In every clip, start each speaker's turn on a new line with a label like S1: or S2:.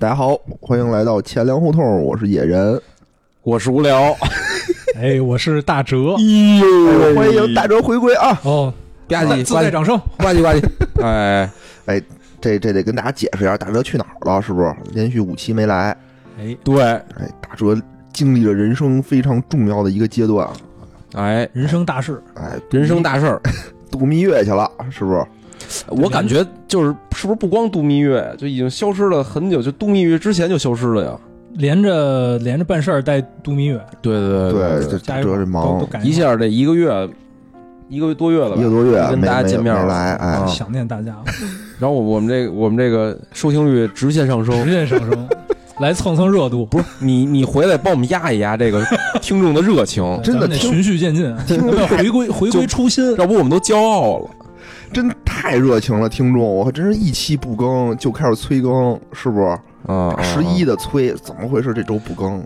S1: 家好，欢迎来到钱粮胡同，我是野人。
S2: 我是无聊， 哎
S3: 哎，我是大哲
S2: 呦
S1: 欢迎大哲回归啊！
S3: 哦，
S2: 吧
S3: 自
S2: 唧
S3: 自
S2: 呱
S3: 带
S2: 唧
S3: 掌声，
S2: 呱唧呱唧，哎，
S1: 这这得跟大家解释一下，大哲去哪儿了？是不是连续五期没来？
S3: 哎，
S2: 对，
S1: 哎，大哲经历了人生非常重要的一个阶段，
S2: 哎，
S3: 人生大事，
S1: 哎，
S2: 人生大事儿，
S1: 度蜜月去了，是不是？
S2: 我感觉就是是不是不光度蜜月就已经消失了很久，就度蜜月之前就消失了呀？
S3: 连着连着办事儿带度蜜月，
S2: 对对
S1: 对，这大哲这
S3: 都
S1: 忙
S3: 都，赶
S2: 一下这一个月，一个多月了吧
S1: 一个，多月
S2: 跟
S1: 没
S2: 大家
S1: 没
S2: 见面
S1: 没
S2: 了
S1: 来，哎
S2: 啊，
S3: 想念大家，
S2: 然后我我们这个我们这个收听率直线上
S3: 直
S2: 升。
S3: 线上升，来蹭蹭热度，
S2: 不是你，你回来帮我们压一压这个听众的热 情，
S3: 哎
S1: 真的
S3: 咱们得
S1: 听
S3: 循序渐进，咱们要回归回归初心，
S2: 要不我们都骄傲了。
S1: 真太热情了，听众，我还真是一期不更就开始催更，是不是？
S2: 啊，啊
S1: 十一，的催，怎么回事？这周不更，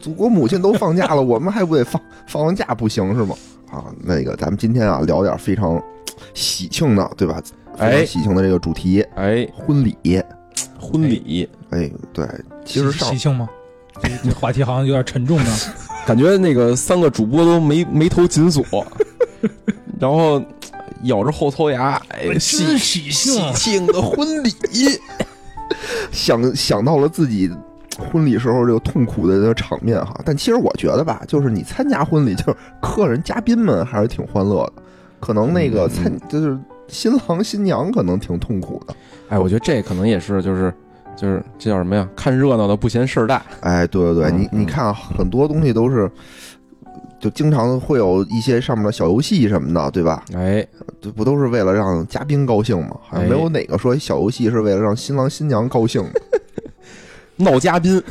S1: 祖国母亲都放假了，我们还不得放放完假不行是吗？啊，那个咱们今天啊聊点非常喜庆的，对吧？非常
S2: 哎
S1: 喜庆的这个主题
S2: 哎，
S1: 婚礼，
S2: 婚礼，
S1: 哎，对，其实
S3: 喜
S1: 上
S3: 喜庆吗？这这话题好像有点沉重啊呢，
S2: 感觉那个三个主播都眉眉头紧锁， 然后咬着后槽牙，哎，喜
S3: 喜
S2: 喜
S3: 啊
S2: 庆的婚礼，
S1: 想想到了自己。婚礼时候这个痛苦的这个场面哈，但其实我觉得吧，就是你参加婚礼，就是客人嘉宾们还是挺欢乐的，可能那个
S2: 嗯
S1: 参就是新郎新娘可能挺痛苦的，
S2: 哎，我觉得这可能也是，就是就是这叫什么呀？看热闹的不嫌事儿大，
S1: 哎，对对对，
S2: 嗯
S1: 你你
S2: 嗯
S1: 看啊很多东西都是，就经常会有一些上面的小游戏什么的，对吧？
S2: 哎，
S1: 这不都是为了让嘉宾高兴吗？好像没有哪个说小游戏是为了让新郎新娘高 兴的。
S2: 闹嘉宾，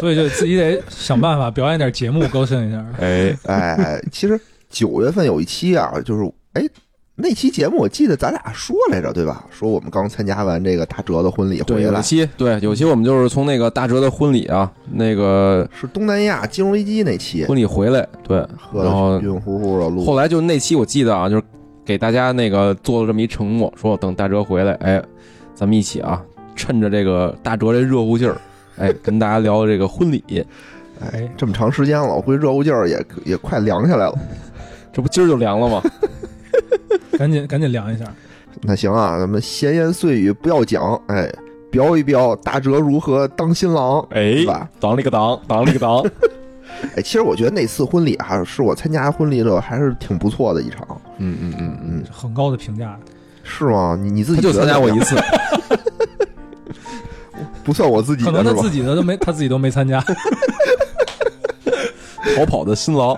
S3: 所以就自己得想办法表演点节目，高兴一下。
S2: 哎，
S1: 哎，其实九月份有一期啊，就是哎。那期节目我记得咱俩说来着，对吧？说我们刚参加完这个大哲的婚礼
S2: 对，
S1: 回
S2: 有
S1: 来，
S2: 期对有期我们就是从那个大哲的婚礼啊，那个
S1: 是东南亚金融危机那期，
S2: 婚礼回来，对，
S1: 喝
S2: 然后
S1: 的晕乎乎的录
S2: 后来就那期我记得啊，就是给大家那个做了这么一承诺，说等大哲回来，哎，咱们一起啊，趁着这个大哲这热乎 劲儿，哎，跟大家聊聊这个婚礼。
S3: 哎，
S1: 这么长时间了，我估计热乎劲儿也也快凉下来了。
S2: 这不今儿就凉了吗？
S3: 赶紧赶紧量一下，
S1: 那行啊，咱们闲言碎语不要讲，哎，标一标大哲如何当新郎，
S2: 哎
S1: 对吧？
S2: 挡了一个挡，挡了一个挡。
S1: 哎，其实我觉得那次婚礼啊，是我参加婚礼的还是挺不错的一场，
S2: 嗯嗯嗯嗯，
S3: 很高的评价，
S1: 是吗？你你自
S2: 他
S1: 己
S2: 就参加过
S1: 我
S2: 一， 次，
S1: 不算我自己
S3: 可能
S1: 的
S3: 他
S1: 是吧
S3: 自？己的都没他自己都没参加，
S2: 逃跑的新郎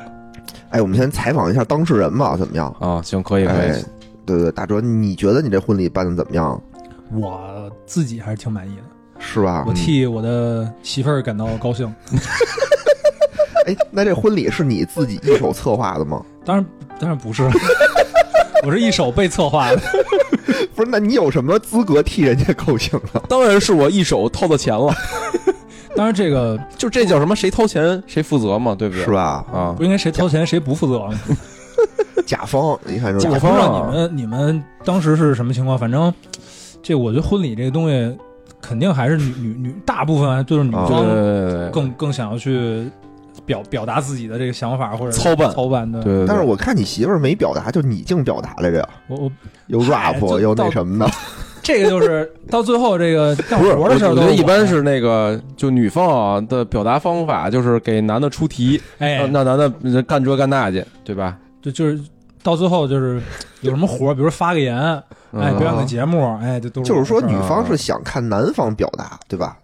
S1: 哎，我们先采访一下当事人吧，怎么样？
S2: 啊，行，可以可
S1: 哎
S2: 以，，
S1: 对对，大哲，你觉得你这婚礼办的怎么样？
S3: 我自己还是挺满意的。
S1: 是
S2: 啊
S1: 吧嗯
S3: 我？替
S2: 嗯
S3: 我的媳妇儿感到高兴。
S1: 哎，那这婚礼是你自己一手策划的吗？
S3: 当然，当然不是， 我是一手被策划的。
S1: 不是，那你有什么资格替人家高兴啊？
S2: 当然是我一手掏的钱了，
S3: 当然，这个
S2: 就这叫什么？谁掏钱谁负责嘛，对不对？
S1: 是？吧？
S2: 啊
S3: 不，应该谁掏钱谁不负责啊吗？
S1: 甲方，你看就是
S2: 甲
S3: 我
S2: 方啊
S3: 不知道你们你们当时是什么情况，反正这我觉得婚礼这个东西，肯定还是女女女，大部分就是女
S2: 啊对对
S3: 方
S2: 对对对
S3: 更更想要去表表达自己的这个想法或者
S2: 嗯操办
S3: 操办的。
S2: 对，对
S1: 但是
S2: 对
S1: 我看你媳妇儿没表达，就你净表达来着，
S3: 我我
S1: 又
S3: 嗨
S1: rap
S3: 就
S1: 又
S3: 到
S1: 那什 么的。
S3: 这个就是 到最后这个干
S2: 不是，
S3: 活的时候
S2: 我
S3: 都
S2: 觉
S3: 我
S2: 得一般是那个，就女方啊的表达方法就是给男的出题，
S3: 哎
S2: 让让男的呃干这干那去，对吧？
S3: 就就是到最后就是有什么活儿，比如说发个言，
S2: 嗯
S3: 哎，表演个节目，哎，这都
S1: 就是说，
S3: 我的
S1: 女
S3: 事儿
S1: 方是想看男方表达，对吧？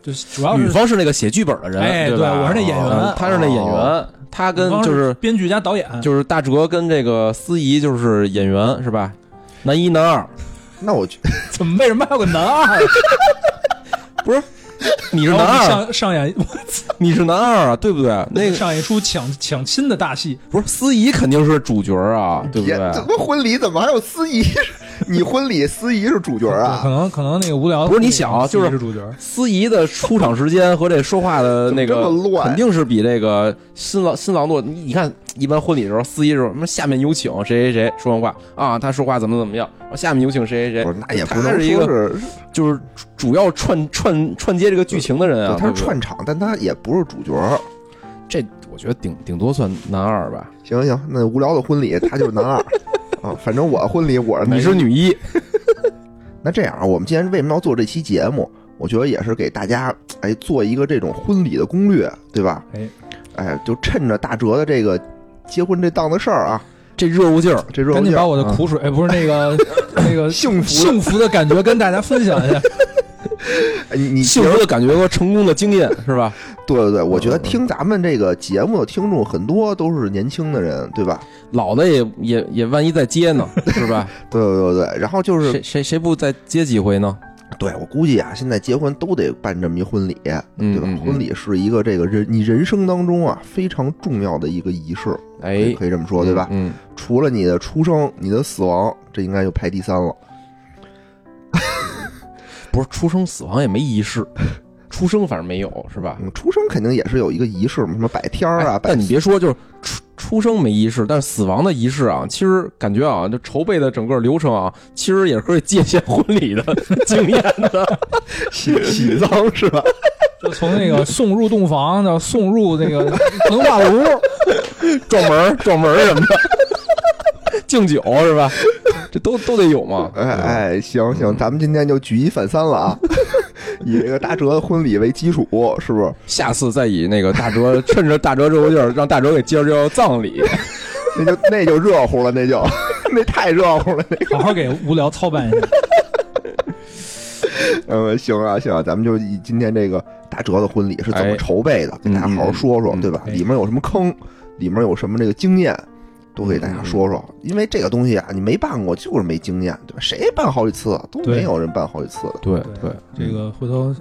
S3: 就是主要
S2: 女
S3: 是
S2: 方是那个写剧本的人，
S3: 哎
S2: 对
S3: 对
S2: 吧？
S3: 我是那演员啊
S2: 嗯他是那演员
S1: 哦，
S2: 他
S3: 女
S2: 跟
S3: 方嗯
S2: 就是是
S3: 编剧加导演，
S2: 就是大哲跟这个司仪就是演员是吧？男一男二，
S1: 那我觉
S3: 怎么为什么还有个男二？啊
S2: 你是
S3: 然后
S2: 男二，
S3: 上上演
S2: 你是男二啊，对不对？那个
S3: 上演一出抢抢亲的大戏，
S2: 不是司仪肯定是主角啊，
S1: 得
S2: 对不对？
S1: 怎么婚礼怎么还有司仪？你婚礼司仪是主角
S3: 可
S1: 啊？
S3: 能可能那个无聊
S2: 不是你想啊就是
S3: 是主角，
S2: 司仪的出场时间和这说话的那
S1: 怎么
S2: 个
S1: 这么乱
S2: 肯定是比这个新郎新郎多。你你看，一般婚礼的时候，司仪是什么？下面有请谁谁谁说完话啊，他说话怎么怎么样，下面有请谁谁
S1: 不
S2: 谁，
S1: 是，那也不
S2: 他
S1: 能
S2: 是一
S1: 说
S2: 个
S1: 是，
S2: 就是主要串串串接这个剧情的人啊
S1: 对。他是
S2: 对不对
S1: 串场，但他也不是主角。
S2: 这，我觉得顶顶多算男二吧。
S1: 行行，那无聊的婚礼他就是男二 啊。反正我婚礼我是男
S2: 你
S1: 一
S2: 是女一，
S1: 那这样啊，我们既然为什么要做这期节目，我觉得也是给大家哎做一个这种婚礼的攻略，对吧？
S3: 哎，
S1: 哎，就趁着大哲的这个结婚这档子事儿啊，
S2: 这热乎劲儿，嗯
S1: 这热乎
S3: 赶紧
S1: 劲
S3: 把
S1: 儿，
S3: 我的苦水，哎，不是 那个那个
S1: 幸福
S3: 幸福的感觉跟大家分享一下。
S1: 哎你你
S2: 幸福的感觉和成功的经验是吧？
S1: 对对对，我觉得
S2: 嗯嗯
S1: 听咱们这个节目的听众很多都是年轻的人，对吧？
S2: 老的也也也万一再接呢，是吧？
S1: 对对对对，然后就是
S2: 谁谁谁不再接几回呢？
S1: 对我估计啊，现在结婚都得办这么一婚礼，
S2: 嗯
S1: 对吧？
S2: 嗯嗯
S1: 婚礼是一个这个人你人生当中啊非常重要的一个仪式，可以
S2: 哎，
S1: 可以这么说，对吧？
S2: 嗯，
S1: 除了你的出生、你的死亡，这应该就排第三了。
S2: 不是出生死亡也没仪式，出生反正没有是吧？
S1: 嗯，出生肯定也是有一个仪式嘛，什么摆天儿啊，
S2: 哎
S1: 摆
S2: 但你别说，就是出出生没仪式，但是死亡的仪式啊，其实感觉啊，这筹备的整个流程啊，其实也是可以借鉴婚礼的 经验的。
S1: 喜 喜丧是 吧？
S3: 就从那个送入洞房到送入那个 焚化炉，
S2: 撞门儿、撞门儿什么的，敬酒是吧？这都都得有嘛。
S1: 哎哎，行
S2: 嗯
S1: 行，咱们今天就举一反三了啊， 以这个大哲的婚礼为基础，是不是？
S2: 下次再以那个大哲，趁着大哲热乎劲儿，让大哲给介绍葬礼。
S1: 那就那就热乎了，那就 那太热乎了。那
S3: 好好给无聊操办一下。
S1: 嗯，行啊行啊，咱们就以今天这个大哲的婚礼是怎么
S2: 哎
S1: 筹备的，跟大家好好说说，
S2: 嗯嗯嗯
S1: 对吧？
S3: 哎
S1: 里面有什么坑，里面有什么这个经验，都给
S2: 嗯
S1: 大家说说。因为这个东西啊，你没办过就是没经验，对吧？谁办好几次啊都
S3: 对
S1: 没有人办好几次的。
S2: 对
S3: 对这个回头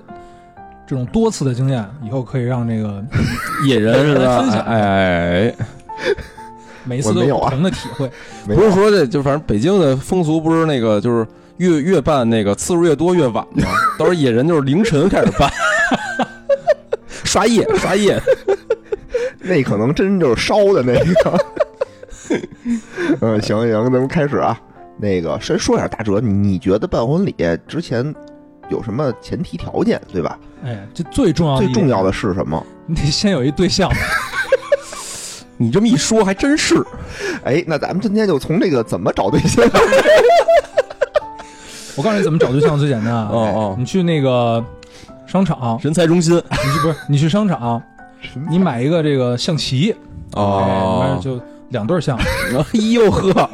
S3: 这种多次的经验，以后可以让这个
S2: 野人是吧
S3: 分？享
S2: 哎哎哎，
S3: 每一次都
S1: 我没有
S3: 有
S1: 啊
S3: 不同的体会。
S1: 没有
S2: 不是说这就反正北京的风俗不是那个就是越越办那个次数越多越晚 吗？到时候野人就是凌晨开始办，刷夜刷夜，
S1: 那可能真就是烧的那个。 嗯，行行，咱们开始啊。那个先说一下大哲，你你觉得办婚礼之前有什么前提条件，对吧？
S3: 哎，这最重
S2: 哦
S3: 要的
S1: 最
S3: 一
S1: 重要
S3: 点
S1: 的是什么？
S3: 你得先有一对象。
S2: 你这么一说还真是，
S1: 哎，那咱们今天就从这个怎么找对象，
S3: 我告诉你怎么找对象最简单啊！
S2: 哦哦
S3: 你去那个商场，
S2: 人才中
S1: 哦
S2: 心哎
S3: 你去不是你去商场，你买一个这个象棋，哎完了
S2: 哦，
S3: 就两对儿象，
S2: 哎呦呵，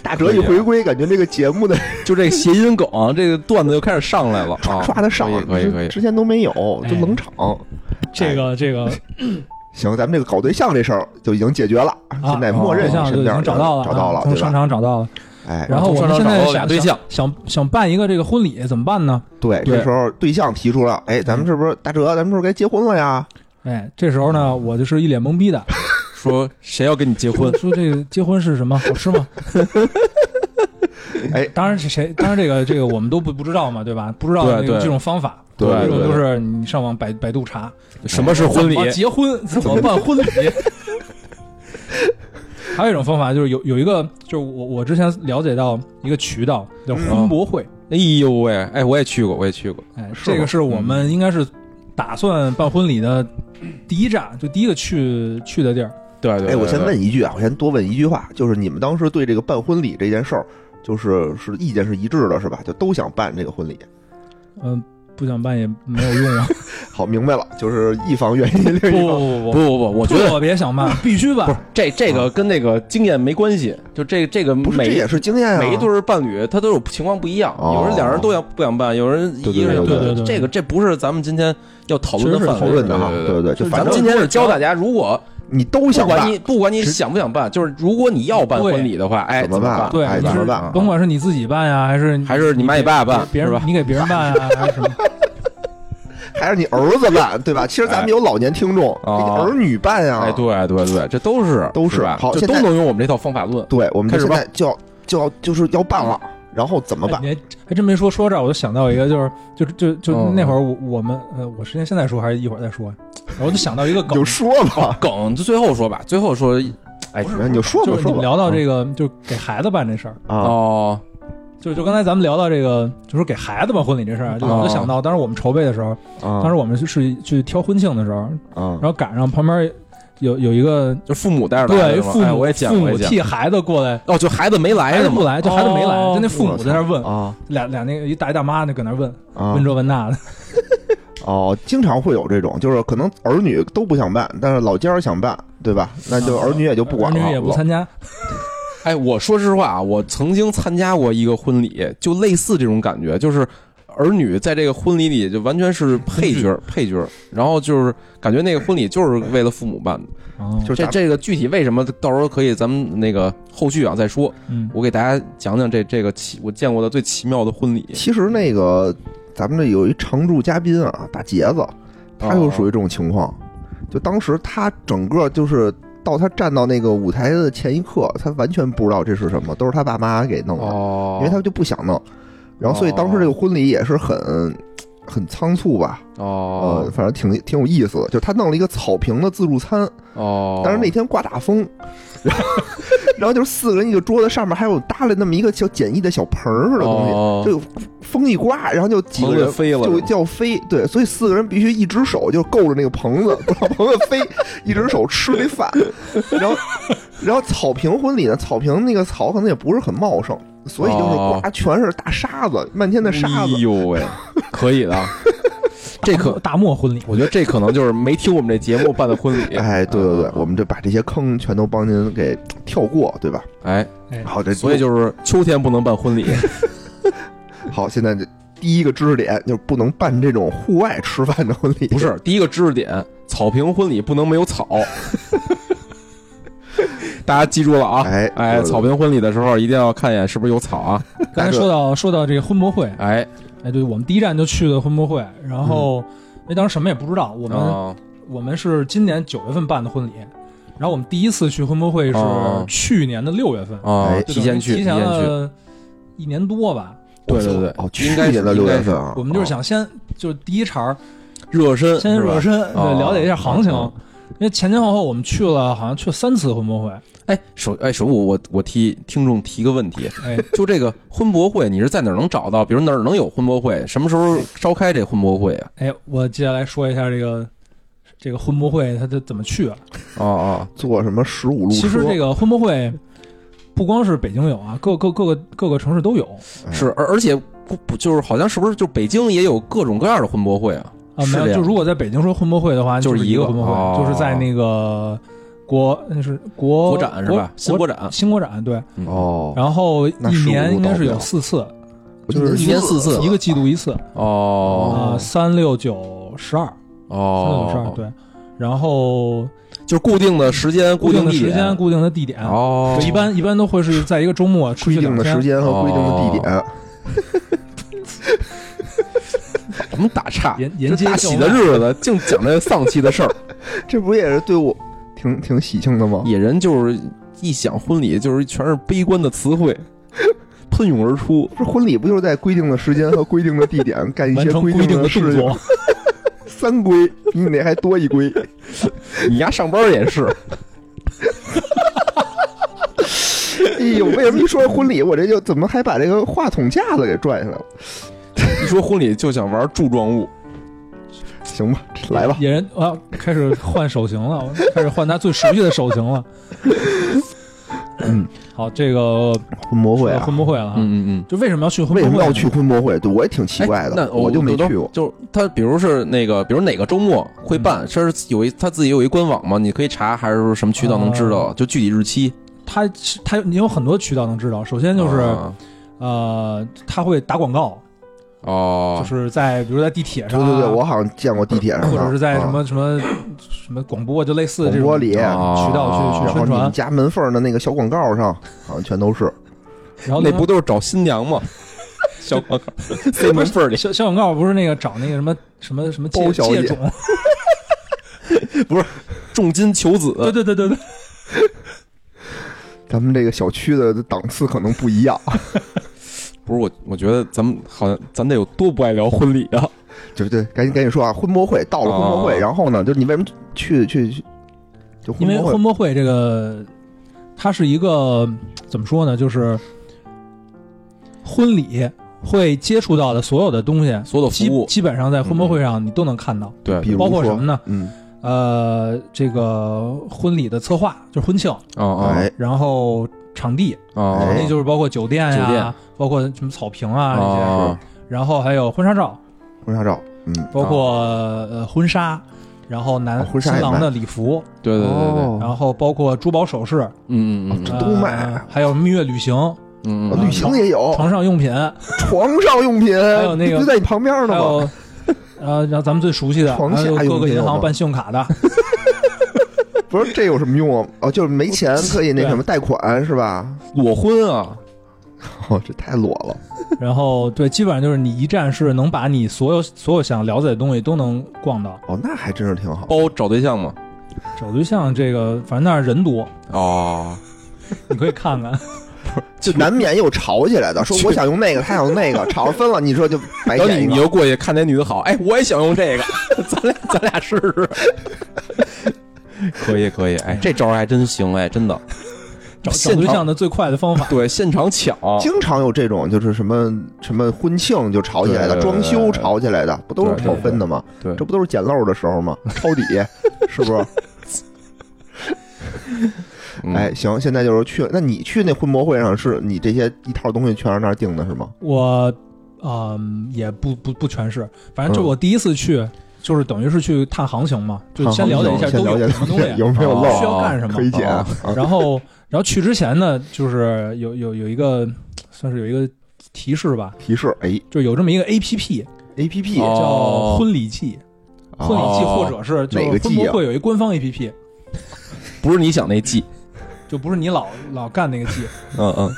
S1: 大哲一
S2: 啊
S1: 回归，感觉这个节目的
S2: 就这个谐音梗，啊这个段子又开始上来了，
S1: 刷
S2: 啊
S1: 刷的上，
S2: 可以可以可以嗯
S1: 之前都没有，
S3: 哎
S1: 就冷场。
S3: 这个这个
S1: 行，咱们这个搞对象这事儿就已经解决了，
S3: 啊，
S1: 现在默认
S3: 对
S1: 你
S3: 象就
S1: 身
S3: 已
S1: 边
S3: 经
S1: 人
S3: 找到了啊，
S1: 找到了，
S3: 从
S1: 对
S3: 商
S1: 吧？
S3: 场找到了。
S1: 哎，
S3: 然后我们
S2: 从商
S3: 现
S2: 场
S3: 在
S2: 找到
S3: 想
S2: 俩对象，
S3: 想想想办一个这个婚礼怎么办呢？
S1: 对，
S2: 对嗯
S1: 这时候对象提出了，哎，咱们是不是大哲，咱们是不是该结婚了呀？
S3: 哎，这时候呢，我就是一脸懵逼的，，
S2: 说谁要跟你结婚
S3: 说这个结婚是什么？好吃吗？
S1: 哎
S3: 当然是谁？当然这个这个我们都不不知道嘛，对吧？不知道
S2: 对
S3: 那个
S2: 对
S3: 这种方法，
S1: 对哎
S3: 这种
S2: 对
S3: 都是你上网百百度查
S2: 什么是婚礼
S3: 怎？么结婚怎么 办婚礼。还有一种方法就是有有一个，就是我我之前了解到一个渠道
S2: 嗯
S3: 叫婚博会，
S2: 哎呦喂，哎，我也去过，我也去过，
S3: 哎，
S1: 是
S3: 这
S1: 吗
S3: 个是我
S2: 嗯
S3: 们应该是打算办婚礼的第一站，就第一个去去的地儿。
S2: 对对。
S1: 哎，我
S2: 对
S1: 先
S2: 对
S1: 问一句啊，我先多问一句话，就是你们当时对这个办婚礼这件事儿，就是是意见是一致的，是吧？就都想办这个婚礼。
S3: 嗯、不想办也没有 用啊！
S1: 好，明白了，就是一方愿意，
S3: 不
S2: 哎
S1: 另一方
S2: 不
S3: 不
S2: 不不，我觉得
S3: 特别想办，必须
S2: 不是
S3: 办。
S2: 这这个跟那个经验没关系，就这这个
S1: 啊不是，
S2: 每
S1: 这也是经验啊。
S2: 每一对儿伴侣他都有情况不一样，
S1: 哦
S2: 有人两人都要不想办，有人
S1: 对
S2: 一个人
S1: 对对
S3: 对对对
S2: 这个这不是咱们今天要讨论的
S3: 确实
S2: 范
S3: 是
S2: 围，
S1: 讨论的哈
S2: 对
S1: 对对对
S2: 就是
S1: 就反
S2: 咱
S1: 正
S2: 们今天是教大家，如果
S1: 你都
S2: 不
S1: 想办
S2: 管，你不管你想不想办，就是如果你要办
S3: 对
S2: 婚礼的话，哎，
S1: 怎
S2: 怎
S1: 么办？
S2: 办？啊
S3: 对
S1: 哎，
S3: 你
S1: 怎
S3: 是
S1: 么办？
S3: 甭管是你自己办啊呀，还是
S2: 还是你妈你爸办，
S3: 别
S2: 是
S3: 人
S2: 吧？
S3: 你给别人办啊，还是什么？
S1: 还是你儿子办，
S3: 哎
S1: 对吧？其实咱们有老年听众，
S2: 哎
S1: 给
S3: 哦
S1: 你儿女办呀。
S2: 哎，对对对，这都是
S1: 都是
S2: 是吧？
S1: 好
S2: 这
S1: 现
S2: 都
S1: 在
S2: 能用我们这套方法论。
S1: 对，我们就
S2: 开始
S1: 现
S2: 吧
S1: 在就要就要就是要办了，然后怎么
S3: 哎
S1: 办？
S3: 你还还真没说，说到这儿我就想到一个，就是就就就
S2: 嗯
S3: 那会儿我我们呃，我是现在说还是一会儿再说？啊然后我就想到一个
S1: 你
S3: 梗
S1: 就，说吧，
S2: 梗就最后说吧，最后说，哎，
S1: 然后你就说吧
S3: 哦就是你
S1: 说
S3: 们
S1: 吧
S3: 聊
S2: 嗯
S3: 到这个，就是给孩子办这事儿，
S1: 啊，
S2: 哦，
S3: 就就刚才咱们聊到这个，就说给孩子办婚礼这事儿啊，就我
S2: 哦嗯
S3: 就想到当时我们筹备的时候，
S1: 当
S3: 当时我们是是去挑婚庆的时候，
S1: 啊
S3: 然后赶上旁边有有一个
S2: 就父母带着来
S3: 对
S2: 的嘛
S3: 父
S2: 哎
S3: 母
S2: 我也讲，
S3: 父
S2: 我也
S3: 母
S2: 讲。
S3: 替孩子过来，
S2: 哦，就孩子没来
S3: 孩
S2: 呢
S3: 子
S2: 嘛，
S3: 不来，就孩子没来，
S2: 哦
S3: 就那父母在那儿问
S1: 啊
S3: 俩俩那个一大一大妈那搁那儿问
S1: 啊
S3: 问这问那的，
S1: 哦，经常会有这种，就是可能儿女都不想办，但是老家儿想办，对吧？那就儿女也就不 管
S3: 儿
S1: 了，
S3: 女也不参加，
S2: 哎，我说实话啊，我曾经参加过一个婚礼，就类似这种感觉，就是儿女在这个婚礼里就完全是配角儿，配角儿，然后就是感觉那个婚礼就是为了父母办的。
S3: 哦
S1: 就
S2: 这
S1: 咱
S2: 这个具体为什么，到时候可以咱们那个后续啊再说。
S3: 嗯，
S2: 我给大家讲讲这这个奇我见过的最奇妙的婚礼。
S1: 其实那个咱们这有一常驻嘉宾啊，大杰子，他就属于这种情况。就当时他整个就是到他站到那个舞台的前一刻，他完全不知道这是什么，都是他爸妈给弄的，
S2: 哦，
S1: 因为他就不想弄。然后所以当时这个婚礼也是很很仓促吧，
S2: 哦
S1: 呃，反正挺挺有意思的。就他弄了一个草坪的自助餐，
S2: 哦，
S1: 但是呃那天刮大风，然后 然后就是四个人一个桌子，上面还有搭了那么一个小简易的小盆儿似的东西，
S2: 哦
S1: 就风一刮，然后就几个
S2: 棚
S1: 人
S2: 子飞了
S1: 就就要飞，对，所以四个人必须一只手就够着那个棚 子，不让棚子飞，一只手吃那饭，然后然后草坪婚礼呢，草坪那个草可能也不是很茂盛，所以就是
S2: 哦
S1: 刮全是大沙子，漫天的沙子
S2: 哎，呦喂，可以的啊， 这可
S3: 大漠婚礼，
S2: 我觉得这可能就是没听我们这节目办的婚 礼。
S1: 哎，对对对
S2: 啊，
S1: 我们这把这些坑全都帮您给跳过，对吧？
S2: 哎，
S3: 哎
S1: 好，这
S2: 所以就是秋天不能 办婚礼。
S1: 好，现在这第一个知识点就是不能办这种户外吃饭的婚礼，
S2: 不是第一个知识点，草坪婚礼不能没有草。 大家记住了啊！
S1: 哎
S2: 哎，
S1: 对对
S2: 草坪婚礼的时候一定要看一眼是不是有草啊！
S3: 刚
S1: 大哥
S3: 才说到说到这个婚博会，
S2: 哎，
S3: 哎，对，我们第一站就去的婚博会，然后那当时什么也不知道，我
S2: 我
S3: 们我们是今年九月份办的婚礼，然后我们第一次去婚博会是
S2: 哦
S3: 去年的六月份，
S2: 啊
S1: 哎，
S3: 就
S2: 提
S3: 等于
S2: 前去，
S3: 提
S2: 提
S3: 前
S2: 前去。
S3: 了一年多吧。
S1: 我
S2: 对
S1: 操
S2: 对对
S1: 哦，去
S2: 应该是
S1: 年的
S2: 应
S1: 六
S2: 该
S1: 月
S2: 是
S1: 份啊，
S3: 我们就是
S1: 哦
S3: 想先就是第一茬儿
S2: 热身，
S3: 先
S2: 是吧
S3: 热身，对，
S2: 哦
S3: 了解一下行情
S2: 哦。
S3: 因为前前后后我们去了，好像去了三次婚博会。
S2: 哎，首哎首武，我我替听众提个问题，
S3: 哎，
S2: 就这个婚博会，你是在哪儿能找到？比如哪儿能有婚博会？什么时候召开这婚博会啊？
S3: 哎，我接下来说一下这个这个婚博会它它怎么去啊？
S2: 哦哦，
S1: 坐什么十五路车，
S3: 其实这个婚博会不光是北京有啊，各各各个各个城市都有
S1: 哎
S2: 是，而而且不不就是好像是不是就北京也有各种各样的婚博会啊？
S3: 啊。
S2: 是
S3: 没
S2: 这
S3: 有，
S2: 样
S3: 就如果在北京说婚博会的话，
S2: 就是
S3: 是
S2: 一
S3: 一
S2: 个
S3: 婚博会，
S2: 哦
S3: 就是在那个国那是国
S2: 国展是吧？新
S3: 国
S2: 国展，
S3: 新国展对。
S2: 嗯，
S1: 哦，
S3: 然后
S1: 那
S3: 一
S1: 15
S3: 年应该是
S1: 到
S3: 有
S1: 不了
S3: 四次，
S1: 我
S3: 就是
S2: 一年四次
S3: 一个季度一次
S2: 哦
S3: 啊，三六九十二，三六九十二
S2: 哦，
S3: 对。然后
S2: 就是固定的时间、
S3: 固定
S2: 定
S3: 的
S2: 地
S3: 时
S2: 点
S3: 间、固定的地点，
S2: 哦，
S3: 一般一般都会是在一个周末出
S1: 规
S3: 去
S1: 定
S3: 两
S1: 的时
S3: 天。
S1: 间
S3: 哦
S1: 和规定的地点，
S2: 什么打岔？
S3: 沿
S2: 这
S3: 沿街啊
S2: 大喜的日子，净讲这丧气的事儿。
S1: 这不也是对我挺挺喜庆的吗？
S2: 野人就是一想婚礼，就是全是悲观的词汇，喷涌而出。
S1: 这婚礼不就是在规定的时间和规定的地点干一
S3: 完
S1: 些
S3: 成
S1: 规
S3: 规定
S1: 的
S3: 的
S1: 事
S3: 动
S1: 情？
S3: 作，
S1: 三规比你那还多一规，
S2: 你丫上班也是，
S1: 哎呦，为什么一说婚礼，我这就怎么还把这个话筒架子给拽下来了？
S2: 一说婚礼就想玩柱状物。
S1: 行吧，来吧，
S3: 野人啊，开始换手型了， 我开始换他最熟悉的手型了。
S1: 嗯，
S3: 好，这个
S1: 婚博会
S3: 说到
S1: 啊，
S3: 婚博会了啊，
S2: 嗯嗯。
S3: 就为什么要去婚
S1: 为
S3: 博
S1: 什
S3: 会？
S1: 么要去？婚博会？对我也挺奇怪
S2: 哎
S1: 的，
S2: 那我
S1: 就没
S2: 都
S1: 去过。
S2: 就是他，比如是那个，比如哪个周末会办，这是有一他自己有一官网吗？你可以查，还是说什么渠道能知道？就具体日期，
S3: 他他你有很多渠道能知道，首先就是、
S1: 哦
S2: 啊
S3: 呃，他会打广告，
S2: 哦
S3: 就，是在比如在地铁
S1: 对
S3: 上啊、
S1: 对对，我好像见过地铁上的，
S3: 或者是在什
S1: 啊
S3: 么什么什么广播，就类似
S1: 广
S3: 这种
S1: 播里，
S2: 这
S1: 啊然
S2: 种
S3: 渠
S2: 啊
S3: 道去
S1: 后
S3: 去宣
S1: 你们
S3: 传。
S1: 家门缝的那个小广告上，好像全都是。
S3: 然后
S2: 那
S3: 另外
S2: 不都是找新娘吗？ 小广 告塞门缝里，
S3: 小小广告不是那个找那个什么什么什么
S1: 包
S3: 借
S1: 小
S3: 借
S1: 姐
S3: 种？
S2: 重金求子，
S1: 呃
S3: 对对 对对对，
S1: 咱们这个小区的档次可能不一样，
S2: 不是我，我觉得咱们好像咱得有多不爱聊婚礼啊！
S1: 对对，赶紧赶紧说啊！婚博会到了，婚博会，
S2: 哦
S1: 然后呢，就是你为什么去去去？就
S3: 因
S1: 婚
S3: 为
S1: 博
S3: 婚
S1: 会，
S3: 博会这个，它是一个怎么说呢？就是婚礼会接触到的所有的东西，
S2: 所有的服
S3: 基
S2: 务，嗯
S3: 基本上在婚博会上你都能看到。
S2: 对，
S1: 比如
S3: 包括
S1: 说
S3: 什么呢？
S1: 嗯，
S3: 呃，这个婚礼的策划就是婚庆，
S2: 啊啊
S1: 哎，
S3: 然后场地，
S2: 啊，
S1: 哎
S3: 那就是包括酒店呀、
S2: 酒店
S3: 包括什么草坪
S1: 哦
S3: 啊这些，
S2: 啊
S3: 然后还有婚纱照，
S1: 婚纱照，嗯，
S3: 包括、呃婚纱，然后男、
S1: 啊哦婚纱也
S3: 新郎
S1: 卖
S3: 的礼服，
S2: 对对对对，
S1: 哦
S3: 然后包括珠宝首饰，
S2: 嗯嗯嗯
S1: 这
S2: 嗯
S1: 都
S3: 呃
S1: 卖
S3: 还有蜜月旅行、
S2: 嗯
S1: 啊
S2: 嗯
S1: 旅行也有，
S3: 床上用品，
S1: 床上用品，
S3: 还有那个
S1: 不就在你旁边
S3: 还
S1: 呢吗？
S3: 有 呃，让咱们最熟悉的，
S1: 床
S3: 还有
S1: 下
S3: 各
S1: 用
S3: 个
S1: 品
S3: 银
S1: 有
S3: 行
S1: 吗
S3: 办信用 卡的，
S1: 不是这有什么用啊？哦，就是没钱可以那什么贷款是吧？
S2: 嗯，裸婚啊，
S1: 哦，这太裸了，
S3: 然后对，基本上就是你一站式能把你所有所有想了解的东西都能逛到。
S1: 哦，那还真是挺好。
S2: 包找对象嘛，
S3: 找对象这个，反正那儿人多，
S2: 哦，
S3: 你可以看 看。
S1: 就难免有吵起来的，说
S2: 去
S1: 我想用那个，他想用那个，吵着分了，你说就白
S2: 然后你
S1: 捡一
S2: 你
S1: 个。
S2: 又过去看那女的好，哎，我也想用这 个，咱俩咱俩试试。可以可以，哎，这招儿还真行哎，真的。
S3: 找找
S2: 现
S3: 对
S2: 场
S3: 象的最快的方 法，
S2: 对现场抢，
S1: 经常有这种，就是什么什么婚庆就吵起来的，
S2: 对
S1: 装修吵起来的，不都是
S2: 对
S1: 吵分的吗？
S2: 对
S1: 这不都是捡漏的时候吗？抄底是不 是？
S2: 嗯
S1: 哎，行，现在就是去，那你去那婚博会上，是你这些一套东西全是那儿定的是吗？
S3: 我嗯、也不不不全是，反正就
S1: 嗯
S3: 我第一次去，就是等于是去探行情嘛，就先了解一下
S1: 好行
S3: 都有
S1: 啊先了解
S3: 什么东西， 啊
S1: 有没有
S2: 哦
S1: 漏
S3: 需要干什么
S1: 可。以捡
S2: 哦
S1: 啊？
S3: 然后然后去之前呢，就是有有有一个算是有一个提示吧，
S1: 提示哎
S3: 就有这么一个 A P P
S1: ，A P P
S2: 哦
S3: 叫婚礼季。
S1: 哦
S3: 婚礼季或者是就
S1: 哪个
S3: 是
S1: 季
S3: 婚
S1: 啊
S3: 博会有一官方 A P P，
S2: 不是你想那季，
S3: 就不是你老老干那个 季，
S2: 嗯嗯，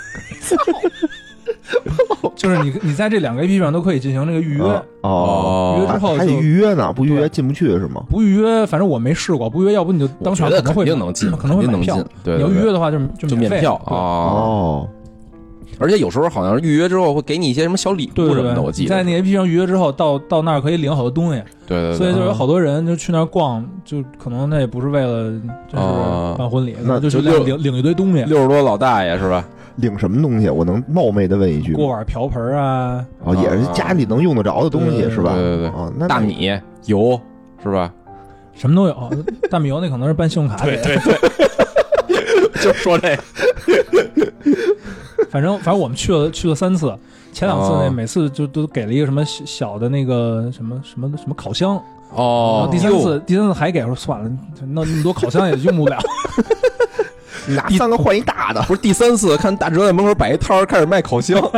S3: 就是你你在这两个 A P P 上都可以进行这个预约，
S1: 哦，
S3: 约之
S1: 还
S2: 哦，
S3: 后
S1: 还得
S3: 就
S1: 预约呢，不预约
S3: 对
S1: 进不去是吗？
S3: 不预约，反正我没试过，不预约，要不你就当
S2: 我
S3: 场
S2: 觉得
S3: 可能
S2: 肯
S3: 会
S2: 定能进，
S3: 可能会
S2: 肯定
S3: 买
S2: 能
S3: 票
S2: 进。，对，对
S3: 你要预
S2: 对
S3: 约的话就，就
S2: 就
S3: 免
S2: 免票啊。
S3: 对
S1: 哦，
S2: 而且有时候好像是预约之后会给你一些什么小礼
S3: 对
S2: 物
S3: 对
S2: 什么
S3: 对，
S2: 的，我记
S3: 你在
S2: 得。
S3: 那 A P P 上预约之后，到到那儿可以领好多东西，
S2: 对对嗯
S3: 所以
S2: 对，
S3: 就有好多人就去那儿逛，就可能那也不是为了就是
S2: 哦
S3: 办婚礼，
S1: 那
S3: 就去
S2: 就
S3: 那儿
S2: 六
S3: 领领一堆东西，
S2: 六十多老大爷是吧？
S1: 领什么东西？啊我能冒昧的问一句吗
S3: 锅碗瓢盆啊，
S1: 哦，也是
S2: 啊
S1: 家里能用得着的东西
S3: 对
S1: 是吧？
S2: 对对对
S1: 哦，那
S2: 大米、油是吧？
S3: 什么都有。 大米油那可能是办信用卡，
S2: 对对， 就说这个
S3: 反正反正我们去了去了三次，前两次
S2: 哦
S3: 那每次就都给了一个什么小小的那个什么什么什么烤箱，然
S2: 哦
S3: 后。第三次第三次还给我说算了，那那么多烤箱也用不了，
S1: 你拿三个换一大的，
S2: 不是第三次，看大哲在门口摆一摊儿，开始卖烤箱。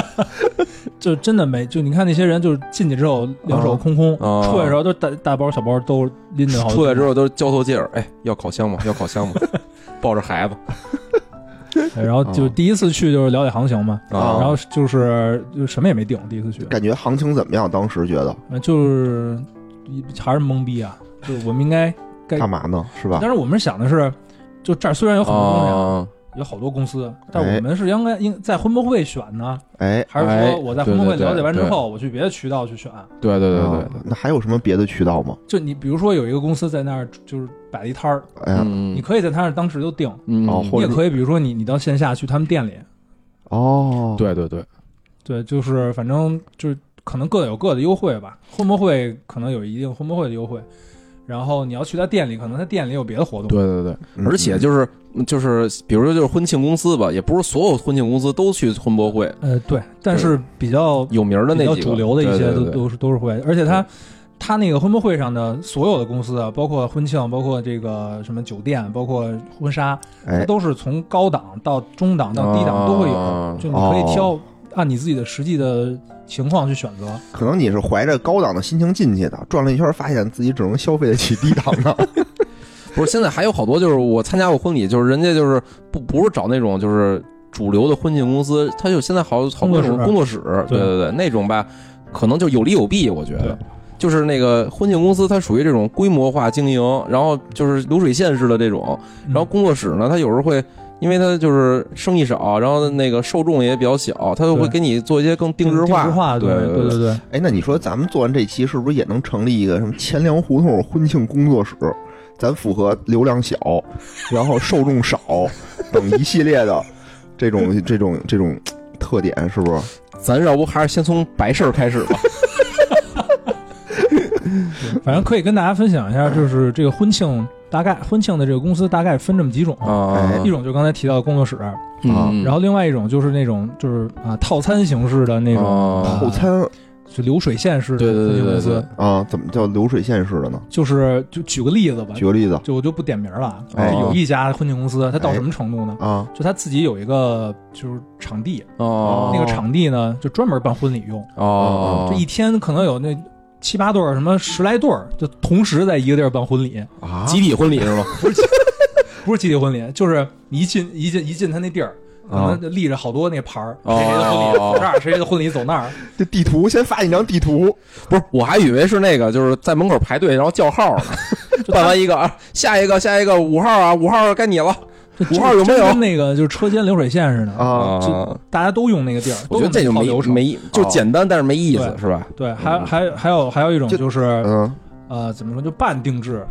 S3: 就真的没就你看那些人就是进去之后两手空空，
S2: 哦
S3: 出来的时候都大大包小包都拎着好 多，
S2: 出来之后都交头接耳，哎，要烤箱吗？要烤箱吗？ 抱着孩子
S3: 对然后
S2: 啊
S3: 就
S1: 哦
S3: 第一次去就是了解行情嘛，
S1: 哦
S3: 然后就是就什么也没定，第一次去，
S1: 感觉行情怎么样？当时觉得
S3: 呃就是还是懵逼啊，就我们应该
S2: 哎
S3: 该
S1: 干嘛呢？是吧
S3: 当？时我们想的是，就这儿虽然有很多东西啊，
S2: 哦
S3: 有好多公司，但
S1: 哎
S3: 我们是应该应在婚博会选呢，
S1: 哎，
S3: 还是
S2: 哎
S3: 说我在婚博会
S2: 对对对
S3: 了解完之
S2: 对
S3: 后，我去别的渠道去选？
S2: 对对对对
S3: 啊
S1: 哦，那还有什么别的渠道吗？
S3: 就你比如说有一个公司在那儿就是摆了一摊儿，
S1: 哎呀，
S2: 嗯
S3: 你可以在他那儿当时就定，
S2: 嗯
S1: 哦
S3: 你
S1: 或者
S3: 也
S1: 是
S3: 可以比如说你你到线下去他们店里，
S1: 哦，，
S2: 对对对，
S3: 对，就是反正就是可能各有各的优惠吧，婚博会可能有一定婚博会的优惠。然后你要去他店里，可能他店里有别的活动。
S2: 对对对，
S3: 嗯
S1: 嗯
S2: 而且就是就是，比如说就是婚庆公司吧，也不是所有婚庆公司都去婚博会，
S3: 呃，对，但是比较
S2: 有名儿的
S3: 比
S2: 那
S3: 较
S2: 几个
S3: 主流的一些
S2: 对
S3: 都
S2: 对对
S3: 都是都是会，而且他他那个婚博会上的所有的公司啊，包括婚庆，包括这个什么酒店，包括婚纱，它
S1: 哎，
S3: 都是从高档到中档到低档都会
S2: 啊
S3: 有，就你可以挑按你自己的实际的情况去选择。
S1: 可能你是怀着高档的心情进去的，转了一圈，发现自己只能消费得起低档的。
S2: 不是现在还有好多就是我参加过婚礼，就是人家就是不不是找那种就是主流的婚庆公司，他就现在好好多那种工
S3: 工
S2: 作室，对
S3: 对
S2: 对对，那种吧，可能就有利有弊，我觉得
S3: 对。
S2: 就是那个婚庆公司，它属于这种规模化经营，然后就是流水线式的这种，
S3: 嗯
S2: 然后工作室呢，它有时候会，因因为它就是生意少，然后那个受众也比较小，它就会
S3: 对
S2: 给你做一些更定制
S3: 化，
S2: 化。
S3: 定制
S2: 对
S3: 对对对 对，
S1: 哎，那你说咱们做完这期，是不是也能成立一个什么钱粮胡同婚庆工作室？咱符合流量小，然后受众少等一系列的这种这种这种特点，是不是？
S2: 咱要不还是先从白事儿开始 吧？
S3: 反正可以跟大家分享一下，就是这个婚庆大概婚庆的这个公司大概分这么几种，
S2: 啊
S3: 一种哎就是刚才提到的工作室，
S1: 嗯
S3: 然后另外一种就是那种就是啊套餐形式的那种，
S2: 种
S1: 套餐
S3: 就流水线式的
S2: 啊对对
S3: 婚
S2: 对
S3: 庆公
S2: 对哦
S3: 司，
S2: 对，
S1: 啊，怎么叫流水线式的呢？
S3: 就是就举个例子吧，
S1: 举个例子
S3: 就我就不点名了，
S2: 哎
S3: 就有一家婚庆公司，它到什么程度呢？
S1: 啊，
S3: 就他自己有一个就是场地，
S2: 哦，
S3: 那个场地呢就专门办婚礼用，
S2: 哦，
S3: 就一天可能有那七八对儿，什么十来对儿，就同时在一个地儿办婚礼，
S1: 啊
S2: 集体婚礼 是吗？
S3: 不是集体婚礼，就是你一进一进一进他那地儿，可
S2: 啊
S3: 能就立着好多那牌儿，
S2: 哦
S3: 谁谁的婚礼走这儿，谁谁的婚礼走那儿，
S1: 这地图先发一张地图，
S2: 不是，我还以为是那个，就是在门口排队，然后叫号呢。 办完一个啊，下一个，下一个五号啊，五号该你了
S3: 就
S2: 五号有没有
S3: 真跟那个就是车间流水线似的
S1: 啊
S3: 就大家都用那个地儿，
S2: 哦我觉得这就
S3: 都用那套
S2: 没
S3: 流程
S2: 没就简单，但是没意思，
S3: 对
S2: 是吧？
S3: 对，还还还有还有一种
S1: 就
S3: 就是
S1: 嗯
S3: 呃怎么说就半定制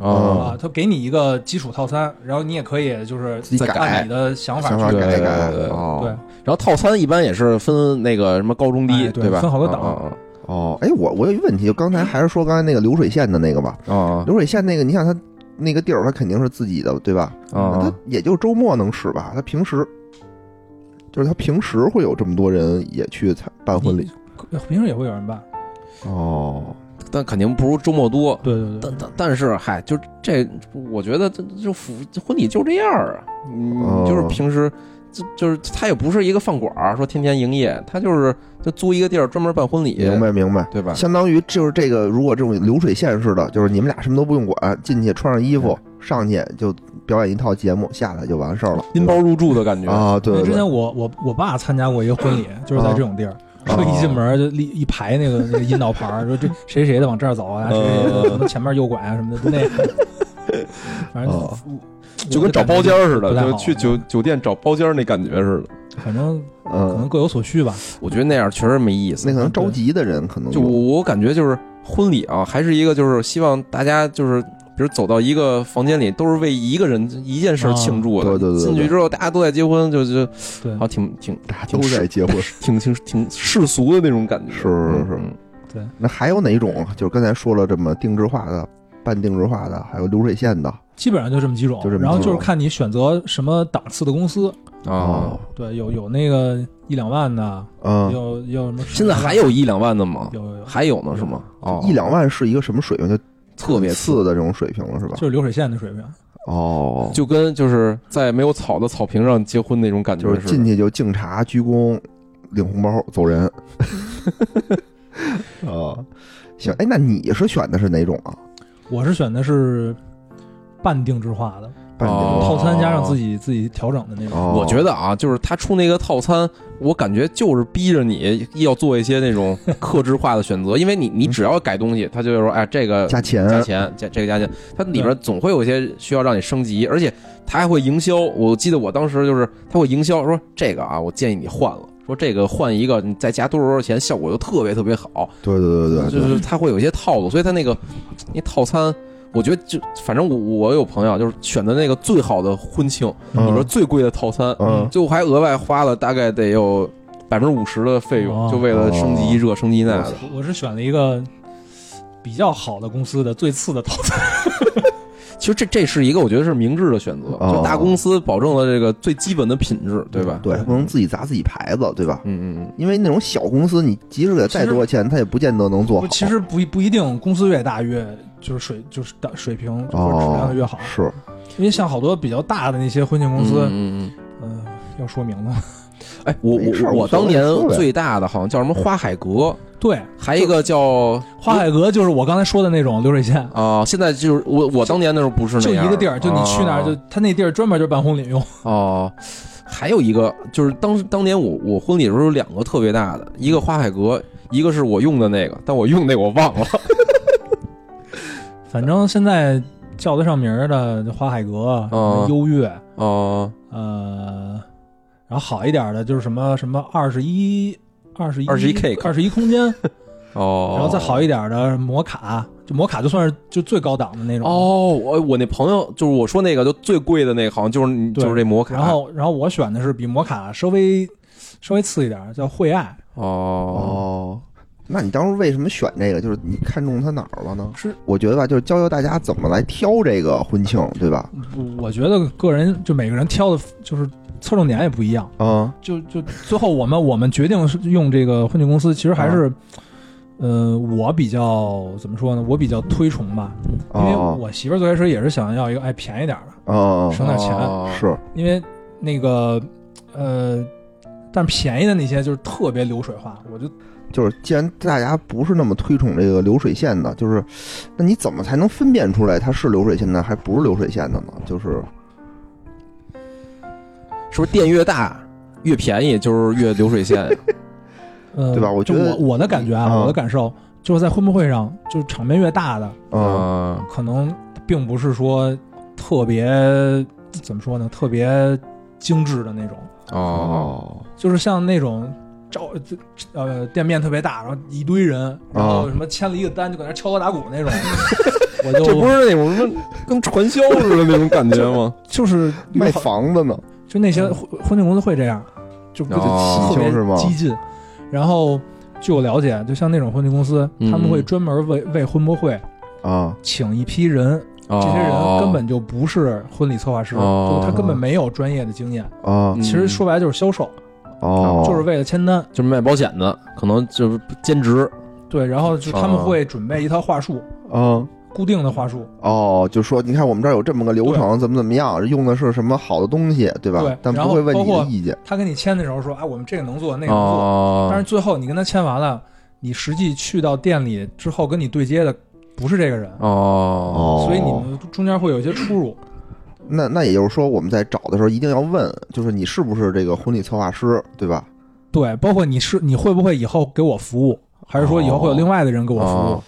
S1: 哦
S2: 嗯
S3: 啊，他给你一个基础套餐，然后你也可以就是
S1: 自己改
S3: 按你的想法
S1: 想法
S3: 去
S2: 对
S1: 改
S2: 对
S1: 改
S2: 对
S1: 哦
S3: 对
S2: 然后套餐一般也是分那个什么高中低，
S3: 哎对
S2: 吧？
S3: 分好多档
S2: 啊
S1: 哦，哎，我我有一问题，就刚才还是说刚才那个流水线的那个吧，
S2: 啊啊
S1: 流水线那个，你想它那个地儿，它肯定是自己的，对吧？
S2: 啊啊
S1: 它
S2: 啊！
S1: 也就周末能使吧，它平时就是它平时会有这么多人也去参办婚礼
S3: 平时也会有人办，
S1: 哦。
S2: 但肯定不如周末多。
S3: 对对对，
S2: 但但但是，嗨，就这，我觉得这就服婚礼就这样儿啊。嗯
S1: 哦，
S2: 就是平时就就是他也不是一个饭馆儿，说天天营业，他就是就租一个地儿专门办婚礼，
S1: 明白明白，
S2: 对吧？
S1: 相当于就是这个，如果这种流水线似的，就是你们俩什么都不用管，进去穿上衣服上去就表演一套节目，下来就完事儿了。
S2: 拎包入住的感觉，
S1: 啊，对
S3: 因为
S1: 对
S3: 之
S1: 对
S3: 前，我我我爸参加过一个婚礼，就是在这种地儿。
S1: 啊
S3: 说一进门就立一排那个那个引导牌儿，说这谁谁的往这儿走啊，谁谁
S1: 嗯
S3: 的什么前面右拐啊什么的，就那个，反正
S1: 哦
S2: 就跟找包间儿似
S3: 不
S2: 的，
S3: 太好
S2: 就去酒酒店找包间儿那感觉似的。
S3: 反正可
S1: 嗯
S3: 能，各有所需吧。
S2: 我觉得那样确实没意思。
S1: 那可能着急的人可能
S2: 嗯就我我感觉就是婚礼啊，还是一个就是希望大家就是，比如走到一个房间里，都是为一个人一件事儿庆祝的。
S1: 啊对对对对
S2: 进去之后大家都在结婚，就就
S3: 对
S2: 好挺挺
S1: 大家
S2: 挺
S1: 都在
S2: 世
S1: 结 婚，
S2: 挺挺挺世俗的那种感觉。
S1: 是是是
S2: 嗯
S1: 那还有哪种？啊就是刚才说了这么定制化的、半定制化的，还有流水线的
S3: 基本上就这么几种
S1: 就这么，几种
S3: 然后就是看你选择什么档次的公司，
S2: 啊。
S3: 对，有有那个一两万的，
S1: 哦嗯，
S3: 有有什么十
S2: 现在
S3: 来万的，
S2: 还有一两万的吗？
S3: 有有有，
S2: 还有呢是吗？哦，
S1: 一两万是一个什么水平？就
S2: 特别
S1: 次
S2: 次，
S1: 的这种水平了，是吧？
S3: 就是流水线的水平，
S1: 哦，
S2: 就跟就是在没有草的草坪上结婚那种感觉
S1: 就
S2: 似
S1: 是
S2: 的。
S1: 进去就敬茶、鞠躬、领红包、走 人。啊，行，哎，那你是选的是哪种啊？
S3: 我是选的是半定制化的
S1: 半定
S2: 哦
S1: 制
S3: 套餐，加上自己自己调整的那种，
S1: 哦，
S2: 我觉得啊，就是他出那个套餐，我感觉就是逼着你要做一些那种克制化的选择，因为你你只要改东西，他就会说，哎，这个
S1: 加钱
S2: 加钱，加这个加钱，它里边总会有一些需要让你升级，而且他还会营销。我记得我当时就是他会营销说这个啊，我建议你换了，说这个换一个，你再加多少多少钱，效果就特别特别好。
S1: 对对对对
S2: 就
S1: 对，
S2: 是它会有一些套路，所以它那个那套餐，我觉得就反正我我有朋友就是选的那个最好的婚庆，
S1: 嗯
S2: 里边最贵的套餐，
S1: 嗯
S2: 最后还额外花了大概得有百分之五十的费用，
S3: 哦
S2: 就为了升级这升级那的。
S3: 我我是选了一个比较好的公司的最次的套餐，
S2: 其实这这是一个我觉得是明智的选择，
S1: 哦
S2: 就大公司保证了这个最基本的品质，对吧？
S1: 对，不能自己砸自己牌子，对吧？
S2: 嗯嗯
S1: 因为那种小公司，你即使给再多钱，他也不见得能做好。
S3: 其实不一不一定，公司越大越就是水就是档水平或者质量越好，
S1: 是
S3: 因为像好多比较大的那些婚庆
S2: 嗯，
S3: 公司，
S2: 嗯嗯嗯
S3: 嗯，要说明了，
S2: 哎，我
S1: 没事儿
S2: 我我
S1: 无所
S2: 当
S1: 谓
S2: 年
S1: 说呗
S2: 最大的好像叫什么花海阁，
S3: 对，
S2: 还一个叫
S3: 花海阁就是我刚才说的那种流水线，
S2: 啊，现在就是我我当年那时候不是
S3: 就
S2: 那样
S3: 一个地儿，就你去那儿就
S2: 啊
S3: 他那地儿专门就办婚礼用，
S2: 哦，还有一个就是当时当年我我婚礼的时候有两个特别大的，一个花海阁，一个是我用的那个，但我用那个我忘了。
S3: 反正现在叫得上名儿的就花海阁、什么
S2: 嗯
S3: 优越，
S2: 哦，
S3: 呃，然后好一点的就是什么什么二十一、二十一、
S2: 21K
S3: 二十一空间，
S2: 哦，
S3: 然后再好一点的摩卡，就摩卡就算是就最高档的那种。
S2: 哦，我我那朋友就是我说那个就最贵的那个，好像就是你
S3: 对
S2: 就是这摩卡。
S3: 然后然后我选的是比摩卡稍微稍微次一点儿，叫惠爱，
S2: 哦
S1: 哦，那你当时为什么选这个？就是你看中它哪儿了呢？
S3: 是
S1: 我觉得吧，就是教教大家怎么来挑这个婚庆，对吧？
S3: 我我觉得个人就每个人挑的就是侧重点也不一样。
S1: 嗯，
S3: 就就最后我们我们决定是用这个婚庆公司，其实还是，呃，我比较怎么说呢？我比较推崇吧，因为
S1: 哦
S3: 我媳妇儿最开始也是想要一个哎便宜点儿的，
S1: 哦，
S3: 省点钱
S2: 哦
S1: 是
S3: 因为那个呃，但便宜的那些就是特别流水化，我就
S1: 就是，既然大家不是那么推崇这个流水线的，就是，那你怎么才能分辨出来它是流水线的还不是流水线的呢？就是
S2: 是不是店越大越便宜，就是越流水线？
S3: 呃，
S1: 对吧我
S3: 就
S1: 觉得
S3: 我我的感觉啊，
S1: 嗯
S3: 我的感受就是在婚博会上，就是场面越大的，
S1: 嗯
S2: 嗯
S3: 可能并不是说特别怎么说呢，特别精致的那种。
S2: 哦，
S3: 就是像那种招呃店面特别大，然后一堆人，
S1: 啊
S3: 然后什么签了一个单就搁那敲锣打鼓 那种，我就
S2: 这不是那种什么跟传销似的那种感觉 吗？
S3: 就是
S1: 卖房子呢，
S3: 就那些婚婚庆公司会这样，就不就
S2: 哦
S3: 特别
S1: 嗯就是吗
S3: 激进。然后据我了解，就像那种婚庆公司，
S2: 嗯
S3: 他们会专门为为婚博会
S1: 啊，
S3: 请一批人，这
S2: 这
S3: 些人根本就不是婚礼策划师，
S2: 哦嗯
S3: 就他根本没有专业的经验。
S1: 啊，
S3: 其实说白了就是销售，
S1: 哦，
S3: 就是为了签单。
S2: 就是卖保险的，可能就是兼职。
S3: 对，然后就他
S2: 哦
S3: 们会准备一套话术，
S1: 啊，
S3: 固定的话术，
S1: 哦，就说你看我们这儿有这么个流程，怎么怎么样，用的是什么好的东西，对吧？
S3: 对
S1: 但
S3: 然
S1: 不
S3: 后
S1: 会问你
S3: 包括
S1: 的意见，
S3: 他跟你签的时候说，哎，我们这个能做，那个能做，
S2: 哦，
S3: 但是最后你跟他签完了，你实际去到店里之后跟你对接的不是这个人，
S2: 哦
S3: 所以你们中间会有一些出入。
S1: 那那也就是说，我们在找的时候一定要问，就是你是不是这个婚礼策划师，对吧？
S3: 对，包括你是你会不会以后给我服务，还是说以后会有另外的人给我服务？
S2: 哦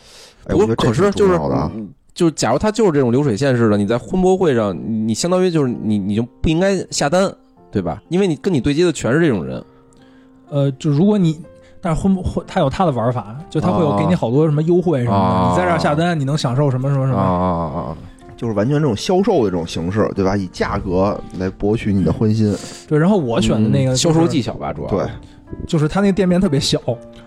S1: 哎，
S2: 不
S1: 我
S2: 过
S1: 觉得这
S2: 可是就是
S1: 挺重要的啊，
S2: 嗯就假如他就是这种流水线式的，你在婚博会上，你你相当于就是你你就不应该下单，对吧？因为你跟你对接的全是这种人。
S3: 呃，就如果你。但是婚婚他有他的玩法，就他会有
S2: 哦
S3: 给你好多什么优惠什么
S2: 哦
S3: 的，你在这儿下单，你能享受什么什么什
S2: 啊
S3: 么。
S2: 啊啊啊！
S1: 就是完全这种销售的这种形式，对吧？以价格来博取你的欢心，
S3: 对，然后 我选的那个、
S2: 嗯
S3: 就
S2: 销
S3: 是
S2: 售技，巧吧，主要
S1: 对，
S3: 就是他那个店面特别小，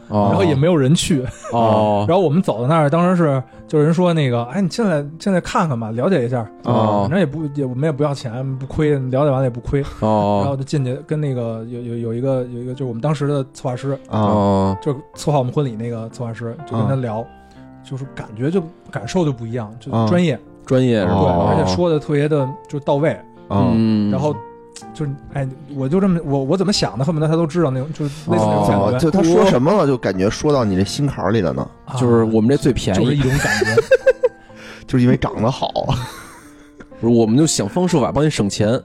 S2: 哦
S3: 然后也没有人去，
S2: 哦
S3: 然后我们走到那儿，当时是就有人说那个，哎，你进来进来看看吧，了解一下，
S2: 哦
S3: 反正也不也我们也不要钱，不亏，了解完了也不亏。然后
S2: 哦
S3: 就进去跟那个有有有一个有一个就是我们当时的策划师，
S1: 啊，
S2: 哦
S3: 就是策划我们婚礼那个策划师，就跟他聊，就是感觉就感受就不一样，就
S1: 啊
S3: 专业，
S2: 专业是吧？
S3: 对，
S1: 哦
S3: 而且说的特别的就到位，
S1: 嗯，
S2: 嗯，
S3: 然后。就是哎，我就这么我我怎么想的，恨不得他都知道那种，就是类似那种
S2: 哦
S1: 怎么
S3: 感觉，
S1: 就他说什么了，就感觉说到你这心坎儿里了呢？
S3: 啊
S2: 就是我们这最便
S3: 就是
S2: 宜
S3: 一，种感 觉，
S1: 就是因为长得好，
S2: 不是我们就想方设法帮你省钱。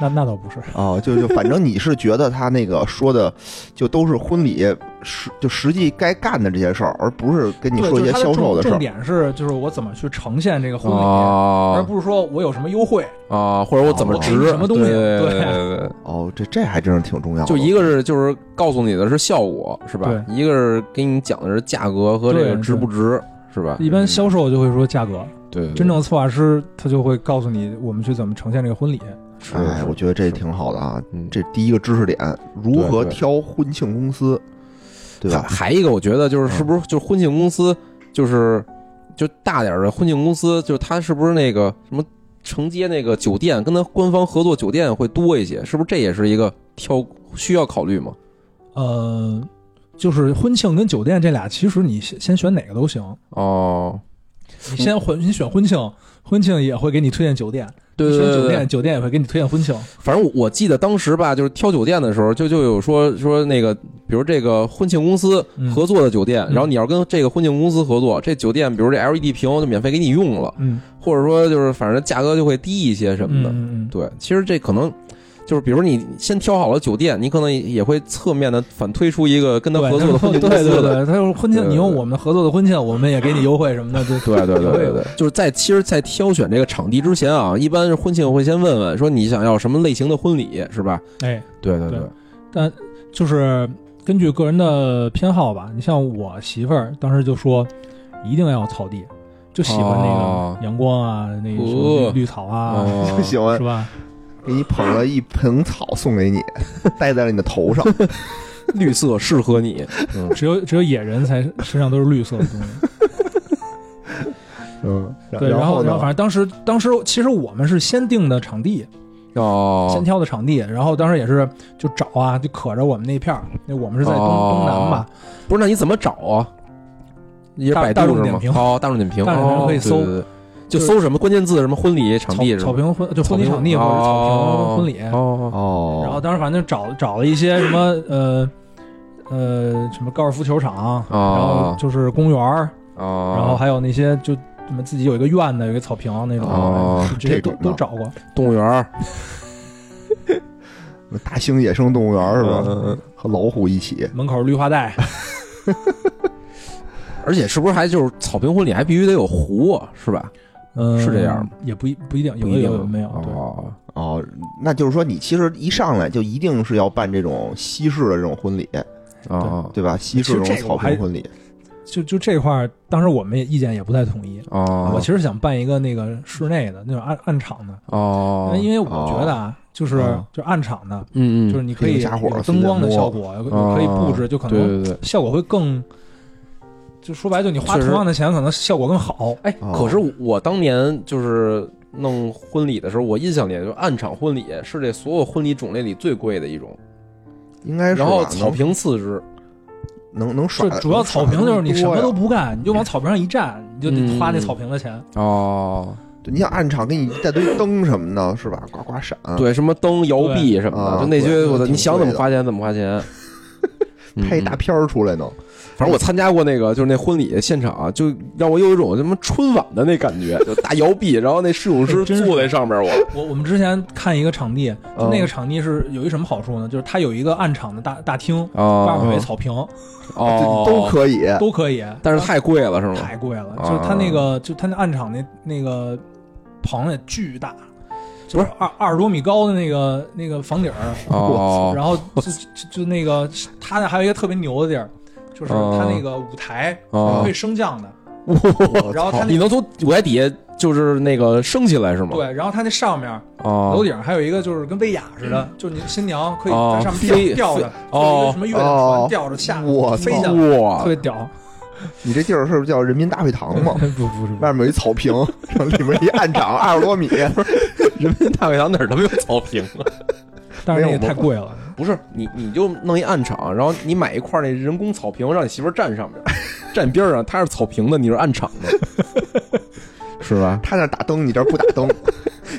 S3: 那那倒不是，
S1: 啊，就就反正你是觉得他那个说的，就都是婚礼实就实际该干的这些事儿，而不是 跟你
S3: 对，
S1: 说一
S3: 就是
S1: 些
S3: 它的
S1: 销售的
S3: 重
S1: 事儿。
S3: 重点是就是我怎么去呈现这个婚礼，而
S2: 哦
S3: 不是说我有什么优惠。
S2: 啊，或者我怎么
S1: 哦
S2: 值
S3: 什么东西
S2: 对
S3: 对
S2: 对对对，
S1: 哦，这这还真是挺重要的。
S2: 就一个是就是告诉你的是效果是吧？
S3: 对
S2: 一个是给你讲的是价格和这
S3: 对
S2: 个
S3: 对
S2: 值不值是吧？
S1: 嗯
S3: 一般销售就会说价格，
S2: 对对
S3: 真正的策划师他就会告诉你我们去怎么呈现这个婚礼。
S2: 是
S1: 哎，我觉得这
S2: 是
S1: 挺好的啊。
S2: 嗯
S1: 这第一个知识点，如何
S2: 对对
S1: 挑婚庆公司，对
S2: 还
S1: 吧？哦
S2: 还一个，我觉得就是是
S1: 嗯
S2: 不是就是婚庆公司，就是就大点儿的婚庆公司，就是它是不是那个什么承接那个酒店，跟它官方合作酒店会多一些，是不是这也是一个挑需要考虑吗？
S3: 呃，就是婚庆跟酒店这俩，其实你先先选哪个都行。
S2: 哦，
S3: 你先婚，你选婚庆，婚庆也会给你推荐酒店；
S2: 对对
S3: 你选
S2: 对
S3: 酒
S2: 对
S3: 店，，酒店也会给你推荐婚庆。
S2: 反正我我记得当时吧，就是挑酒店的时候，就就有说说那个，比如这个婚庆公司
S3: 嗯
S2: 合作的酒店，
S3: 嗯
S2: 然后你要跟这个婚庆公司合作，这酒店比如这 LED 屏就免费给你用了，
S3: 嗯
S2: 或者说就是反正价格就会低一些什么的。
S3: 嗯嗯嗯
S2: 对，其实这可能就是比如你先挑好了酒店，你可能也会侧面的反推出一个跟他合作的婚庆
S3: 对
S2: 公司
S3: 对
S2: 的。
S3: 对，他说婚庆，你用我们合作的婚庆，我们也给你优惠什么的，对
S2: 对对对对对，就是在其实，在挑选这个场地之前啊，一般是婚庆会先问问说你想要什么类型的婚礼，是吧？
S3: 哎，
S2: 对对对，
S3: 对就是根据个人的偏好吧。你像我媳妇儿当时就说，一定要草地，就喜欢那
S2: 哦
S3: 个阳光啊，那个什么
S2: 哦
S3: 绿绿草啊，
S2: 哦
S1: 喜欢
S3: 是吧？
S1: 给你捧了一盆草送给你， 戴在了你的头上。
S2: 绿色适合你。嗯，
S3: 只有只有野人才身上都是绿色的东西。
S1: 嗯，
S3: 对，
S1: 然
S3: 然后然后
S1: 呢
S3: 反？正当时当时其实我们是先定的场地，先
S2: 哦，
S3: 挑的场地，然后当时也是就找啊，就可着我们那片儿，那我们是在东东南吧，
S2: 不是，那你怎么找啊？也是
S3: 大
S2: 百
S3: 大
S2: 度
S3: 众
S2: 是
S3: 点
S2: 吗？
S3: 评
S2: 哦，大众点评，
S3: 大众点评
S2: 哦
S3: 可以
S2: 对
S3: 搜
S2: 对对对就
S3: 就是
S2: 搜什么关键字，什么婚礼场地是
S3: 草草
S2: 吗？
S3: 坪婚就
S2: 草
S3: 婚礼
S2: 坪
S3: 场地或者草坪婚礼，
S2: 哦哦
S1: 哦，
S3: 然后当时反正找找了一些什么呃呃什么高尔夫球场，
S2: 哦
S3: 然后就是公园儿，
S2: 哦，
S3: 然后还有那些就什么自己有一个院子，有一个草坪那种，
S2: 哦
S3: 就这些
S1: 这
S3: 都
S1: 种的
S3: 都找过。
S2: 动物园儿
S1: 大型野生动物园是吧？
S2: 嗯嗯嗯
S1: 和老虎一起，
S3: 门口绿化带，
S2: 而且是不是还就是草坪婚礼还必须得有湖啊，是吧？
S3: 嗯，
S2: 是这样吗，
S3: 也不一不一定，有
S2: 不
S3: 的
S2: 一
S3: 有
S2: 定
S3: 有的没有，对。
S2: 哦，
S1: 哦，那就是说你其实一上来就一定是要办这种西式的这种婚礼，
S2: 哦
S1: 对吧？西式这
S3: 其
S1: 种
S3: 实这个
S1: 草
S3: 我还
S1: 坪婚礼，
S3: 就就这块儿，当时我们也意见也不太统一。我
S2: 哦
S3: 其实想办一个那个室内的那种暗暗场的，
S2: 哦，
S3: 因为我觉得啊，就是
S1: 哦
S3: 就是暗场的，
S2: 嗯嗯，
S3: 就是你可以
S1: 有家伙
S3: 有灯光的效果，有有可以布置，就可
S2: 哦对
S3: 能
S2: 对对。
S3: 效果会更。就说白了，就你花
S2: 确实
S3: 同样的钱，可能效果更好。
S2: 哎，
S1: 哦
S2: 可是我当年就是弄婚礼的时候，我印象里就是暗场婚礼是这所有婚礼种类里最贵的一种，
S1: 应该是吧
S2: 然后草坪次之，
S1: 能能
S3: 就
S1: 耍，
S3: 主要草坪就是你什么都
S1: 能耍得多呀
S3: 不干，你就往草坪上一站，你就得
S2: 嗯
S3: 花那草坪的钱。
S2: 哦，
S1: 对你想暗场给你带堆灯什么的，是吧？呱呱闪，
S2: 对，什么灯、摇臂什么
S1: 嗯啊
S2: 的，就
S1: 对
S2: 那些，我的，
S1: 挺
S2: 你想
S1: 贵的
S2: 怎么花钱怎么 花钱。嗯
S1: 拍一大，片儿出来呢。
S2: 反正我参加过那个，就是那婚礼现场啊，就让我有一种什么春晚的那感觉，就大摇臂，然后那 摄影师
S3: 哎真是
S2: 坐在上面，我
S3: 我我们之前看一个场地，就
S2: 嗯
S3: 那个场地是有一什么好处呢？就是它有一个暗场的大大厅，外面有一
S2: 哦
S3: 草坪，
S2: 哦，
S1: 这都可以，
S3: 都可以。
S2: 但是太贵了是吗？
S3: 太贵了，
S2: 啊
S3: 就是他那个，就他那暗场那那个棚也巨大，就
S2: 不
S3: 是二二十多米高的那个那个房顶儿，
S2: 哦，
S3: 然后就就就那个他那还有一个特别牛的地儿，就是他那个舞台
S2: 哦
S3: 可以升降的，
S2: 我
S3: 然后他
S2: 你
S3: 那
S2: 能从舞台底下就是那个升起来是吗？，
S3: 对，然后他那上面
S2: 哦，
S3: 楼顶还有一个就是跟威亚似的，就是你新娘可以
S2: 哦
S3: 在上
S2: 飞
S3: 面吊吊着，
S2: 哦
S3: 就是一个什么月亮
S1: 哦
S3: 船吊着下
S1: 我
S3: 飞下来，特
S2: 哇，
S3: 别 屌，
S1: 你这地儿是不是叫人民大会堂 嘛？
S3: 不不是，
S1: 外面有一草坪， 然后里面一暗 场，二十多米，
S2: 人民大会堂哪儿他妈有草坪啊？
S3: 但是那
S1: 没有
S3: 个
S1: 我
S3: 太 贵了，
S2: 不是你，你就弄一暗场，然后你买一块那人工草坪，让你媳妇儿站上面， 站边儿上，她是草坪的，你是暗场的， 是吧？
S1: 他那儿打灯，你这儿不打 灯，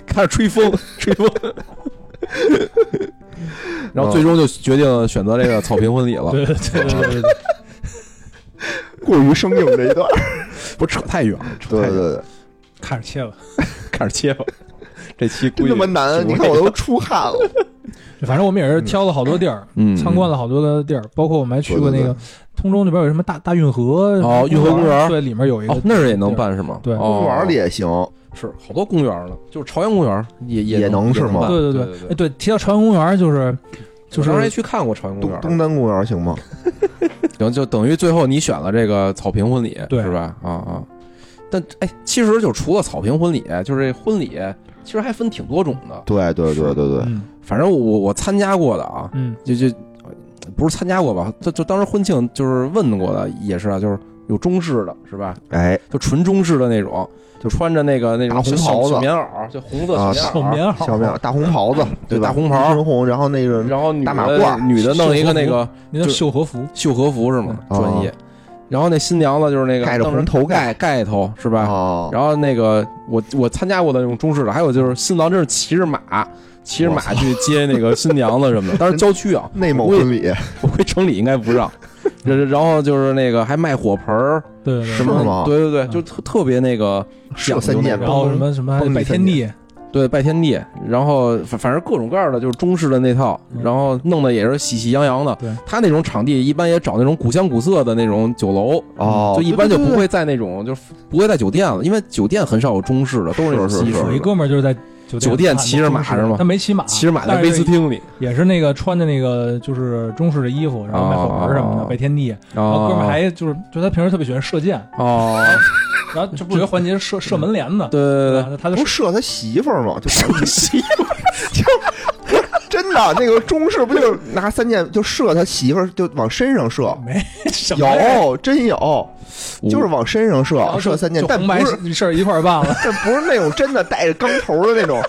S2: 开始吹风， 吹风。然后最终就决定选择这个草坪婚礼了，
S3: 对对对对对对。
S1: 过于生硬这一段。
S2: 不是扯太远了，扯
S1: 对
S2: 太
S1: 对
S2: 远了，
S1: 对，
S3: 看着切了，
S2: 开始切 吧。这期估
S1: 真
S2: 计
S1: 他妈难！你看我都出汗了。
S3: 反正我们也是挑了好多地儿，
S2: 嗯
S3: 参观了好多个地儿，包括我们还去过那
S1: 对
S3: 个通州那边有什么大大运河
S2: 哦运河公园
S3: 对，里面有一个
S2: 哦，那儿也能办是吗？哦
S3: 对
S1: 公园里也行，
S2: 是好多公园呢，就是朝阳公园也也
S1: 也能
S2: 能
S1: 是吗
S2: 办
S3: 对
S2: 对
S3: 对哎对，提到朝阳公园就是就
S2: 我当时还
S3: 是
S2: 去看过朝阳公
S1: 东
S2: 园，
S1: 东单公园行吗？
S2: 然后就等于最后你选了这个草坪婚礼，
S3: 对
S2: 是吧？啊啊，但哎，其实就除了草坪婚礼，就是这婚礼其实还分挺多种的。
S1: 对对对对对，
S3: 嗯
S2: 反正我我我参加过的啊，
S3: 嗯
S2: 就就不是参加过吧，就就当时婚庆就是问过的也是啊，就是有中式的是吧？
S1: 哎，
S2: 就纯中式的那种，就穿着那个那种
S1: 大红
S2: 小
S1: 袍子
S2: 小棉袄，就红色
S1: 啊
S2: 小
S3: 小
S2: 棉袄，
S3: 棉袄，
S1: 小面大红袍子，
S2: 对
S1: 吧？
S2: 大红袍
S1: 一身红，然后那个
S2: 然后女
S1: 大马
S2: 的
S1: 褂
S2: 女的弄一个那个
S3: 那叫绣和服，
S2: 绣和服是吗？
S1: 嗯
S2: 专业。然后那新娘子就是那个
S1: 盖着
S2: 当时
S1: 红头盖
S2: 盖盖头是吧？
S1: 哦，
S2: 然后那个我我参加过的那种中式的，还有就是新郎真是骑着马，骑着
S1: 我
S2: 马去接那个新娘子什么 的。当时郊区啊，
S1: 内蒙婚礼
S2: 我估计城里应该不 让。然然后就是那个还卖火盆儿
S3: 对对
S2: 什
S3: 对，
S1: 是吗
S2: 么，对对对，
S3: 嗯
S2: 就特特别那个
S1: 射三箭，
S3: 然后什么什么还
S1: 蹦
S3: 得
S1: 迪
S3: 拜
S1: 三
S3: 天地，
S2: 对拜天地，然后反反正各种各样的就是中式的那套，
S3: 嗯
S2: 然后弄得也是喜气洋洋的。
S3: 对
S2: 他那种场地一般也找那种古香古色的那种酒楼，
S1: 哦，
S2: 就一般就
S1: 对
S2: 不，会在那种就是不会在酒店了，因为酒店很少有中式的，都那种
S1: 是
S2: 西式
S1: 是
S2: 的。
S1: 是
S3: 我一哥们儿就是在
S2: 酒
S3: 酒
S2: 店
S3: 店
S2: 骑着马是吗
S3: 他没骑马，
S2: 其实买在
S3: 但
S2: 威
S3: 是
S2: 斯汀里，
S3: 也是那个穿着那个就是中式的衣服，然后卖火盆什么
S2: 哦
S3: 的，拜天地。然后
S2: 哦，
S3: 哥们儿还就是，就他平时特别喜欢射箭，
S2: 哦，
S3: 然后这不有一个环节是射射门帘子，
S2: 对嗯对对
S3: 吧
S2: 对，
S3: 他的
S1: 不是射他媳妇儿吗？就
S2: 什么戏？
S1: 真的那个中式不就是拿三箭就射他媳妇儿，就往身上射。
S3: 没什么呀，
S1: 有，真
S2: 哦
S1: 有，就是往身上射
S3: 然，后
S1: 射三箭
S3: 就，
S1: 但
S3: 红
S1: 不
S3: 白
S1: 是，
S3: 事儿一块儿办了，
S1: 但不是那种真的带着钢头的那种，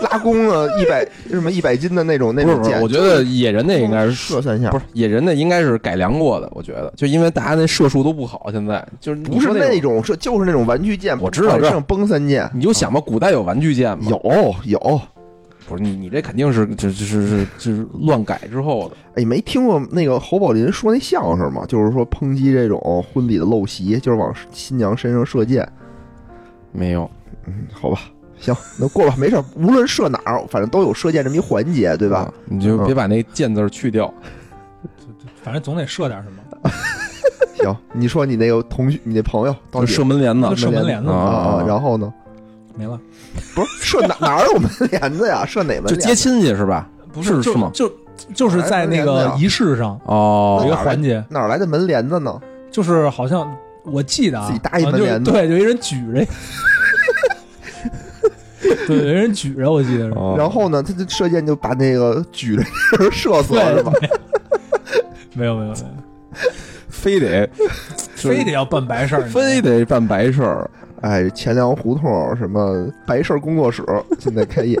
S1: 拉弓的一百什么一百斤的那种那
S2: 不是
S1: 种
S2: 不是，
S1: 箭。
S2: 我觉得野人那应该是
S1: 射三下，
S2: 不是野人那应该是改良过的，我觉得，就因为大家那射术都不好，现在就是你
S1: 不是
S2: 说
S1: 那
S2: 种，
S1: 种射，就是那种玩具箭，
S2: 我知道
S1: 往
S2: 知道
S1: 身
S2: 嗯
S1: 上崩三箭。
S2: 你就想吧，古代有玩具剑吗？，
S1: 有有，
S2: 不是你你这肯定是这这是是是乱改之后的，
S1: 哎，没听过那个侯宝林说那相声吗？就是说抨击这种婚礼的陋习，就是往新娘身上射箭。
S2: 没有，
S1: 嗯，好吧，行，那过吧，没事儿。无论射哪儿，反正都有射箭这么一环节，对吧？
S2: 嗯？你就别把那剑字儿去掉，
S3: 反正总得射点什么，
S1: 行，你说你那个同学，你那朋友到
S2: 嗯就
S1: 底
S2: 射门帘子
S3: 就射门帘子
S1: 啊啊，然后呢？
S3: 没了，
S1: 不是射哪哪儿有门帘子呀？射哪门帘
S2: 就
S1: 子？
S2: 接亲戚是吧？不是
S3: 就是
S2: 吗？
S3: 就就是在那个仪式上有一
S2: 哦
S3: 个环节，
S1: 哪儿来的门帘子呢？
S3: 就是好像我记得啊，
S1: 自己搭一门帘子
S3: 好像就是对，有一人举着。对，有一人举着，我记得是，
S2: 哦
S1: 然后呢，他就射箭就把那个举着人射死了，
S3: 对
S1: 是吧？
S3: 没有没有没有，
S2: 非 得
S3: 非得要办白事儿，
S2: 非得办白事儿，
S1: 哎，钱粮胡同什么白事儿工作室现在 开业，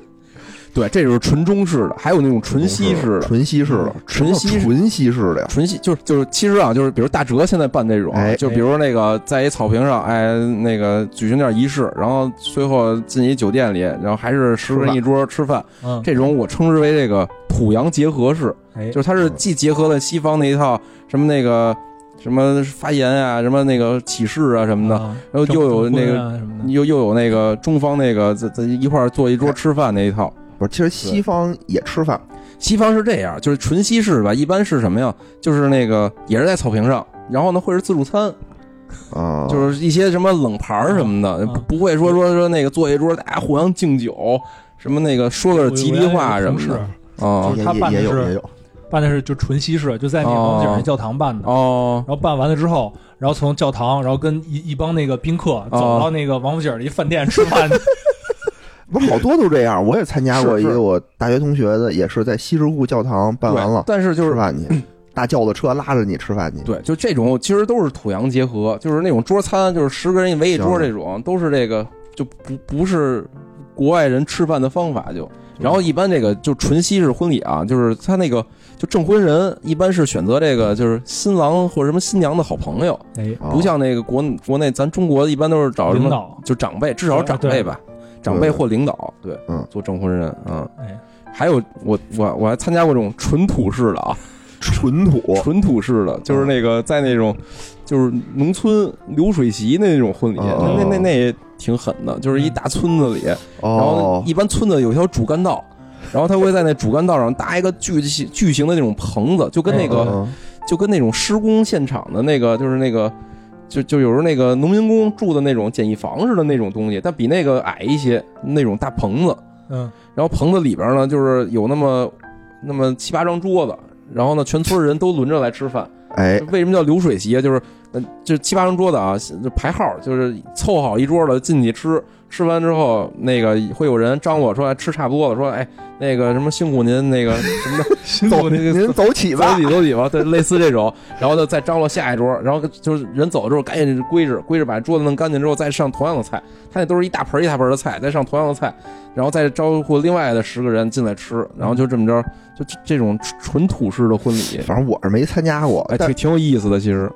S2: 对，这就是纯中式的，还有那种纯西式的，嗯
S1: 纯西式的，
S2: 纯西式
S1: 纯西式的呀。
S2: 纯西就是就是，其实啊，就是比如大哲现在办这种，啊
S1: 哎
S2: 就比如那个在一草坪上，哎，那个举行点仪式，然后最后进一酒店里，然后还是十个人一桌吃饭，
S3: 嗯，
S2: 这种我称之为这个土洋结合式，
S3: 哎
S2: 就是它是既结合了西方那一套什么那个什么发言啊，什么那个启示啊什么的，
S3: 啊
S2: 然后又有
S3: 证
S2: 那
S3: 证
S2: 个
S3: 婚啊什么的，
S2: 又又有那个中方那个在在一块儿坐一桌吃饭那一套。
S1: 不是，其实西方也吃饭，
S2: 西方是这样，就是纯西式吧，一般是什么呀？就是那个也是在草坪上，然后呢会是自助餐，
S1: 啊，
S2: 就是一些什么冷盘儿什么的，
S1: 哦
S3: 啊
S2: 不不会说说说那个坐一桌大家互相敬酒，什么那个说
S3: 我
S2: 个
S3: 有
S2: 吉
S3: 我
S2: 利
S3: 原来
S2: 话什
S3: 有同
S2: 么的
S3: 事
S2: 啊
S3: 就是
S1: 也
S3: 他
S1: 也
S3: 办的
S1: 也有
S3: 是
S1: 也有，
S3: 办的是就纯西式，就在那个红景
S2: 哦
S3: 那教堂办的。
S2: 哦
S3: 然后办完了之后，然后从教堂，然后跟一一帮那个宾客
S2: 哦
S3: 走到那个王府井的一饭店吃 饭去。
S1: 不是好多都这样。我也参加过
S2: 是
S1: 一
S2: 是
S1: 个我大学同学的，也是在西直库教堂办完
S2: 对
S1: 了
S2: 但是就
S1: 吃
S2: 是。
S1: 饭 去，大轿子车拉着你吃饭去。
S2: 对，就这种其实都是土洋结合，就是那种桌餐，就是十个人围一桌
S1: 行
S2: 这种，都是这个就不不是国外人吃饭的方法就。然后一般这个就纯西式婚礼啊，就是他那个就证婚人一般是选择这个就是新郎或者什么新娘的好朋友，
S3: 哎，
S1: 啊
S2: 不像那个国国内咱中国一般都是找什
S3: 领
S2: 么
S3: 导，哦
S2: 就长辈，至少是长辈吧，长辈或领导，对，
S1: 嗯
S2: 做证婚人，嗯。
S3: 哎，
S2: 还有我我我还参加过这种纯土式的啊，
S1: 纯土
S2: 纯土式的，就是那
S1: 啊
S2: 个在那种就是农村流水席那种婚礼，
S1: 哦
S2: 那那那也挺狠的，就是一大村子里，然后
S1: 哦，
S2: 一般村子有一条主干道。然后他会在那主干道上搭一个巨型巨型的那种棚子，就跟那个、
S1: 嗯
S2: 就跟那种施工现场的那个就是那个就就有时候那个农民工住的那种简易房似的那种东西，但比那个矮一些，那种大棚子。
S3: 嗯，
S2: 然后棚子里边呢，就是有那么那么七八张桌子，然后呢，全村人都轮着来吃饭。
S1: 哎
S2: 为什么叫流水席啊？就是嗯，就七八张桌子啊，就排号，就是凑好一桌了进去吃。吃完之后，那个会有人张罗说吃差不多了，说哎，那个什么辛苦您那个什么的，
S3: 嗯
S2: 辛
S1: 走，
S2: 那个
S1: 您走起
S2: 走
S1: 吧。
S2: 几走几吧，对，类似这种，然后就再张罗下一桌，然后就是人走了之后赶紧归置，归置把桌子弄干净之后再上同样的菜，他那都是一大盆儿一大盆儿的菜，再上同样的菜，然后再招呼另外的十个人进来吃，然后就这么着，就这这种纯土式的婚礼，
S1: 反正我是没参加过，
S2: 哎，
S1: 但
S2: 挺挺有意思的其实，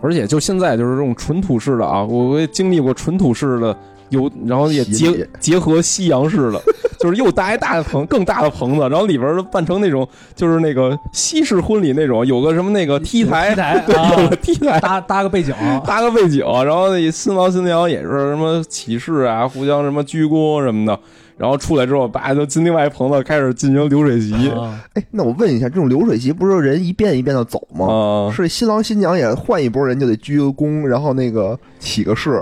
S2: 而且就现在就是这种纯土式的啊，我我也经历过纯土式的。有，然后也
S1: 洗礼
S2: 结结合西洋式的，就是又搭一大的棚，更大的棚子，然后里边儿办成那种就是那个西式婚礼那种，有个什么那个 T 台，哦
S3: 台
S2: 对，有个
S3: 啊，
S2: T 台，
S3: 搭搭个背景，
S2: 搭个背景，然后那新郎新娘也是什么起誓啊，互相什么鞠躬什么的，然后出来之后，叭就进另外一棚子开始进行流水席啊、
S3: 啊
S1: 哎，那我问一下，这种流水席不是人一遍一遍的
S2: 啊
S1: 走吗？
S2: 哦
S1: 是新郎新娘也换一波人就得鞠个躬，然后那个起个誓，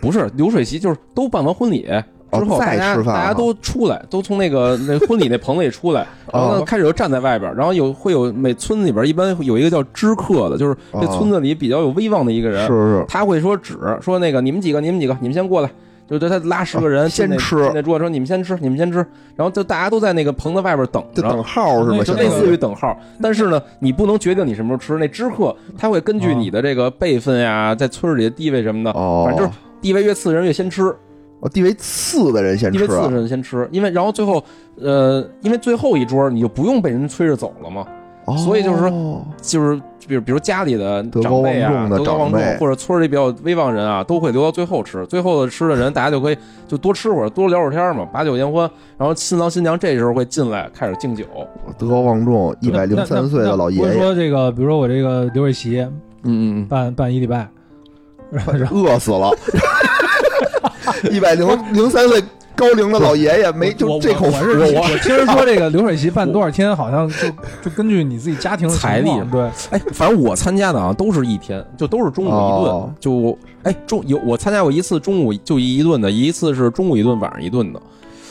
S2: 不是流水席，就是都办完婚礼。
S1: 哦
S2: 之后大
S1: 再
S2: 家、
S1: 吃饭啊
S2: 大家都出来，都从那个那婚礼那棚子里 出来，然后呢
S1: 哦
S2: 开始就站在外边，然后有会有每村子里边一般有一个叫知客的，就是这
S1: 哦
S2: 村子里比较有威望的一个人，
S1: 是是
S2: 他会说指说那个你们几个，你们几个，你们先过来，就就他拉十个人、
S1: 啊先
S2: 进那
S1: 吃
S2: 进那桌说你们先吃，你们先吃，然后就大家都在那个棚子外边等
S1: 就
S2: 着，
S1: 等号是
S3: 那
S1: 吗？
S2: 就
S1: 相当
S3: 现在
S2: 类似
S1: 于
S2: 于等号，但是呢，你不能决定你什么时候吃。那知客他会根据你的这个辈分呀，在村儿里的地位什么的，
S1: 哦，
S2: 反正就是地位越次的人越先吃，
S1: 哦地位次的人先
S2: 地
S1: 吃
S2: 位次的
S1: 啊，
S2: 人先吃，因为然后最后，呃，因为最后一桌你就不用被人催着走了嘛，
S1: 哦
S2: 所以就是就是比如比如家里的
S1: 德高
S2: 长辈啊，
S1: 望重的
S2: 德高望
S1: 长
S2: 重
S1: 辈
S2: 或者村儿里比较威望人啊，都会留到最后吃。最后吃的人，大家就可以就多吃会儿，多聊会儿天儿嘛，把酒言欢。然后新郎新娘这时候会进来开始敬酒，
S1: 德高望重，一百零三岁的老爷
S3: 那那那不是
S1: 爷，
S3: 说这个，比如说我这个流水席
S2: 嗯嗯
S3: 办办一礼拜，然后
S1: 饿死 了，一百零零三岁高龄的老爷爷没
S3: 我
S1: 就
S3: 我
S1: 这口
S3: 我
S1: 福
S3: 是我我听说这个流水席办多少天，好像就就根据你自己家庭的情
S2: 财力
S3: 况对，
S2: 哎，反正我参加的啊，都是一天，就都是中午一顿，
S1: 哦
S2: 就我哎中有我参加过一次中午就一顿的，一次是中午一顿，晚上一顿的。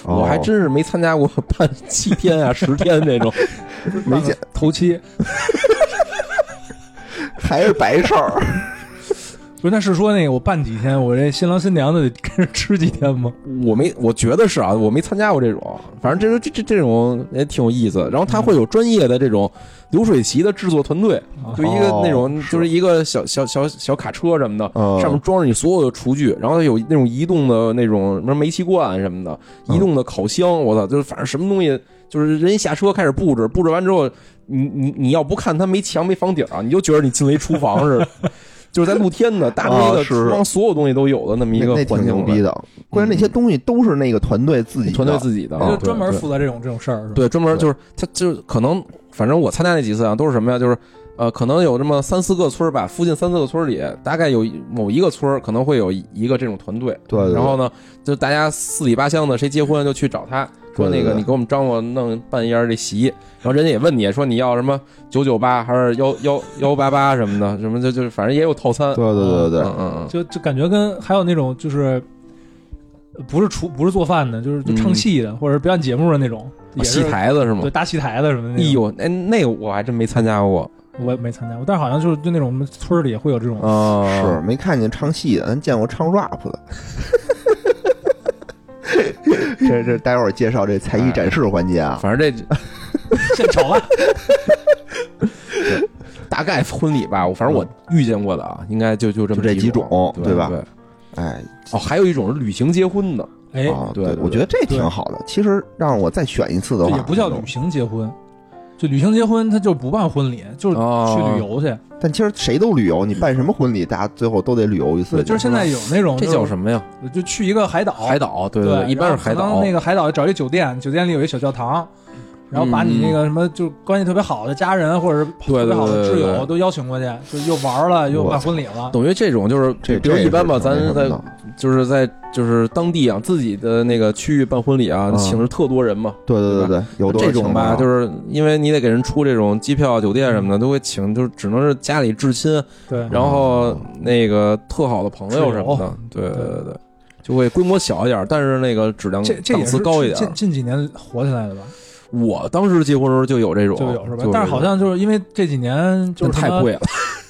S1: 哦
S2: 我还真是没参加过 办七天啊、十天这种，
S1: 没见，
S3: 头七
S1: 还是白事儿，
S3: 不是那是说那个我办几天，我这新郎新娘的得跟着吃几天吗？
S2: 我没我觉得是啊，我没参加过这种，反正这个这这这种也挺有意思。然后他会有专业的这种流水席的制作团队，就一个
S1: 哦
S2: 那种
S1: 是
S2: 就是一个小小小小卡车什么的，
S1: 嗯
S2: 上面装着你所有的厨具，然后有那种移动的那种什么煤气罐什么的，
S1: 嗯
S2: 移动的烤箱，我操，就是反正什么东西，就是人一下车开始布置，布置完之后，你你你要不看它没墙没房顶啊，你就觉得你进了一厨房似的， 就是在露天的大
S1: 啊
S2: 堆的
S1: 是是
S2: 厨房，所有东西都有的那 么一
S1: 那
S2: 个
S1: 那
S2: 环
S1: 挺牛
S2: 境
S1: 逼
S2: 里，
S1: 的。关键那些东西都是那个团队自己的
S2: 团队自己的，
S1: 啊
S3: 就
S2: 对
S3: 专门
S2: 对
S3: 负责这种这种事儿，是吧？
S2: 对，专门就是他就是可能，反正我参加那几次啊，都是什么呀？就是呃，可能有这么三四个村儿吧，附近三四个村儿里，大概有一某一个村儿可能会有一个这种团队。
S1: 对对对
S2: 然后呢，就大家四里八乡的，谁结婚就去找他。说
S1: 对对
S2: 那个，
S1: 对
S2: 你给我们张罗弄办一下这席，然后人家也问你说你要什么九九八还是幺幺幺八八什么的，什么就就反正也有套餐。
S1: 对对对对
S2: 嗯嗯
S3: 就就感觉跟还有那种就是呃不是厨不是做饭的，就是就唱戏的、或者表演节目的那种，也
S2: 嗯，
S3: 是
S2: 戏台子是吗
S3: 对？搭戏台的什么的
S2: 哎
S3: 那种。
S2: 呦，哎，那个我还真没参加过
S3: 我也没参加过，但是好像就是就那种我们村儿里也会有这种。
S2: 啊，
S1: 是没看见唱戏的，咱见过唱 rap 的。 这这，待会儿介绍这才
S2: 哎
S1: 艺展示环节啊。
S2: 反正这
S3: 现炒 饭，
S2: 大概婚礼吧，我反正我遇见过的啊，应该就就这
S1: 嗯
S2: 么啊
S1: 就这几种
S2: 对
S1: 对吧
S2: 对
S1: 哎，
S2: 哦，还有一种是旅行结婚的，
S3: 哎，
S1: 啊，
S2: 对对对
S1: 我觉得这挺好的。其实让我再选一次的
S3: 这
S1: 话，
S3: 也不叫旅行结婚，就旅行结婚，他就不办婚礼，就是去
S2: 哦
S3: 旅游去。
S1: 但其实谁都旅游，你办什么婚礼，大家最后都得旅游一次。
S3: 对，就是现在有那种
S2: 这叫什么呀？
S3: 么？就去一个海岛，
S2: 海岛，对
S3: 哦对，
S2: 一般是
S3: 然后
S2: 海
S3: 可能
S2: 岛
S3: 那。个海岛找一酒店，酒店里有一小教堂，然后把你那个什么就关系特别好的家人或者是
S2: 嗯对对
S3: 特别好的
S2: 对
S3: 挚
S2: 对
S3: 友
S2: 对
S3: 都邀请过去，就又玩了又办婚礼了。
S2: 等于这种就是，
S1: 这
S2: 比如
S1: 这
S2: 一般吧，
S1: 是挺
S2: 咱
S1: 那什么
S2: 在
S1: 的
S2: 就是在就是当地啊，自己的那个区域办婚礼啊，
S1: 嗯
S2: 请的特多人嘛。
S1: 对对对对，有多少嗯
S2: 这种吧，
S1: 情况啊
S2: 就是因为你得给人出这种机票、酒店什么的，都会请，就是只能是家里至亲，
S3: 对，
S2: 然后那个特好的朋友什么的，对
S3: 友
S2: 对对对，就会规模小一点，但是那个质量
S3: 这这
S2: 档
S3: 也
S2: 次
S3: 是
S2: 高一点
S3: 近。近几年火起来的吧，
S2: 我当时结婚的时候就有这种，
S3: 就有是吧
S2: 有？
S3: 但是好像就是因为这几年
S2: 这
S3: 就
S2: 种
S3: 是
S2: 太
S3: 什么
S2: 贵， 了。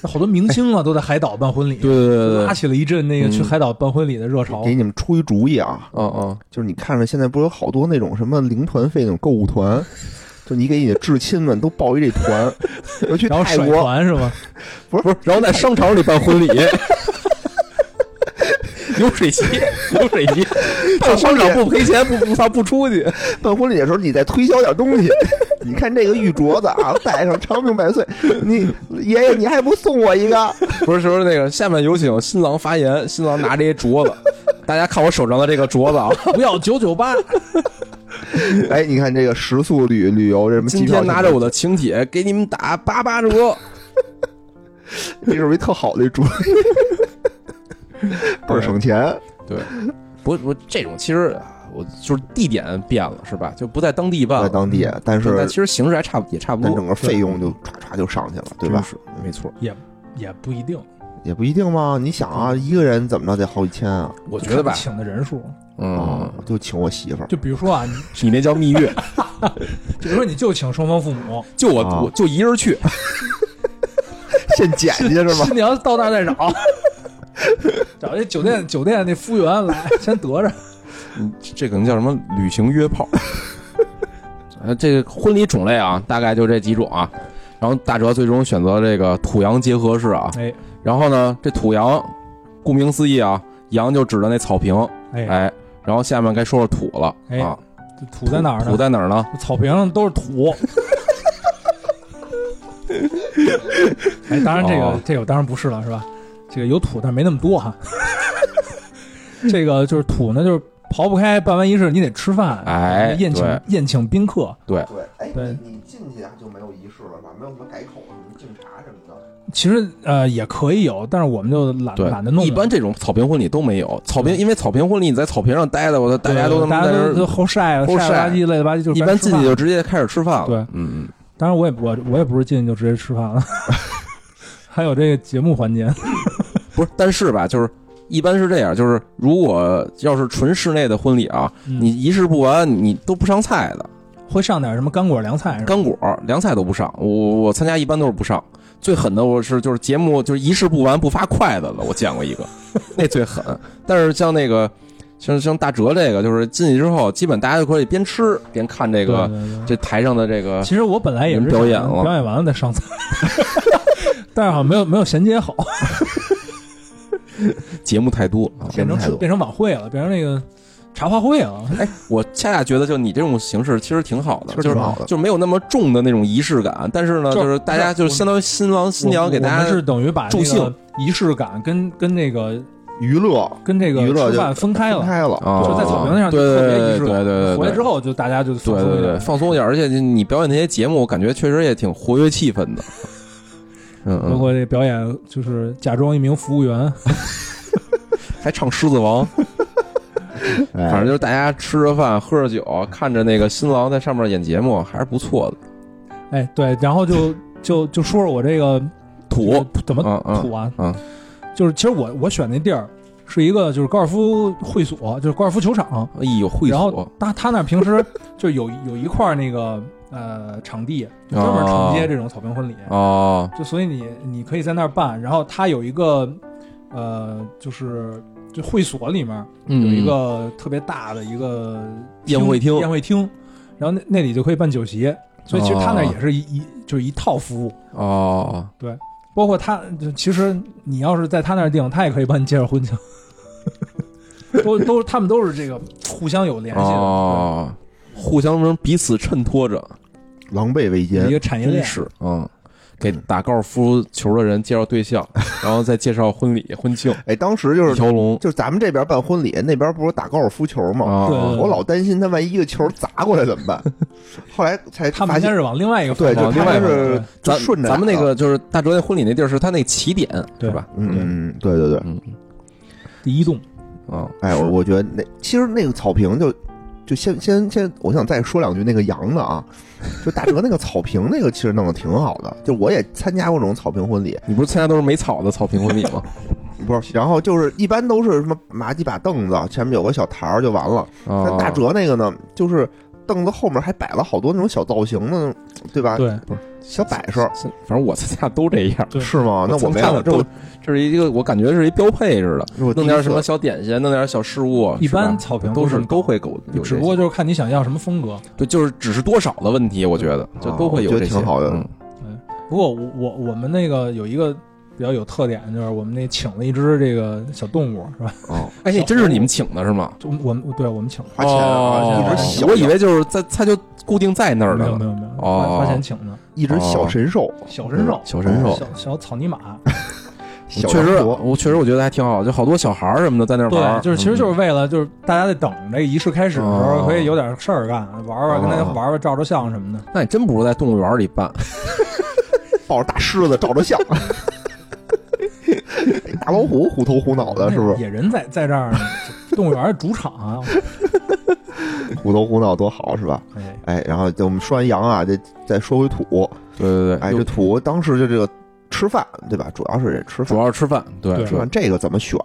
S3: 好多明星啊都在海岛办婚礼，
S2: 对对对对
S3: 拉
S2: 对，
S3: 起了一阵那个
S2: 嗯
S3: 去海岛办婚礼的热潮
S1: 给。你们出一主意啊，
S2: 嗯嗯，
S1: 就是你看着现在不是有好多那种什么零团 费那种购物团，就你给你的至亲们都报一这团， 尤其
S3: 然后
S1: 泰
S3: 甩
S1: 国
S3: 团是吧？
S2: 不是，然后在商场里办 婚礼。流水 席，流水席，到商场不赔钱，不不他不出去。
S1: 办婚礼的时候，你再推销点东西。你看这个玉镯子啊，戴上长命百岁，你爷爷你还不送我一个？
S2: 不是说那个，下面有请新郎发 言，新郎拿这些镯子，大家看我手上的这个镯子啊，
S3: 不要九九八，
S1: 哎，你看这个食宿旅旅游这什么机
S2: 今
S1: 票
S2: 天
S1: 什么的，
S2: 拿着我的请帖给你们打八八折，
S1: 这是一特好的一 主意，倍儿省钱。
S2: 不不，这种其实我就是地点变了是吧？就不在当地办
S1: 在
S2: 了，
S1: 当地，但是
S2: 嗯但其实形式还差不也差不
S1: 但
S2: 多
S1: 整，个费用就唰唰就上去了，对吧
S2: 真？是？没错，
S3: 也不一定。
S1: 也不一定嘛。你想啊，一个人怎么着得好几千啊？
S2: 我觉得吧
S3: 看，请的人数，
S1: 啊
S2: 嗯，，
S1: 我就请我媳妇儿，
S3: 就比如说啊，你
S2: 你那叫蜜 月，
S3: 就比如说你就请双方父母，
S2: 就我
S1: 啊
S2: 我就一人 去，
S1: 现捡去是吗？
S3: 新娘到那儿再找， 找那酒店酒店那服务员来，先得着。
S2: 嗯，这可能叫什么旅行约炮。 呃，这个婚礼种类啊，大概就这几种啊。然后大哲最终选择这个土洋结合式啊。
S3: 哎
S2: 然后呢，这土洋，顾名思义啊，洋就指的那草坪，
S3: 哎，
S2: 哎。然后下面该说说土了
S3: 哎
S2: 啊，
S3: 这土在哪儿
S2: 土
S3: 呢？
S2: 在哪儿呢？
S3: 草坪上都是 土。哎，当然这个、
S2: 哦
S3: 这个当然不是了，是吧？这个有土，但没那么多哈。 这个就是土呢，就是刨不开，办完仪式你得吃饭，
S2: 哎
S3: 宴
S2: 对
S3: 请宴请宾客。
S1: 对，哎
S3: 对
S1: 你进去就没有仪式了吧？没有什么改口、什么敬茶什么的。
S3: 其实呃也可以有，但是我们就懒
S2: 对
S3: 懒得，弄了。
S2: 一般这种草坪婚礼都没有。草坪，因为草坪婚礼你在草坪上待着，我的大家都他
S3: 大
S2: 妈在
S3: 家
S2: 那
S3: 都都
S2: 儿，
S3: 后晒了，
S2: 后
S3: 晒了吧
S2: 晒
S3: 唧累了吧唧，就是
S2: 一般进去
S3: 就。
S2: 就直接开始吃饭了。
S3: 对
S2: 嗯嗯，
S3: 当然我也我我也不是进去就直接吃 饭了，还有这个节目环节。
S2: 不是，但是吧，就是一般是这样，就是如果要是纯室内的婚礼啊，
S3: 嗯
S2: 你仪式不完，你都不上菜的，
S3: 会上点什么干果凉菜是吧？
S2: 干果、凉菜都不上。我我参加一般都是不上，最狠的我是就是节目就是仪式不完不发筷子的，我见过一个， 那最狠。但是像那个像像大哲这个，就是进去之后，基本大家就可以边吃边看这
S3: 对
S2: 个
S3: 对对
S2: 这台上的这个
S3: 其实我本来也是
S2: 人表演
S3: 想
S2: 了
S3: 表演完了再 上菜，但是好像没有没有衔接好，
S2: 节目太多啊。
S1: 节
S3: 变
S1: 目
S3: 成
S1: 太
S3: 是
S1: 多
S3: 变成晚会了，变成那个茶话会了。
S2: 哎，我恰恰觉得就你这种形式其实挺好的，
S1: 其实
S2: 就
S1: 挺
S2: 是
S1: 好的
S2: 就没有那么重的那种仪式感，但是呢，
S3: 就
S2: 就是大家就是相当于新郎新娘给大
S3: 我们
S2: 家
S3: 是等于把
S2: 助
S3: 这个
S2: 兴
S3: 仪式感跟跟那个
S1: 娱乐
S3: 跟这个
S1: 娱乐
S3: 吃
S1: 就
S3: 饭分开
S1: 分
S3: 了，
S1: 开了，
S2: 啊
S3: 就在草坪上就
S2: 对
S3: 特别仪
S2: 对
S3: 式
S2: 对
S3: 感。
S2: 对对，
S3: 回来之
S2: 后。
S3: 后就大家就
S2: 对
S3: 放松
S2: 对
S3: 一
S2: 对，
S3: 点。嗯
S2: 放松一点，而且你表演那些节目，我感觉确实也挺活跃气 氛的。嗯
S3: 包
S2: 嗯，
S3: 括这表演，就是假装一名服务员，
S2: 还唱《狮子王》，
S1: 反哎
S3: 哎
S2: 反正就是大家吃着饭，喝着酒，看着那个新郎在上面演节目，还是不错的。
S3: 哎，对，然后就就就说说我这个
S2: 土，
S3: 这个怎么
S2: 嗯嗯
S3: 土啊？
S2: 嗯
S3: 就是其实我我选那地儿是一个就是高尔夫会所，就是高尔夫球场。
S2: 哎呦，会
S3: 然
S2: 所
S3: 后他他那儿平时就有有一块儿那个呃场地，就专门承接这种草坪婚礼。
S2: 哦，
S3: 就所以你你可以在那儿办，然后他有一个呃就是就会所里面
S2: 有
S3: 有一个特别大的一个
S2: 嗯宴会厅
S3: 宴会厅，然后那那里就可以办酒席。所以其实他那儿也是一一就是一套服务，
S2: 哦，
S3: 包括他，就其实你要是在他那儿订，他也可以帮你介绍婚庆， 都都他们都是这个互相有联系的，
S2: 哦，互相彼此衬托着，
S1: 狼狈为
S3: 有一
S1: 奸，
S3: 个产业
S2: 真
S3: 链。
S2: 是嗯。给打高尔夫球的人介绍对 象，然后再介绍婚礼、婚庆，
S1: 哎，当时就
S2: 一
S1: 是
S2: 条龙
S1: 就是咱们这边办婚礼，那边不是打高尔夫球吗？
S2: 啊！
S3: 对对对
S1: 我老担心他万一一个球砸过来怎么办？后来才
S3: 他们
S1: 发
S3: 应该
S1: 现，
S3: 是往另外一个
S1: 对，
S2: 往
S1: 就
S2: 另
S1: 他
S2: 外
S1: 们
S2: 一
S3: 个
S1: 是就
S2: 咱
S1: 顺着啊
S2: 咱们
S1: 打
S2: 那
S1: 的，
S2: 个就是大哲那婚礼那地儿是他那起点
S3: 对
S2: 是吧？
S1: 嗯嗯，嗯对对对，
S2: 嗯
S3: 第一栋，
S2: 啊，
S1: 哎，我我觉得那其实那个草坪就就先先先，我想再说两句那个羊的啊，就大哲那个草坪那个其实弄得挺好的，就我也参加过这种草坪婚礼，
S2: 你不是参加都是没草的草坪婚礼吗？
S1: 不是，然后就是一般都是什么拿几把凳子，前面有个小台儿就完了，
S2: 啊
S1: 但，大哲那个呢，就是凳子后面还摆了好多那种小造型的，对吧？
S3: 对，
S1: 小摆设。
S2: 是反正我参加都这样。
S3: 对
S1: 是吗？那我没
S2: 看
S1: 有，
S2: 了
S1: 这
S2: 都
S1: 我，
S2: 这是一个我感觉是一标配似的，
S1: 这我第
S2: 弄
S1: 一
S2: 点
S1: 次
S2: 什么小点心，弄点小事物，
S3: 一般
S2: 是吧
S3: 草坪
S2: 都是
S3: 这么
S2: 都会狗有这些，
S3: 只不过就是看你想要什么风格。
S2: 对，就是只是多少的问题，我觉得就都会有
S1: 哦我觉得
S2: 这些，
S1: 挺好的
S2: 嗯
S3: 不过我我我们那个有一个比较有特点，就是我们那请了一只这个小动物，是吧？
S1: 哦，
S2: 哎，那真是你们请的是吗？
S3: 就我们对我们请的，
S1: 花钱啊，
S2: 哦
S1: 一只小，
S2: 我以为就是在他就固定在那儿
S3: 没
S2: 的
S3: 有
S2: 了
S3: 没有没有，
S2: 哦
S3: 花花钱请的
S1: 一只小神兽，
S3: 小神兽，
S2: 小神兽啊
S3: 小小草泥马，
S1: 小
S2: 确实，
S1: 羊驼
S2: 我确实我觉得还挺好，就好多小孩儿什么的在那儿玩儿，
S3: 对，就是其实
S1: 嗯
S3: 就是为了就是大家在等这个仪式开始的时
S2: 哦
S3: 候，可以有点事儿干，玩玩，跟大家
S1: 哦
S3: 玩玩，照照相什么的。
S2: 嗯那你真不如在动物园里 办，
S1: 抱着大狮子照着相， 大老虎虎头虎脑的，是不是？
S3: 野人在在这儿呢，动物园儿主场 啊。
S1: 虎头虎脑多好，是吧？
S3: 哎，
S1: 哎，然后就我们说完羊啊，再再说回土，
S2: 对对对，
S1: 哎，
S2: 又
S1: 这土当时就这个吃饭，对吧？主要是这吃
S2: 主
S1: 饭，
S2: 要是吃饭，对
S3: 对
S1: 吃
S2: 对
S1: 饭这个怎么选，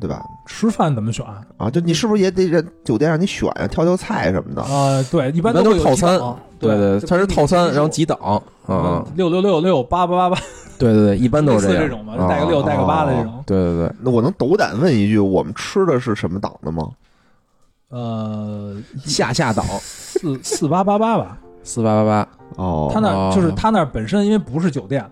S1: 对吧？
S3: 吃饭怎么选？
S1: 啊，
S3: 嗯
S1: 就你是不是也得让酒店让你选啊，挑挑菜什么的？
S3: 呃，对，一般
S2: 一般都
S3: 会有
S2: 套
S3: 几
S2: 餐
S3: 档
S2: 对对，
S3: 就
S2: 它是
S3: 给你
S2: 套餐，
S3: 指
S2: 然后
S3: 数
S2: 几档啊，
S3: 嗯六六六六八八八八，
S2: 对对对，一般都
S3: 类
S2: 是
S3: 似
S2: 这样，
S3: 这种嘛，就带个六
S1: 啊
S3: 带个八的这种。
S2: 对对对，
S1: 那我能斗胆问一句，我们吃的是什么档的吗？
S3: 呃，
S2: 下下档
S3: 四四八八八吧，
S2: 四八八八，
S1: 哦，
S3: 他那
S2: 哦
S3: 儿就是他那儿本身因为不是酒店，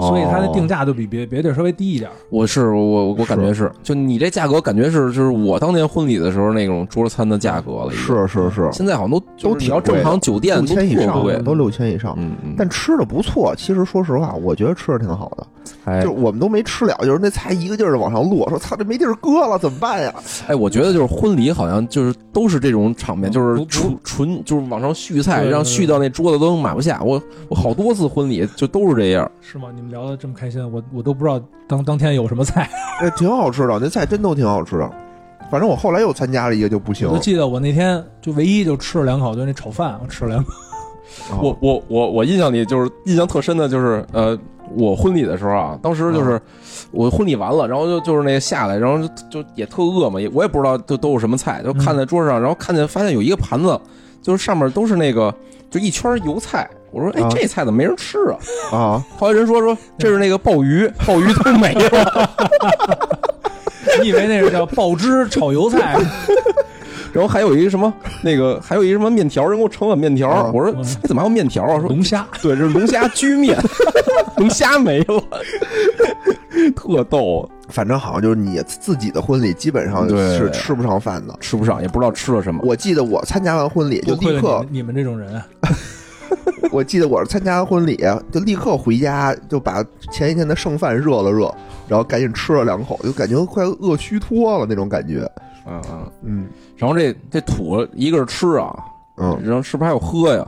S3: 所以它的定
S1: 价
S3: 价就比别别地儿稍微低一点儿。
S2: 我是我我我感觉是，就你这价格感觉是就是我当年婚礼的时候那种桌餐的价格了，已经。
S1: 是是是
S3: 嗯
S2: 现在好像都
S1: 都
S2: 就是你要
S1: 挺贵
S2: 正
S1: 的
S2: 常酒店
S1: 六
S2: 都
S1: 千以
S2: 特贵
S1: 上，，都六千以上。
S2: 嗯嗯，
S1: 但吃的不错，其实说实话，我觉得吃的挺好的。
S2: 哎
S1: 就是我们都没吃了，就是那菜一个劲儿的往上落，说操，这没地儿搁了，怎么办呀？
S2: 哎，我觉得就是婚礼好像就是都是这种场面，就是
S3: 不
S2: 纯纯就是往上续菜，
S3: 对对
S2: 让
S3: 对
S2: 续到那桌子都买不下。我我好多次婚礼就都是这样，
S3: 是吗？你们聊得这么开心，我我都不知道当当天有什么 菜。
S1: 哎，挺好吃的，那菜真都挺好吃的。反正我后来又参加了一个就不行
S3: 我就，记得我那天就唯一就吃了两口，就那炒饭，我吃了两 口。
S1: 哦
S2: 我我我我印象里就是印象特深的就是呃，我婚礼的时候啊，当时就是我婚礼完了，然后就就是那个下来，然后就就也特饿嘛，也我也不知道都都有什么菜，就看在桌上，然后看见发现有一个盘子，就是上面都是那个就一圈油菜，我说哎
S1: 啊
S2: 这菜怎么没人吃啊？
S1: 啊，
S2: 后来人说说这是那个鲍鱼，鲍鱼都没了。
S3: 你以为那是叫爆汁炒 油菜？
S2: 然后还有一个什么那个，还有一个什么面条，人给我盛碗面条，
S1: 嗯
S2: 我说
S3: 嗯
S2: 哎怎么还有面条啊？说
S3: 龙虾，
S2: 对，这是龙虾居面， 龙虾没了，特逗，
S1: 反正好像就是你自己的婚礼基本上
S2: 对
S1: 是吃不上饭的。
S2: 吃不上，也不知道吃了什么。
S1: 我记得我参加完婚礼就
S3: 多亏
S1: 立
S3: 了你
S1: 刻
S3: 们，你们这种人啊，
S1: 我记得我是参加完婚礼啊就立刻回家，就把前一天的剩饭热了热，然后赶紧吃了两口，就感觉快饿虚脱了那种感觉。
S2: 嗯嗯。
S1: 嗯
S2: 然后这这土，一个是吃啊，
S1: 嗯，
S2: 然后是不是还有喝呀？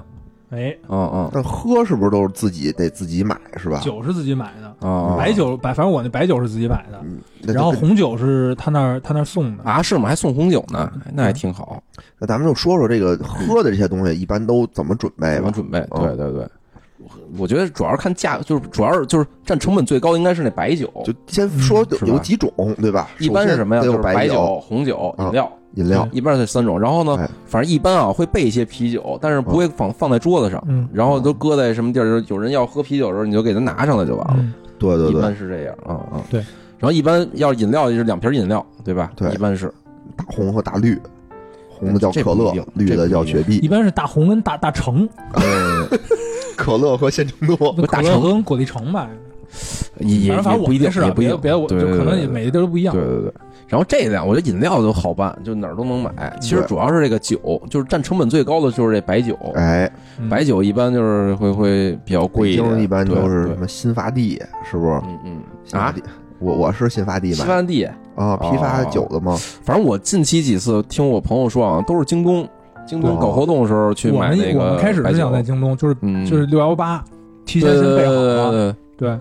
S3: 哎，
S2: 嗯
S1: 但喝是不是都是自己得自己买是
S2: 啊
S1: 吧？
S3: 酒是自己买的，
S2: 嗯啊
S1: 哎
S3: 白酒白，反正我那白酒是自己买的，
S1: 嗯，那就
S3: 然后红酒是他那儿他那儿送的。
S2: 啊，是吗？还送红酒呢，
S1: 嗯
S2: 哎那还挺好。
S1: 那咱们就说说这个喝的这些东西一般都怎么准备
S2: 怎么
S1: 吧。
S2: 准备？
S1: 嗯
S2: 对对对，我觉得主要是看价，就是主要是就是占成本最高应该是那白酒，
S1: 就先说
S2: 嗯是吧
S1: 有几种对吧？
S2: 一般是什么呀？
S1: 首
S2: 就
S1: 先
S2: 是
S1: 得有白
S2: 酒、嗯红酒、饮
S1: 啊
S2: 料。
S1: 饮料
S2: 一般是三种。然后呢
S1: 哎，
S2: 反正一般啊会备一些啤酒，但是不会放放在桌子上，
S3: 嗯
S2: 然后都搁在什么地儿，就是有人要喝啤酒的时候，你就给他拿上来就完了。
S3: 嗯，
S1: 对对
S2: 一
S1: 对，
S2: 般是这样，嗯嗯，
S3: 对。
S2: 然后一般要是饮料就是两瓶饮料，对吧？
S1: 对
S2: 一般是
S1: 大红和大绿，红的叫
S2: 嗯这
S1: 可
S2: 不
S1: 乐
S2: 一定，
S1: 绿的
S2: 这不
S1: 叫
S2: 一定
S1: 雪
S3: 一
S1: 碧，
S3: 般是大红跟大大橙，
S2: 嗯
S1: 可乐和鲜橙多。
S3: 可
S2: 大
S3: 乐
S2: 橙
S3: 和跟果粒橙吧。
S2: 也也
S3: 反正反
S2: 也
S3: 正我
S2: 不一定，
S3: 们是啊
S2: 也不一
S3: 别
S2: 定
S3: 的，别的我就
S2: 对对
S3: 可能
S2: 对
S3: 也每个地儿都不一样
S2: 对。对对。然后这两，我觉得饮料就好办，就哪儿都能买。其实
S1: 对
S2: 主要是这个酒，就是占成本最高的就是这白酒。
S1: 哎，
S3: 嗯
S2: 白酒一般就是会会比较贵
S1: 北
S2: 点，
S1: 京一般都是
S2: 对
S1: 什
S2: 对
S1: 么新发地，是不是？
S2: 嗯嗯
S1: 新发
S2: 啊，哦
S1: 地，我我是新发地
S2: 西
S1: 买
S2: 番地
S1: 啊，批发酒的吗？
S2: 反正我近期几次听我朋友说啊，都是京东，京东
S1: 哦
S2: 搞活动的时候去
S3: 我
S2: 买
S3: 们
S2: 那
S3: 我
S2: 个
S3: 们开始
S2: 白
S3: 是
S2: 酒
S3: 想在，京东，就是
S2: 嗯，
S3: 就是六幺八，提
S2: 对
S3: 前
S2: 对
S3: 先
S2: 对
S3: 备好
S2: 对
S3: 了。
S2: 对，
S3: 对，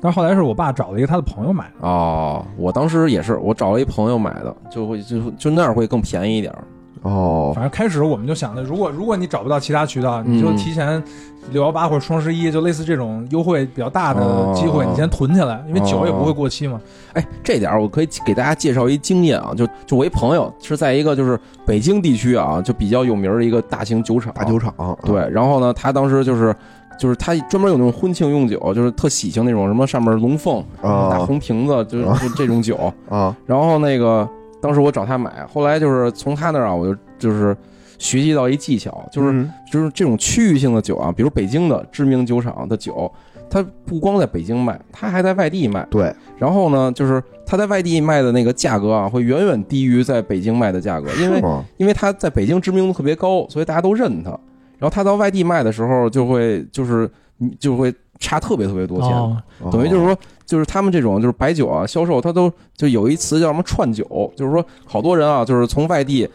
S3: 但是后来是我爸找了一个他的朋友买的，
S2: 哦，我当时也是，我找了一朋友买的，就会就就那儿会更便宜一点儿，
S1: 哦，
S3: 反正开始我们就想着，如果如果你找不到其他渠道，
S2: 嗯
S3: 你就提前六幺八或者双十一，就类似这种优惠比较大的
S2: 哦
S3: 机会，你先囤起来，因为酒也不会过期嘛。
S2: 哎，这点儿我可以给大家介绍一经验啊，就就我一朋友是在一个就是北京地区啊，就比较有名儿的一个大型酒厂，
S1: 大酒厂，
S2: 哦
S1: 啊
S2: 对，然后呢，他当时就是就是他专门有那种婚庆用酒，就是特喜庆那种什么上面龙凤、大
S3: 哦
S1: 啊
S2: 红瓶子，就是
S1: 啊
S2: 就这种酒，
S1: 啊，
S2: 然后那个当时我找他买，后来就是从他那儿啊，我就就是学习到一技巧，就是、
S1: 嗯
S2: 就是这种区域性的酒啊，比如北京的知名酒厂的酒，它不光在北京卖，它还在外地卖。
S1: 对，
S2: 然后呢，就是它在外地卖的那个价格啊，会远远低于在北京卖的价格，因为
S1: 是吗？
S2: 因为它在北京知名度特别高，所以大家都认它。然后它到外地卖的时候，就会就是就会差特别特别多钱。
S3: 哦
S2: 等于就是说，就是他们这种就是白酒啊销售，它都就有一词叫什么串酒，就是说好多人啊，就是从外地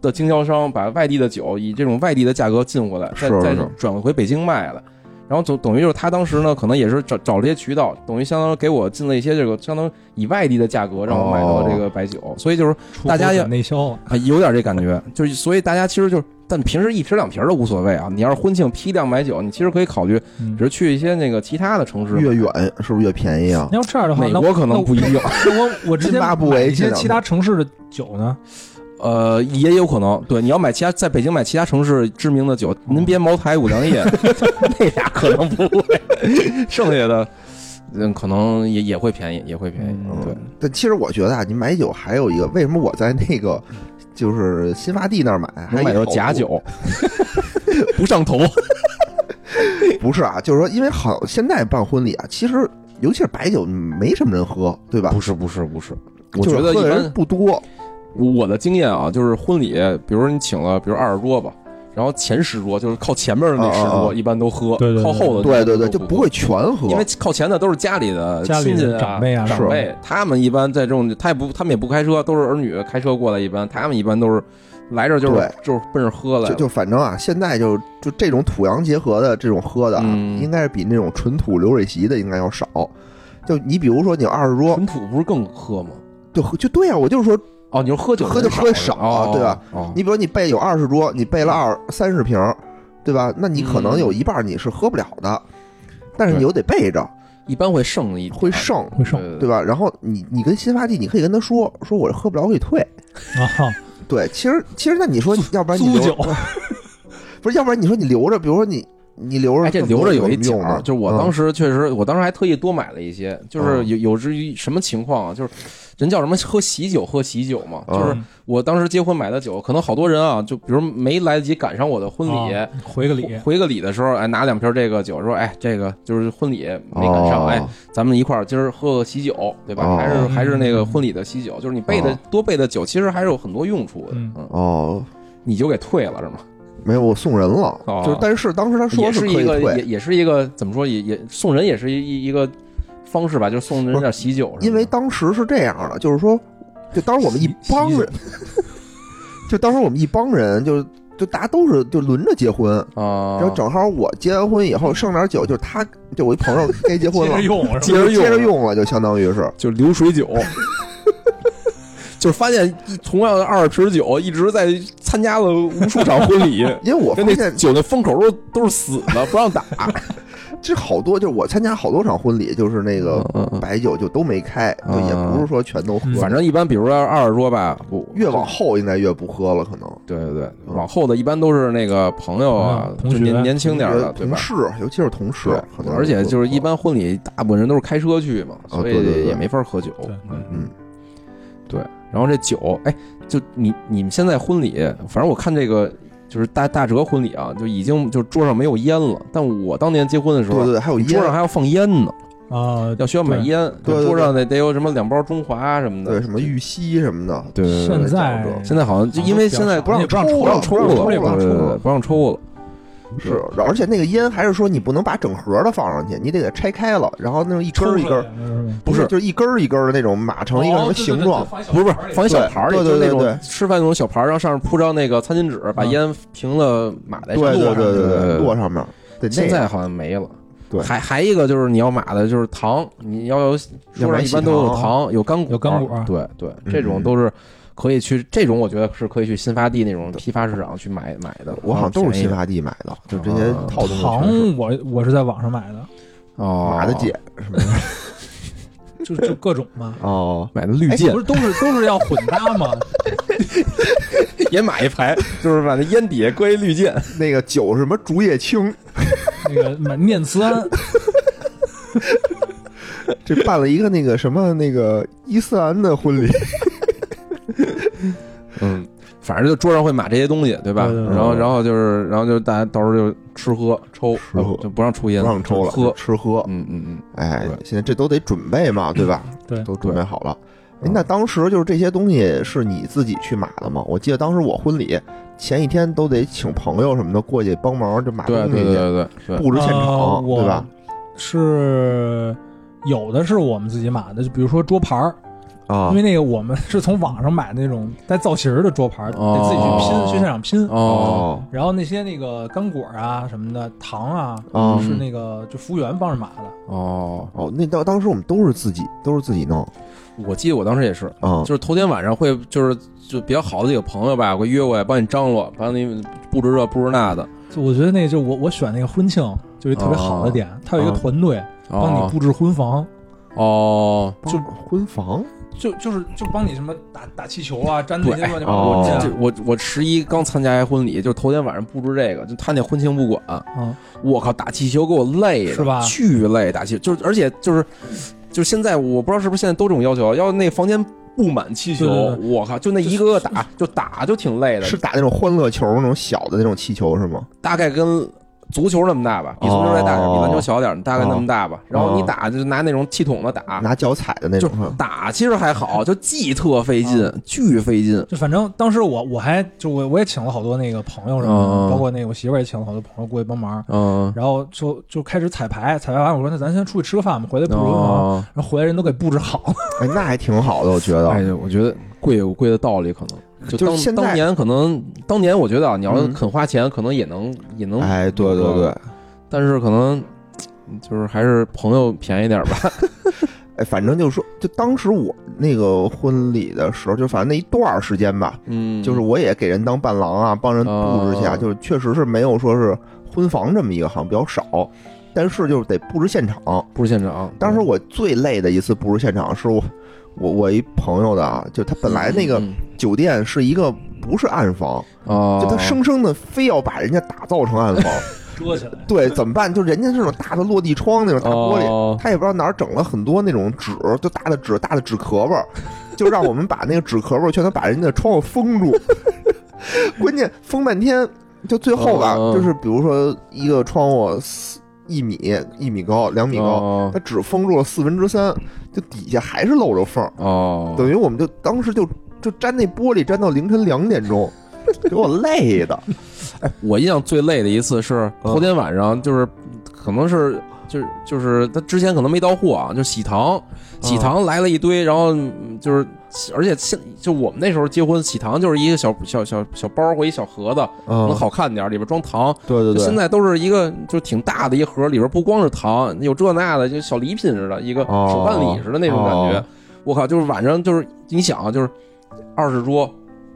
S2: 的经销商把外地的酒以这种外地的价格进回来，再
S1: 是是
S2: 再
S1: 是
S2: 转回北京卖了。然后等等于就是他当时呢，可能也是找找这些渠道，等于相当于给我进了一些这个相当于以外地的价格让我买到这个白酒，所以就是大家要
S3: 出口转内销啊，
S2: 啊，有点这感觉，就是所以大家其实就是，但平时一瓶两瓶都无所谓啊。你要是婚庆批量买酒，你其实可以考虑，
S3: 嗯
S2: 只是去一些那个其他的城市。
S1: 哦越远是不是越便宜啊？
S3: 要这样的话，
S2: 美
S3: 那
S2: 国可能不一定，
S3: 那我我直接
S1: 津巴布
S3: 买
S1: 韦
S3: 一
S1: 这
S3: 些
S1: 两
S3: 其他城市的酒呢？
S2: 呃，也有可能。对，你要买其他，在北京买其他城市知名的酒，您别茅台、五 粮液，那俩可能不会，剩下的，嗯，可能也也会便宜，也会便宜。
S1: 嗯
S2: 对，
S1: 但其实我觉得啊，你买酒还有一个，为什么我在那个就是新发地那儿买，还
S2: 能买
S1: 有
S2: 着假，酒， 不上头。
S1: 啊不是啊，就是说，因为好现在办婚礼啊，其实尤其是白酒没什么人喝，对吧？
S2: 不是，不是，不是，我
S1: 就是
S2: 觉得
S1: 喝的
S2: 一般
S1: 人不多，
S2: 我我的经验啊，就是婚礼，比如说你请了，比如二十桌吧，然后前十桌就是靠前面的那十
S1: 啊啊
S2: 桌
S1: 啊
S2: 一般都喝，
S3: 对对对
S2: 靠后的
S1: 对对
S2: 都
S1: 对，就不会，全喝，
S2: 因为靠前的都是家里的
S3: 家
S2: 亲
S3: 里的
S2: 戚啊
S3: 长辈啊
S1: 是
S2: 长辈，他们一般在这种，他也不，他们也不开车，都是儿女开车过来，一般他们一般都是来这儿就是
S1: 对
S2: 就是奔着喝来
S1: 就
S2: 了，
S1: 就反正啊，现在就就这种土洋结合的这种喝的啊，
S2: 嗯
S1: 应该是比那种纯土流水席的应该要少。就你比如说你二十桌，
S2: 纯土不是更喝吗？
S1: 就喝就对啊，我就是说，
S2: 哦，你说喝酒
S1: 喝就喝少
S2: 少是吧，哦
S1: 对吧？
S2: 哦
S1: 你比如你备有二十桌，你备了二三十瓶，对吧？那你可能有一半你是喝不了的，但是你又得备着，
S2: 一般会剩一点
S1: 会剩，
S3: 会剩
S1: 对吧？然后你你跟新发地，你可以跟他说，说我喝不了，我可以退。
S3: 啊，
S1: 对，其实其实那 你说，要不然你
S3: 租
S1: 留
S3: 酒，
S1: 不是，要不然你说你留着，比如说你你留着，
S2: 哎，这留着有一
S1: 酒
S2: 景儿，就是我当
S1: 时
S2: 时确实，我当时还特意多买了一些，
S1: 嗯
S2: 就是有有至于什么情况啊，就是人叫什么喝喜酒，喝喜酒嘛，就是
S3: 嗯
S2: 我当时结婚买的酒，可能好多人啊，就比如没来得及赶上我的婚
S1: 哦
S2: 礼。
S3: 啊回个礼，
S2: 回个礼的时候，哎，拿两瓶这个酒，说，哎，这个就是婚礼没赶上，哎，咱们一块儿今儿喝个喜酒，对吧？
S1: 哦
S2: 还是还是那个
S3: 嗯
S2: 婚礼的喜酒，就是你备的
S1: 哦
S2: 多备的酒，其实还是有很多用处的。
S3: 嗯
S2: 嗯，
S1: 哦，
S2: 你就给退了是吗？
S1: 没有，我送人了，
S2: 哦
S1: 就是但是当时他说
S2: 也是
S1: 可
S2: 一
S1: 以
S2: 个也
S1: 退，
S2: 也是一个怎么说也也送人也是一一个方式吧，就是送人点喜酒什么的，
S1: 因为当时是这样的，就是说，就当时我们一
S3: 喜
S1: 帮
S3: 喜
S1: 人， 就当时我们一帮人，就就大家都是就轮着结婚，
S2: 啊，
S1: 然后正好我结完婚以后剩点酒，就是他就我一朋友该结婚
S3: 接
S1: 了
S3: 着，用是吧
S2: 接着用
S1: 接着用了，就相当于是
S2: 就流水 酒。就是发现一同样的二十瓶酒，一直在参加了无数场婚礼，
S1: 因为我发
S2: 跟那
S1: 现
S2: 酒那封口都都是死的，不让打。
S1: 这好多，就是我参加好多场婚礼，就是那个
S2: 嗯嗯
S1: 白酒就都没开，就也不是说全都喝
S3: 嗯，
S2: 反正一般，比如说二十桌吧，我
S1: 越往嗯后应该越不喝了，可能
S2: 对对对，往后的一般都是那个朋友啊
S3: 嗯，
S2: 就
S3: 同学
S2: 年年轻点儿的，对
S1: 同
S2: 吧？
S1: 事，尤其是嗯同事
S2: 对，
S1: 可能
S2: 而且就是一
S1: 般。
S2: 般婚礼，大部分人都是开车去嘛，
S1: 嗯啊
S2: 所
S1: 对对
S2: 以
S1: 对
S2: 也没法喝酒。
S3: 对
S2: 嗯
S1: 嗯，
S2: 对。然后这酒，哎，就你你们现在婚礼，反正我看这个就是大大哲婚礼啊，就已经就桌上没有烟了。但我当年结婚的时
S1: 对
S2: 候，
S1: 对对，还有
S2: 你桌上
S1: 烟，
S2: 还要放烟呢，
S3: 啊，
S2: 要需要买烟，
S1: 对对对
S2: 桌上得得有什么两包中华什么的。
S1: 对什么玉溪什么的，
S2: 对对对
S3: 现
S2: 对。
S3: 在
S1: 对
S2: 现在好像就因为现在
S1: 不让
S3: 不让
S1: 抽
S2: 不
S1: 了
S2: 让抽了，
S1: 不
S2: 对
S1: 让抽了
S2: 对对对不让抽了。
S1: 是，而且那个烟还是说你不能把整盒的放上去，你得给拆开了，然后那种一根儿一根儿，
S3: 根
S2: 不是哦
S1: 就是一根儿一根儿的那种码成一个什么形
S3: 哦
S1: 状，
S2: 不是不是，放一小盘儿里，
S1: 对
S2: 就是
S1: 对
S2: 那
S1: 对对
S2: 种吃饭那种小盘儿，然后上面铺张那个餐巾纸，把
S3: 嗯
S2: 烟平了码在
S1: 对
S2: 上面。
S1: 对对
S2: 对
S1: 对，落上面。对，
S2: 现
S1: 那个
S2: 在好像没了。
S1: 对
S2: 还还一个就是你要买的就是糖，你要有桌上一般都有糖，有干果，
S3: 有干果啊
S2: 对对，
S1: 嗯
S2: 这种都是可以去，这种我觉得是可以去新发地那种批发市场去买买的。
S1: 我好像都是新
S2: 便宜啊
S1: 发地买的，就这些套东西
S3: 糖
S1: 全是，
S3: 我我是在网上买的，
S2: 哦，
S1: 马的姐什 么的。
S3: 就就各种嘛
S1: 哦，
S2: 买的绿
S3: 哎
S2: 箭
S3: 不是都是都是要混搭嘛？
S2: 也买一排， 就是把那烟底下搁一 绿箭，
S1: 那个酒是什么竹叶青，
S3: 那个 买面慈庵，
S1: 这办了一个那个什么那个伊斯兰的婚 礼，
S2: 嗯，反正就桌上会买这些东西，对吧？
S3: 对对对
S2: 然后，然后就是，然后就大家到时候就吃喝抽，
S1: 吃喝
S2: 呃就不让抽
S1: 不
S2: 烟，
S1: 让抽了，
S2: 就喝。
S1: 吃喝，
S2: 嗯嗯嗯，
S1: 哎
S2: 对，
S1: 现在这都得准备嘛，对吧？
S3: 对
S1: 都准备好了。哎
S2: 嗯
S1: 那当时就是这些东西是你自己去买的吗？我记得当时我婚礼前一天都得请朋友什么的过去帮忙，就买
S2: 对
S1: 东
S2: 对
S1: 西
S2: 对
S1: 去
S2: 对对对。
S1: 布置现
S3: 呃
S1: 场，
S3: 我
S1: 对吧？
S3: 是有的是我们自己买的，就比如说桌牌儿，
S1: 啊
S3: 因为那个我们是从网上买那种带造型儿的桌牌儿，得自己去
S2: 哦
S3: 拼，去现场拼。
S2: 哦
S3: 然后那些那个干果啊什么的，糖啊，
S2: 嗯
S1: 啊
S3: 是那个就服务员帮着买的。
S2: 哦，
S1: 哦，那当当时我们都是自己都是自己弄
S2: 我记得我当时也是，
S1: 啊
S2: 就是头天晚上会就是就比较好的几个朋友吧，会约过来帮你张罗，帮你布置这布置那的，
S3: 就我觉得那就我我选那个婚庆就是特别好的点，它有一个团队帮你
S2: 哦
S3: 布置婚房，
S2: 哦，
S1: 就婚房
S3: 就就是就帮你什么打打气球啊，粘
S2: 对
S3: 那些乱七八
S1: 哦
S3: 糟的东
S2: 这
S3: 西
S2: 我我十一刚参加一婚礼，就头天晚上布置这个，就他那婚庆不管，
S3: 啊，
S2: 我靠，打气球给我累的
S3: 是吧
S2: 巨累，打气球就是，而且就是，就是现在我不知道是不是现在都这种要求，要那房间布满气球，
S3: 对对
S2: 我靠，就那一个个打，就打就挺累的，
S1: 是打那种欢乐球那种小的那种气球是吗？
S2: 大概跟足球那么大吧，比足球再大点，
S1: 哦
S2: 比篮球小点，大概那么大吧。然后你
S1: 哦
S2: 打就是拿那种气筒子打，
S1: 拿脚踩的那
S2: 啊就
S1: 种是吧
S2: 打其实还 好，就记特费劲，
S3: 嗯
S2: 巨费劲。
S3: 就反正当时我我还就我我也请了好多那个朋友什么
S2: 嗯嗯
S3: 的，包括那个我媳妇儿也请了好多朋友过去帮忙，
S2: 嗯，
S3: 然后就就开始彩排，彩排完我说那咱先出去吃个饭吧，回来布置婚房，
S2: 哦，
S3: 然后回来人都给布置好了，
S1: 哎，那还挺好的，我觉得。
S2: 哎呀，我觉得贵有贵的道理，可能。就
S1: 就是
S2: 当
S1: 现在
S2: 当年可能，当年我觉得啊，你要是
S1: 嗯
S2: 肯花钱，可能也能也能
S1: 哎，对对对，
S2: 但是可能嗯就是还是朋友便宜点儿 吧。
S1: 哎，反正就是说，就当时我那个婚礼的时候，就反正那一段儿时间吧，
S2: 嗯，
S1: 就是我也给人当伴郎啊，帮人布置一下，
S2: 哦
S1: 就是确实是没有说是婚房这么一个，好像比较少，但是就是得布置现场。
S2: 不是现场。
S1: 当时我最累的一次布置现场是我我我一朋友的啊，就他本来那个
S2: 嗯
S1: 酒店是一个不是暗房，
S2: 哦，
S1: 就他生生的非要把人家打造成暗房，
S3: 遮起 来。
S1: 对，怎么办？就人家这种大的落地窗那种大玻璃，
S2: 璃，
S1: 他也不知道哪儿整了很多那种纸，就大的纸、大的纸壳儿，就让我们把那个纸壳儿全都把人家的窗户封住。 关键封半天，就最后吧，
S2: 嗯嗯
S1: 就是比如说一个窗户四一米、一米高、两米高，
S2: 哦
S1: 它只封住了四分之三，就底下还是露着缝儿，
S2: 哦，
S1: 等于我们就当时就就粘那玻璃粘到凌晨两点 钟，给我累的。
S2: 我印象最累的一次是
S1: 嗯
S2: 头天晚上，就是可能是就是就是他之前可能没到货啊，就喜糖，
S1: 嗯
S2: 喜糖来了一堆，然后嗯就是而且现就我们那时候结婚，喜糖就是一个小小小小包或一小盒子，
S1: 嗯
S2: 能，好看点儿，里边装糖，
S1: 对对
S2: 就
S1: 对，
S2: 现在都是一个就挺大的一盒，里边不光是糖，有这那的，就小礼品似的，一个
S1: 哦
S2: 手办礼似的那种感觉
S1: 哦。
S2: 我靠，就是晚上就是你想啊，就是二十桌。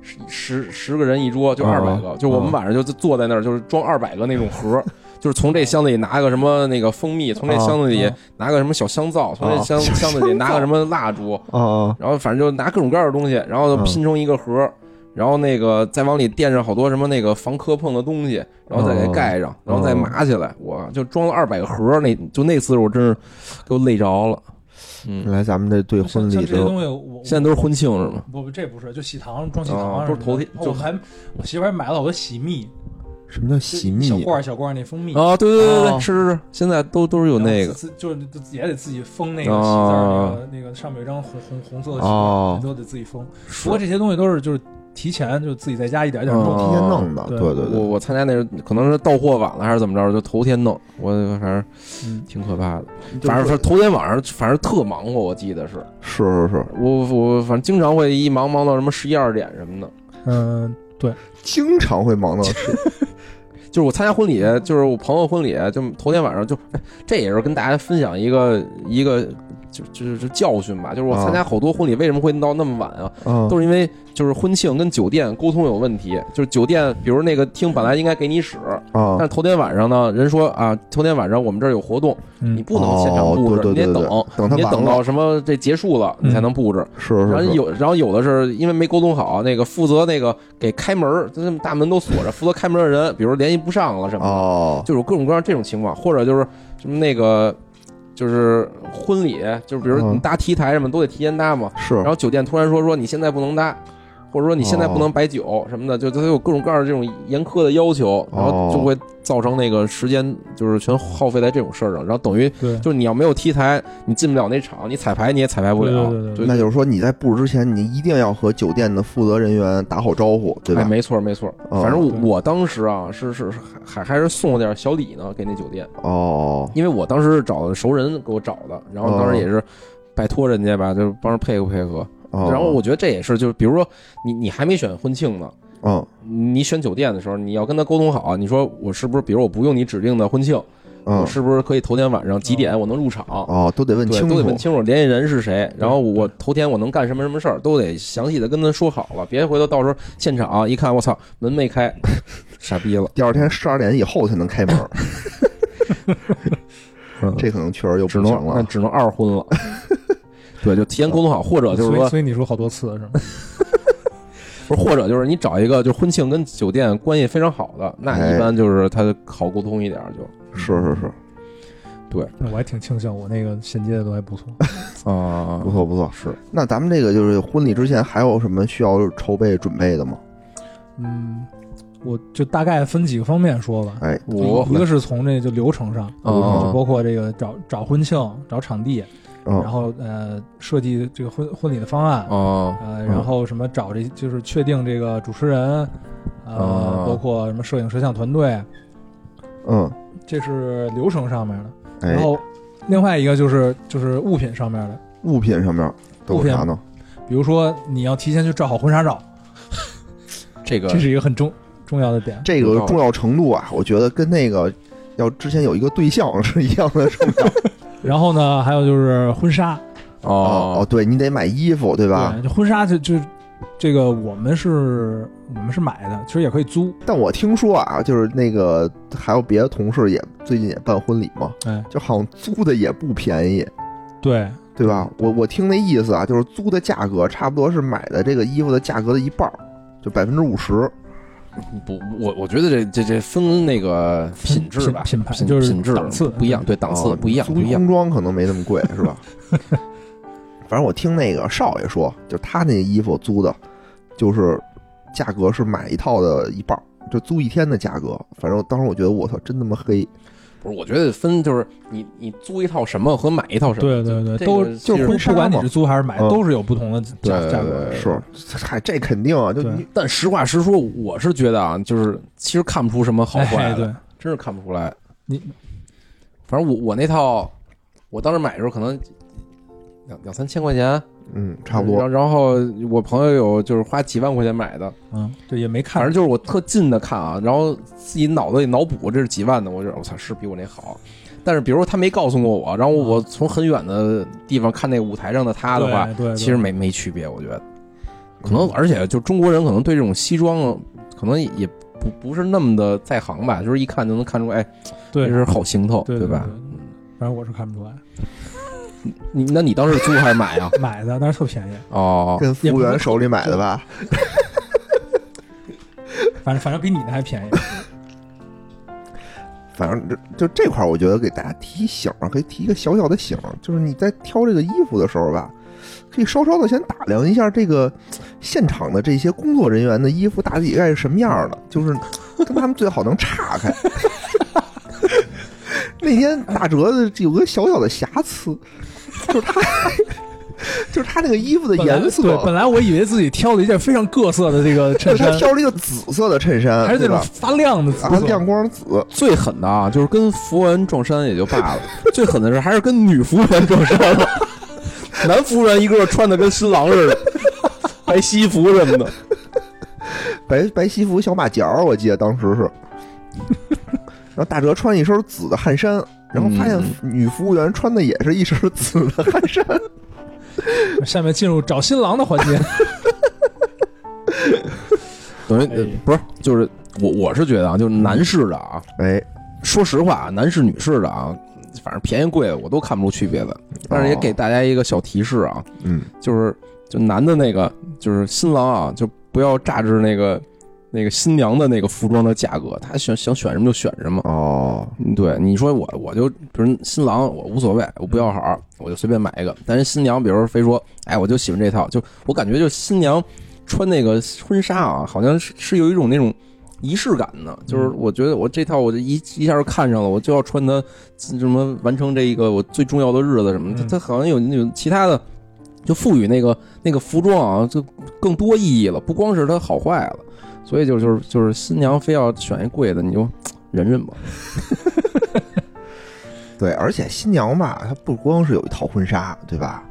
S2: 十十十个人一桌就
S1: 嗯
S2: 二百个，就我们
S1: 嗯
S2: 晚上就坐在那儿，就是装二百个那种盒， 就是从这箱子里拿个什么那个蜂蜜，从这箱子里
S1: 啊
S3: 嗯
S2: 拿个什么小香皂，从这
S1: 哦
S2: 箱
S1: 小
S2: 箱子里
S1: 香
S2: 拿个
S1: 皂
S2: 什么蜡烛，
S1: 啊
S2: 然后反正就拿各种各样的东西，然后
S1: 嗯
S2: 拼成一个盒儿，然后那个再往里垫上好多什么那个防磕碰的东西，然后再给盖上，然后再码起来。我就装了二百个盒儿，那就那次我真是给我累着了。嗯，
S1: 原来咱们这对婚
S3: 像像
S1: 礼
S3: 这些
S1: 都
S3: 东西我，我
S2: 现在都是婚庆是吗？
S3: 不不，这不是，就喜糖装喜糖
S2: 哦都
S3: 啊什
S2: 是
S3: 么的、
S2: 头天就
S3: 我还我媳妇还买了好多喜蜜，
S1: 什么叫
S3: 就
S1: 喜蜜
S3: 小
S1: 呀？
S3: 罐儿小罐儿那蜂蜜，
S2: 啊，对对对对对，
S1: 哦
S2: 是是是，现在都都是有那个
S3: 自就是也得自己封那个喜字儿，
S2: 哦
S3: 那个那个上面有一张红红红色的喜，
S1: 哦
S3: 你都得自己封。
S2: 是
S3: 不过这些东西都是就是提前就自己在家一点一点弄。
S2: 哦
S1: 提前弄的，
S3: 对
S1: 啊对对
S2: 我
S1: 对。
S2: 我参加那是可能是到货晚了还是怎么着，就头天弄，我反正
S3: 嗯
S2: 挺可怕的。
S1: 就是
S2: 反正反正头天晚上反正特忙活，我记得是
S1: 是是 是，
S2: 我我反正经常会一忙忙到什么十一二点什么的。
S3: 嗯，
S1: 经常会忙到吃
S2: 就是我参加婚礼，就是我朋友婚礼，就头天晚上就，哎这也是跟大家分享一个一个就就就教训吧。就是我参加好多婚礼，为什么会闹那么晚啊？
S1: 啊
S2: 都是因为就是婚庆跟酒店沟通有问题。就是酒店，比如那个厅本来应该给你使，但
S1: 啊
S2: 是，头天晚上呢，人说啊，头天晚上我们这儿有活动，
S3: 嗯
S2: 你不能现场
S1: 哦
S2: 布置，
S1: 对
S2: 你
S1: 对
S2: 得
S1: 对对
S2: 等，
S1: 等他
S2: 你得
S1: 完
S2: 等
S1: 了
S2: 到什么这结束了，你才能布置。
S1: 是是
S2: 然后
S1: 是
S2: 有，然后有的是因为没沟通好，那个负责那个给开门儿，就那么大门都锁着，负责开门的人，比如联系不上了什么的，
S1: 哦，
S2: 就有各种各样这种情况，或者就是什么那个，就是婚礼，就是比如
S1: 嗯
S2: 你搭 T 台什么都得提前搭嘛，
S1: 是
S2: 然后酒店突然说说你现在不能搭，
S1: 哦哦
S2: 或者说你现在不能摆酒什么的，就它有各种各样的这种严苛的要求，然后就会造成那个时间就是全耗费在这种事儿上，然后等于
S3: 对，
S2: 就是你要没有 T 台，你进不了那场，你彩排你也彩排不了，
S3: 对对对对
S1: 那就是说你在布置之前，你一定要和酒店的负责人员打好招呼，对
S2: 哎，
S1: 吧？
S2: 没错没错，
S1: 哦
S2: 反正
S3: 对
S2: 我我当时啊是是是还还是送了点小礼呢给那酒店，
S1: 哦，
S2: 因为我当时是找的熟人给我找的，然后当时也是拜托人家吧，就是帮着配合配合。
S1: 哦
S2: 然后我觉得这也是，就是比如说你你还没选婚庆呢，
S1: 嗯
S2: 你选酒店的时候，你要跟他沟通好，你说我是不是，比如我不用你指定的婚庆，
S1: 嗯
S2: 我是不是可以头天晚上几点我能入场？
S1: 哦，都得问
S2: 对，
S1: 清
S2: 都得
S1: 楚。
S2: 问清楚联系人是谁，然后我头天我能干什么什么事儿，都得详细的跟他说好了，别回头到时候现场、啊一看，我操，门 没开，傻逼了。
S1: 第二天十二点以后才能开 门，
S2: 嗯
S1: 这可能确实就
S2: 只
S1: 不行
S2: 能那
S1: 了。
S2: 只能二婚了。对，就提前沟通好，或者就是
S3: 所以
S2: 说，
S3: 所以你说好多次是吗？
S2: 不是或者就是你找一个就是婚庆跟酒店关系非常好的，那
S1: 哎
S2: 一般就是他好沟通一点儿
S1: 是是是，
S3: 那我还挺庆幸我那个衔接的都还 不错。
S2: 就啊
S1: 不错不错。
S2: 是
S1: 那咱们这个就是婚礼之前还有什么需要筹备准备的吗？
S3: 嗯，我就大概分几个方面说吧。
S1: 哎，
S2: 我
S3: 一个是从这就流程上，
S2: 哦
S3: 就包括这个找找婚庆、找场地，然
S1: 嗯
S3: 后呃设计这个婚婚礼的方案，
S2: 啊
S3: 呃，
S1: 嗯
S3: 然后什么找这就是确定这个主持人，呃
S2: 哦，
S3: 包括什么摄影摄像团队，
S1: 嗯，
S3: 这是流程上面的。
S1: 哎
S3: 然，后另外一个就是就是物品上面的，
S1: 物品上面都有啥呢？
S3: 比如说你要提前去照好婚纱照，
S2: 这个
S3: 这是一个很重重要的点。
S1: 这个重要程度啊，我觉得跟那个要之前有一个对象是一样的重要。
S3: 然后呢，还有就是婚纱，
S1: 哦哦，
S2: 哦
S1: 对你得买衣服对吧？
S3: 对，就婚纱就就这个我们是我们是买的，其实也可以租，
S1: 但我听说啊，就是那个还有别的同事也最近也办婚礼嘛，
S3: 哎，
S1: 就好像租的也不便宜，
S3: 对，
S1: 对吧？我我听那意思啊，就是租的价格差不多是买的这个衣服的价格的一半儿，就百分之五十。
S2: 不，我我觉得这这这分那个品质吧，
S3: 品品牌
S2: 品
S3: 就是
S2: 品质
S3: 档次
S2: 不一样，对档次
S1: 哦
S2: 不一样，
S1: 租
S2: 不一样
S1: 工装可能没那么贵，是吧？ 反正我听那个少爷说，就他那衣服租的，就是价格是买一套的一半儿，就租一天的价格。反正当时我觉得我操，真他妈黑，
S2: 不是，我觉得分就是你你租一套什么和买一套什么，
S3: 对对对，
S2: 这
S3: 都
S2: 个
S1: 就是婚
S2: 其实
S3: 嗯不
S1: 纱
S3: 不管你
S1: 嘛
S3: 是租还是买，
S1: 嗯
S3: 都是有不同的价
S2: 对
S3: 价
S2: 对
S3: 格。
S2: 对
S1: 是，嗨，这肯定啊，就
S3: 呃对
S1: 你
S2: 但实话实说，我是觉得啊，就是其实看不出什么好坏
S3: 哎，
S2: 来的，
S3: 对，
S2: 真是看不出来。
S3: 你
S2: 反正我我那套，我当时买的时候可能两两三千块钱，
S1: 嗯，差不多
S2: 然。然后我朋友有就是花几万块钱买的，
S3: 嗯，对，也没
S2: 反
S3: 看
S2: 正就是我特近的看啊，然后自己脑子里脑补这是几万的，我就我操是比我那好。但是比如说他没告诉过我，然后我从很远的地方看那舞台上的他的话，
S3: 对对对
S2: 其实没没区别，我觉得。可能而且就中国人可能对这种西装啊，可能也不不是那么的在行吧，就是一看就能看出，哎，这
S3: 对，
S2: 是好行头，
S3: 对
S2: 吧？
S3: 对对对反正我是看不出来，
S2: 你那你当时租还是买啊？
S3: 买的，但是特便宜，
S2: 哦，
S1: 跟服务员手里买的吧，
S3: 反正反正比你的 还便宜。
S1: 反正这就这块，儿，我觉得给大家提醒啊，可以提一个小小的醒，就是你在挑这个衣服的时候吧，可以稍稍的先打量一下这个现场的这些工作人员的衣服大体该是什么样儿的，就是跟他们最好能岔开。那天打折的有个小小的瑕疵，就是他， 就是他那个衣服的
S3: 本来
S1: 颜色，
S3: 对，本来我以为自己挑了一件非常各色的这个 衬
S1: 他
S3: 衫，
S1: 挑了一个紫色的衬衫，
S3: 还是那
S1: 对
S3: 种
S1: 吧？
S3: 发亮的紫
S1: 啊，
S3: 色，
S1: 亮光紫，
S2: 最狠的啊，就是跟服务员撞衫也就罢了，最狠的是还是跟女服务员撞衫了，男服务员一个个穿的跟新郎似的，白西服什么的。
S1: 白白西服小马甲儿，我记得当 时是。然后大哲穿一身紫的汗衫，然后发现
S2: 嗯
S1: 女服务员穿的也是一身紫的汗衫，
S3: 下面进入找新郎的环节，
S2: 等于、
S3: 哎
S2: 呃不是，就是我我是觉得啊，就是男士的啊，
S1: 哎，
S2: 说实话，男士女士的啊，反正便宜贵的我都看不出区别的，但是也给大家一个小提示啊，
S1: 嗯，
S2: 就是就男的那个就是新郎啊，就不要榨制那个那个新娘的那个服装的价格，他想想选什么就选什么。
S1: 哦，
S2: 嗯对，你说我我就比如新郎我无所谓，我不要好儿，我就随便买一个。但是新娘，比如说非说，哎，我就喜欢这套，就我感觉就新娘穿那个婚纱啊，好像是是有一种那种仪式感呢。就是我觉得我这套我就一一下就看上了，我就要穿它什么完成这一个我最重要的日子什么的。
S3: 嗯
S2: 它它好像有那种其他的，就赋予那个那个服装啊，就更多意义了，不光是它好坏了。所以就就是就是新娘非要选一贵的，你就忍忍吧。
S1: 对，而且新娘吧，她不光是有一套婚纱，对吧？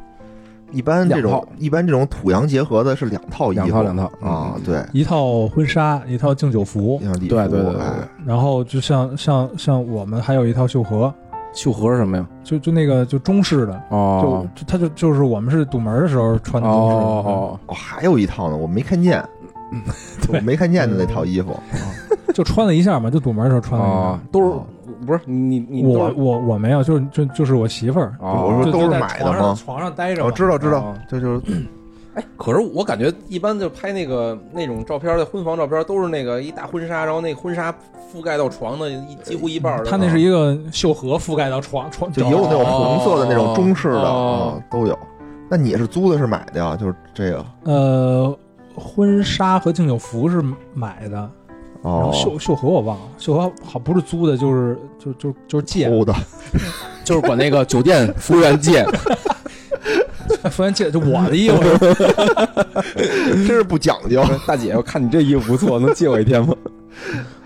S1: 一般这
S2: 两
S1: 种
S2: 套
S1: 一般这种土洋结合的是两套衣服，
S2: 两套两套
S1: 啊，
S2: 嗯
S1: 对，
S3: 一套婚纱，一套敬酒服，
S1: 两套礼服，
S2: 对对对对
S1: 哎
S3: 然后就像像像我们还有一套绣荷，
S2: 绣荷是什么呀？
S3: 就就那个就中式的，
S2: 哦
S3: 就就它就就是我们是堵门的时候
S2: 哦
S3: 穿的嗯中式的。
S2: 哦，
S1: 哦，还有一套呢，我没看见，
S2: 嗯
S1: 我没看见的那套衣服，
S3: 就穿了一下嘛，就堵门的时候穿了一下。
S2: 哦，都是不是你你都
S3: 我
S2: 是
S3: 我我没有，就是就就是我媳妇儿，
S2: 哦
S1: 我说
S3: 就
S1: 都是
S3: 就在
S1: 买的
S3: 床上
S1: 吗
S3: 床上待着嘛，
S1: 我知道知道
S2: 哦，
S1: 这就是
S2: 哎，可是我感觉一般就拍那个那种照片的婚房照片，都是那个一大婚纱，然后那婚纱覆盖到床的一几乎一半儿的。
S3: 嗯他那是一个绣荷覆盖到床床，
S1: 就也有那种红色的那种中式的
S2: 哦
S1: 啊，都有。那你是租的是买的呀？就是这个
S3: 呃婚纱和敬酒服是买的，然后
S1: 哦，
S3: 绣绣荷我忘了，绣荷好不是租的，就是就就就是借，
S1: 偷的，
S2: 就是管那个酒店服务员 借，
S1: 哦
S3: 服务员借就我的衣服，
S1: 真是不讲 究。
S2: 大姐，我看你这衣服不错，能借我一 天吗？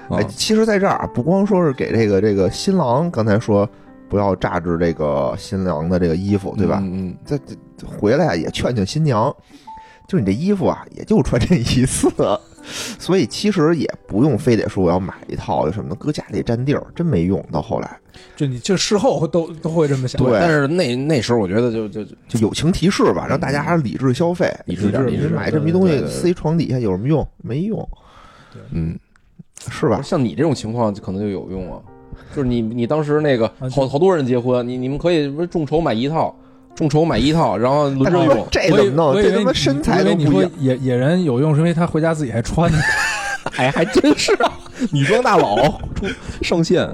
S2: 啊
S1: 哎，其实在这儿啊，不光说是给这个这个新郎，刚才说不要榨制这个新郎的这个衣服，对吧？
S2: 嗯，嗯
S1: 这这这回来啊也劝劝新娘，就你这衣服啊，也就穿这一次， 所以其实也不用非得说我要买一套什么的，搁家里占地儿，真没用。到后来
S3: 就你这事后都都会这么想，
S1: 对
S2: 但是那那时候我觉得就就就
S1: 就友情提示吧，让大家还是理智消费，
S2: 理智点
S3: 理智
S1: 你
S3: 理智
S1: 买这么一东西
S2: 对对对
S1: 塞床底下有什么用？没用，
S2: 嗯，
S1: 是吧？
S2: 像你这种情况可能就有用啊，就是你你当时那个
S3: 啊
S2: 好
S3: 就
S2: 好多人结婚，你你们可以不是众筹买一套，众筹买一套，然后轮
S1: 但
S2: 着
S1: 是
S2: 用。
S1: 这
S3: 我
S1: 怎
S3: 以
S1: 么弄？
S3: 我以
S1: 这
S3: 为
S1: 他妈
S3: 你
S1: 身材
S3: 我以为
S1: 都
S3: 你
S1: 不一
S3: 说
S1: 样。
S3: 野野人有用，是因为他回家自己还穿呢。
S2: 哎，还真是女装大佬出上线。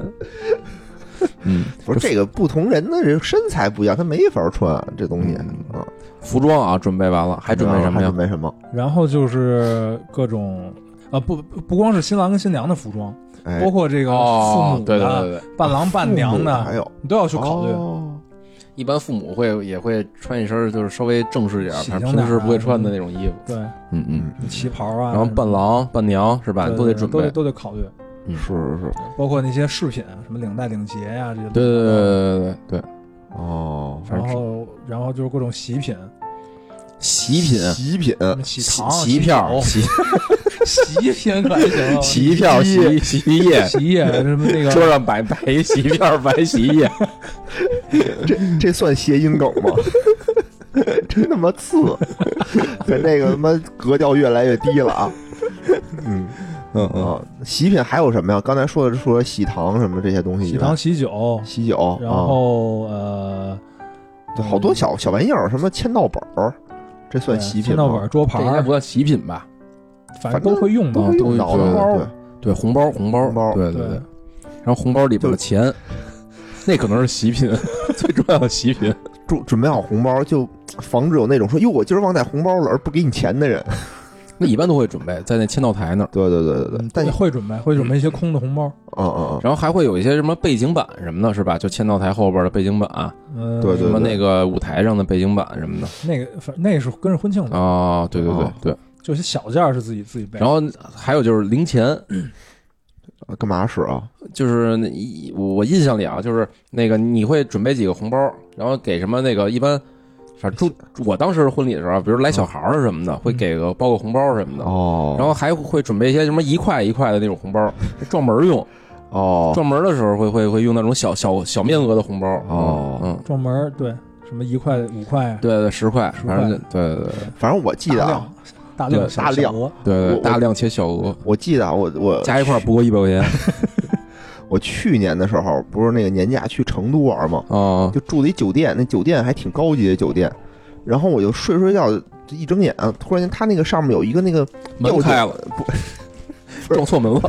S2: 嗯，
S1: 不是这个不同人的这身材不一样，他没法穿这东西
S2: 嗯
S1: 啊。
S2: 服装啊，准备完了，还准备什么
S1: 还
S2: 呀
S1: 准？备什么？
S3: 然后就是各种啊，不不不光是新郎跟新娘的服装，
S1: 哎
S3: 包，括这个父
S2: 哦
S3: 母，
S2: 对对
S3: 的、
S2: 对对，
S3: 伴郎伴娘
S1: 父母还
S3: 的，
S1: 有
S3: 你都要去考虑。
S1: 哦
S2: 一般父母会也会穿一身就是稍微正式一点儿，
S3: 喜
S2: 反
S3: 庆
S2: 正平
S3: 点
S2: 时
S3: 儿啊
S2: 不会穿的那种衣服。
S3: 对，
S2: 嗯嗯，
S1: 嗯
S3: 旗袍啊，
S2: 然后伴郎伴娘是吧，
S3: 对
S2: 都得准备
S3: 都。得都得考虑，
S2: 嗯
S1: 是是是，
S3: 包括那些饰品，什么领带、领结呀、这些。
S2: 对对对对对对，
S1: 哦，
S2: 反
S3: 然
S2: 正是
S3: 后，然后就是各种喜品，
S2: 喜品、
S3: 啊
S1: 喜品，
S3: 什么喜糖、
S2: 喜票、
S3: 酒
S2: 喜
S3: 喜品可还行啊，
S2: 喜票、喜洗衣液，
S3: 洗液什么那
S2: 桌
S3: 个
S2: 上摆摆一洗票，摆一洗衣液。
S1: 这这算谐音梗吗？ 真他妈次， 咱这个他妈格调越来越低了啊！嗯
S2: 嗯嗯，
S1: 啊，喜品还有什么呀？刚才说的说喜糖什么这些东西以
S3: 喜
S1: 外，
S3: 糖、喜酒，
S1: 喜酒，
S3: 然后呃
S1: 啊、哦对好多小小玩意儿，什么签到本儿，这算喜品
S3: 嗯签
S1: 吗？
S3: 到本、桌牌
S2: 这应该不，算喜品吧？
S3: 反正都会用
S1: 都
S3: 到
S1: 会。
S2: 都
S1: 用到
S2: 对
S1: 的，
S3: 包
S1: 对
S2: 对，红包，红包，
S1: 红包
S2: 对对
S3: 对
S2: 对。然后红包里边的钱，那可能是喜品， 最重要的喜品。
S1: 准准备好红包，就防止有那种说“哟，我今儿忘带红包了”而不给你钱的人。
S2: 那一般都会准备在那签到台那儿，
S1: 对对对对对
S3: 嗯，
S1: 但
S3: 会准备会准备一些空的红包，
S1: 嗯嗯嗯，
S2: 然后还会有一些什么背景板什么的，是吧？就签到台后边的背景板，啊
S3: 嗯，
S1: 对对
S2: 什么
S1: 对
S2: 那个舞台上的背景板什么的。
S3: 那个反那个是跟着婚庆的，
S2: 哦，对对对
S1: 哦
S2: 对。
S3: 就是小件儿是自己自己备。
S2: 然后还有就是零钱，
S1: 呃干嘛使啊？
S2: 就是那一我我印象里啊，就是那个你会准备几个红包，然后给什么那个一般，反正就我当时婚礼的时候，比如来小孩儿啊什么的，会给个包个红包什么的。
S1: 哦
S2: 然后还会准备一些什么一块一块的那种红包，撞门儿用。
S1: 哦，
S2: 撞门儿的时候会会会用那种小小小面额的红包。
S1: 哦
S2: 嗯，
S3: 撞门儿对，什么一块五块，
S2: 对对，十块，
S3: 十块
S2: 反正就对对对
S1: 反正我记得
S3: 大
S1: 啊，
S3: 量大量
S2: 对
S3: 小
S1: 大量
S3: 小额
S2: 对
S1: 我
S2: 对，
S1: 我
S2: 大量且小额，
S1: 我记得啊，我我
S2: 加一块儿不过一百块钱。
S1: 我去年的时候，不是那个年假去成都玩嘛，
S2: 哦
S1: 就住了一酒店，那酒店还挺高级的酒店。然后我就睡睡觉，就一睁眼，啊突然间它那个上面有一个那个
S2: 门
S1: 吊顶
S2: 开了，
S1: 不
S2: 撞错门了。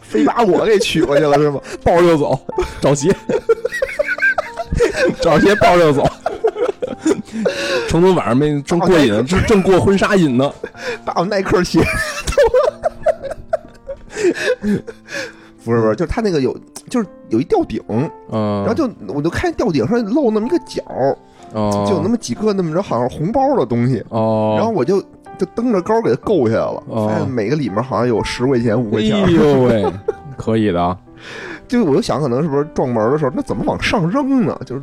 S1: 非把我给娶过去了是吗？
S2: 抱着就走， 找鞋，找鞋抱着就走。 成龙晚上没正过
S1: 哦
S2: 瘾，正正过婚纱瘾呢。
S1: 把我耐克 鞋脱了。不是不是，就是他那个有，就是有一吊顶，
S2: 嗯，
S1: 然后就我就看吊顶上露那么一个角，
S2: 哦
S1: 就有那么几个那么着好像红包的东西，
S2: 哦，
S1: 然后我就就蹬着钩给它够下来了，
S2: 哦
S1: 发现每个里面好像有十块钱、五块
S2: 哎
S1: 钱，
S2: 呦喂，可以的啊，
S1: 就我就想可能是不是撞门的时候，那怎么往上扔呢？就是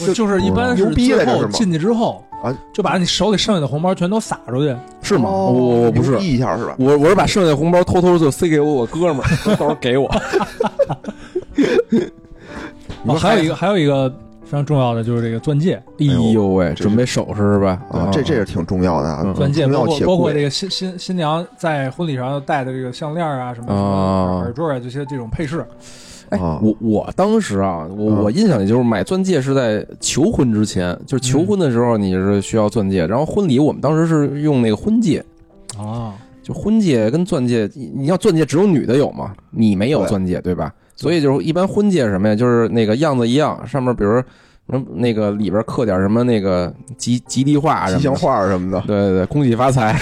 S3: 我就是
S2: 嗯
S3: 一般是
S1: 牛逼来
S3: 最
S1: 着是
S3: 后
S1: 吗
S3: 进去之后
S1: 啊，
S3: 就把你手里剩下的红包全都撒出去，
S2: 是吗？
S1: 哦
S2: 我我不是
S1: 牛，逼一下是吧？
S2: 我我是把剩下的红包偷偷就塞给我我哥们儿，到时候 给我。你
S3: 哦，
S2: 说
S1: 哎
S3: 还有一个，还有一个非常重要的就是这个钻戒，
S2: 哎呦喂，
S1: 这是
S2: 准备首饰是吧？
S1: 啊，这这是挺重要的啊
S2: 嗯，
S3: 钻戒
S1: 重
S3: 包
S1: 要
S3: 括
S1: 且
S3: 包括
S1: 贵
S3: 这个新新新娘在婚礼上要戴的这个项链啊，什么什
S2: 啊
S3: 么耳坠啊，这些这种配饰，
S2: 哎，
S1: 啊
S2: 我我当时啊，我
S1: 嗯
S2: 我印象里就是买钻戒是在求婚之前，就是求
S1: 嗯
S2: 婚的时候你是需要钻戒，然后婚礼我们当时是用那个婚戒，
S3: 啊，
S2: 就婚戒跟钻戒，你你要钻戒只有女的有嘛，你没有
S1: 对
S2: 钻戒对吧？所以就是一般婚戒是什么呀，就是那个样子一样，上面比如什么那个里边刻点什么那个吉吉利话什
S1: 吉祥
S2: 么的，
S1: 话什么的。
S2: 对对对，恭喜发财。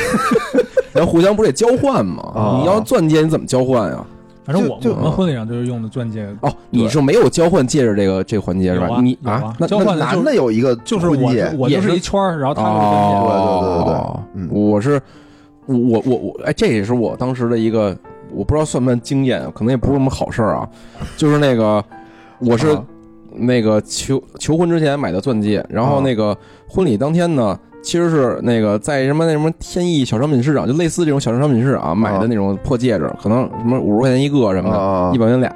S2: 然后互相不是得交换吗
S1: 啊？
S2: 你要钻戒你怎么交换呀？
S3: 反正我
S1: 就就
S3: 我们婚礼上就是用的钻戒，
S2: 哦，你是没有交换戒指这个这个环节是
S3: 有
S2: 吧？
S3: 啊
S2: 你
S3: 有啊，
S2: 那
S3: 交
S1: 那
S3: 换的
S1: 男
S3: 就是
S1: 的有一个
S3: 就是
S1: 婚
S3: 我
S1: 戒
S3: 我
S2: 也
S3: 就是是一圈儿，然后他就是钻戒，
S1: 对对
S2: 哦，
S1: 对对对嗯
S2: 我是我我我我，哎，这也是我当时的一个，我不知道算不算经验，啊可能也不是什么好事儿啊，就是那个我是
S1: 啊
S2: 那个求求婚之前买的钻戒，然后
S1: 啊
S2: 那个婚礼当天呢，其实是那个在什么那什么天意小商品市场，就类似这种小商品市场啊买
S3: 啊
S2: 的那种破戒指，可能什么五十块钱一个什么的，
S1: 啊
S2: 一百元俩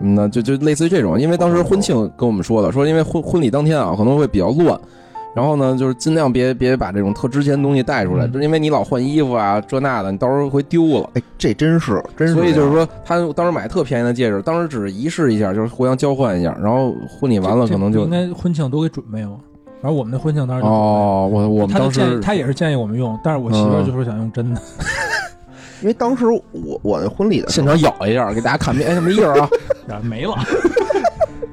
S2: 什么的，就就类似于这种。因为当时婚庆跟我们说的，说因为婚婚礼当天啊可能会比较乱，然后呢就是尽量别别把这种特值钱的东西带出来，
S3: 嗯
S2: 就是因为你老换衣服啊这那的，你到时候会丢了。
S1: 哎，这真是真是这样，
S2: 所以就是说，他当时买特便宜的戒指，当时只是仪式一下，就是互相交换一下，然后婚礼完了
S3: 这
S2: 可能
S3: 这
S2: 就
S3: 应该婚庆都给准备嘛，反正我们那婚庆当时就准备了。
S2: 哦，我我们
S3: 他就
S2: 当
S3: 建议
S2: 时
S3: 他也是建议我们用，但是我媳妇儿
S2: 嗯
S3: 就说想用真的，
S1: 因为当时我我那婚礼 的时
S2: 现
S1: 候，
S2: 场咬一下，给大家看没哎没印儿 啊，
S3: 然后没了，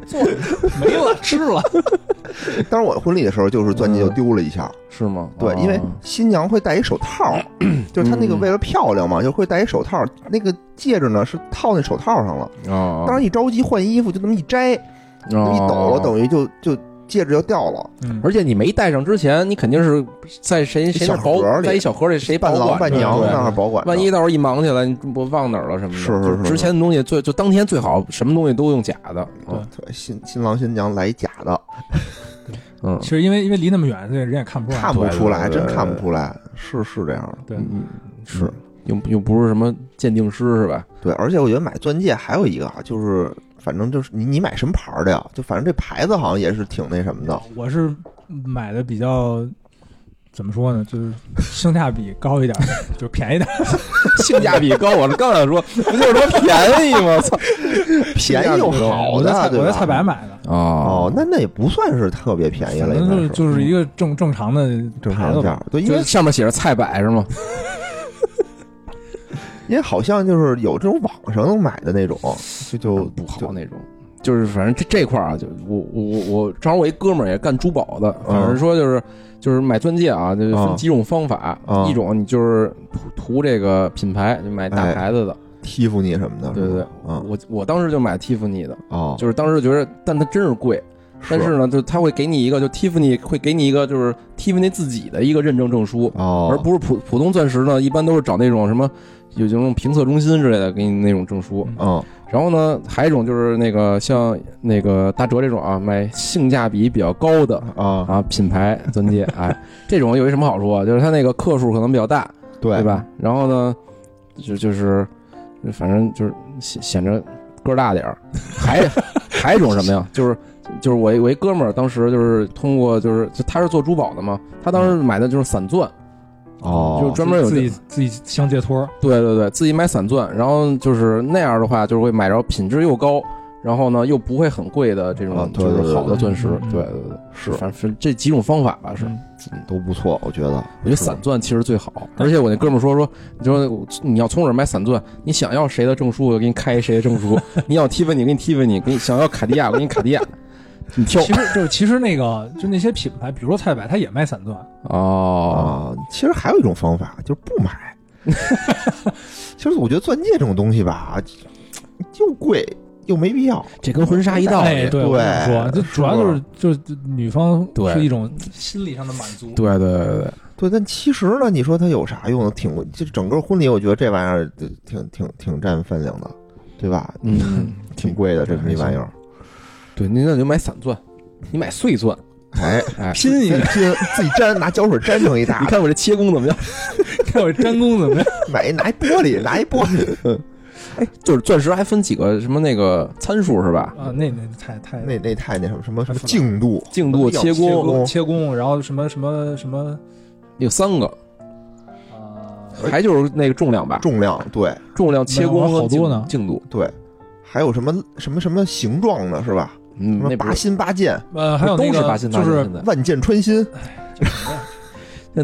S3: 做没了吃了，
S1: 当时我婚礼的时候就是钻戒就
S2: 嗯哦
S1: 丢了一下，
S2: 是吗？
S1: 对，因为新娘会戴一手套， 就是她那个
S2: 嗯
S1: 为了漂亮嘛，就会戴一手套，那个戒指呢是套那手套上了，
S2: 哦，
S1: 当时一着急换衣服就那么一摘，就一抖，
S2: 于。
S1: 等于就就戒指就掉了，
S3: 嗯
S2: 而且你没带上之前，你肯定是在谁谁那儿
S1: 小盒
S2: 保，
S1: 里
S2: 在一小盒里谁保
S1: 伴郎
S2: 管
S1: 伴
S2: 着
S1: 娘
S2: 对
S1: 那儿保管着，
S2: 万一到时候一忙起来，你我忘哪儿了什么的，
S1: 是是
S2: 就是之前的东西最就当天最好，什么东西都用假的。啊
S3: 对
S1: 对新新郎新娘来一假的，
S2: 嗯
S3: 其，实因为因为离那么远，所以人也看不出来。
S1: 看不出来，
S2: 对对
S1: 真
S2: 对
S1: 看不出来，是是这样的。
S3: 对，
S2: 嗯，
S1: 是
S2: 又又不是什么鉴定师是吧？
S1: 对，而且我觉得买钻戒还有一个啊，就是反正就是你你买什么牌儿的呀？就反正这牌子好像也是挺那什么的，哦
S3: 我是买的比较怎么说呢，就是性价比高一点，就是便宜点。
S2: 性价比高，我刚想说，不就是说便宜吗？ 操
S1: 便宜又好
S3: 我在
S1: 的，
S3: 菜
S1: 对
S3: 我在
S1: 吧
S3: 菜百买的，
S1: 哦
S2: 哦，，
S1: 那那也不算是特别便宜
S3: 可
S1: 了，
S3: 能
S1: 应
S3: 就是
S1: 该是
S3: 就是一个正正常的
S1: 正
S3: 牌
S1: 常
S3: 子
S1: 价
S3: 吧。
S1: 儿。对，因为
S2: 就上面写着菜百是吗？
S1: 因为好像就是有这种网上能买的那种，就就
S2: 不好
S1: 就
S2: 那种。就是反正这这块儿啊，就我我我我，正好我一哥们儿也干珠宝的，
S1: 嗯
S2: 反正说就是就是买钻戒啊，就是分
S1: 嗯
S2: 几种方法，
S1: 嗯
S2: 一种你就是图图这个品牌，就买
S1: 哎
S2: 大牌子的，
S1: 欺负你什么的，
S2: 对对对
S1: 是吧，嗯
S2: 我我当时就买 Tiffany 的，
S1: 哦，
S2: 就是当时觉得，但它真是贵，但是呢，就他会给你一个，就 Tiffany 会给你一个就是 Tiffany 自己的一个认证证书，
S1: 哦，
S2: 而不是普普通钻石呢，一般都是找那种什么有这种评测中心之类的给你那种证书，
S1: 嗯
S2: 然后呢，还有一种就是那个像那个大哲这种啊，买性价比比较高的
S1: 啊，
S2: 啊品牌钻戒，哎，这种有一什么好处啊？就是它那个克数可能比较大，
S1: 对
S2: 对？吧？然后呢，就就是反正就是显显着个儿大点儿。还还有一种什么呀？就是就是我一我一哥们儿当时就是通过就是就他是做珠宝的嘛，他当时买的就是散钻，
S1: 哦，
S2: 就专门有
S3: 自己自己镶戒托儿，
S2: 对对对，自己买散钻，然后就是那样的话，就是会买着品质又高，然后呢又不会很贵的这
S1: 啊
S2: 种，
S1: 对
S2: 就是好的
S1: 对对
S2: 钻石
S3: 嗯。嗯
S2: 对对对，
S1: 是
S2: 反正这几种方法吧，是。
S3: 嗯
S1: 都不错，我觉得。
S2: 我觉得散钻其实最好，而且我那哥们儿说说，你说你要从我这儿买散钻，你想要谁的证书，我就给你开谁的证书；你要 Tiffany，给你 Tiffany；给你想要卡地亚，我给你卡地亚。你挑
S3: 其实就是其实那个就那些品牌，比如说菜百，它也卖散钻，
S2: 哦，
S1: 啊，其实还有一种方法就是不买。其实我觉得钻戒这种东西吧，又贵又没必要。
S2: 这跟婚纱一道
S3: 哎，
S2: 理。
S3: 对，
S1: 对
S3: 我跟你说，就主要就是就是女方
S2: 对
S3: 是一种心理上的满足，
S2: 对对对对，
S1: 对，但其实呢，你说它有啥用呢？挺，这整个婚礼，我觉得这玩意儿呃挺挺挺占分量的，对吧？
S2: 嗯，
S1: 挺贵的，这
S2: 还
S1: 么一玩意儿。
S2: 对，您那你就买散钻，你买碎钻，
S1: 哎，
S2: 哎，
S3: 拼
S1: 自己
S3: 一下，
S1: 拼，自己粘，拿胶水粘成一
S2: 你
S1: 大，
S2: 看我这切工怎么样？
S3: 看我粘工怎么样？
S1: 买一拿一玻璃，拿一玻璃，
S2: 哎，就是钻石还分几个什么那个参数是
S1: 呃
S2: 吧？
S3: 啊，那那太太
S1: 那那太那什么什么什么
S3: 太复杂
S1: 净度，
S2: 净度、
S1: 要
S2: 切
S1: 切
S2: 工
S1: 工
S3: 切工，然后什么什么什么
S2: 有三个，
S3: 啊，
S1: 哎
S2: 还就是那个重量吧，
S1: 重量，对
S2: 重量、切工
S3: 那
S2: 和
S3: 好多呢
S2: 净净度，
S1: 对，还有什么什么什么形状呢？是吧？
S2: 嗯
S1: 什，么
S2: 那
S1: 八
S2: 不是
S1: 心八箭，
S3: 呃，还有
S2: 都
S3: 那
S2: 是
S3: 个
S2: 八心八
S3: 就
S2: 箭
S3: 是
S2: 现在
S1: 万箭穿心，
S3: 就是什么呀
S2: 那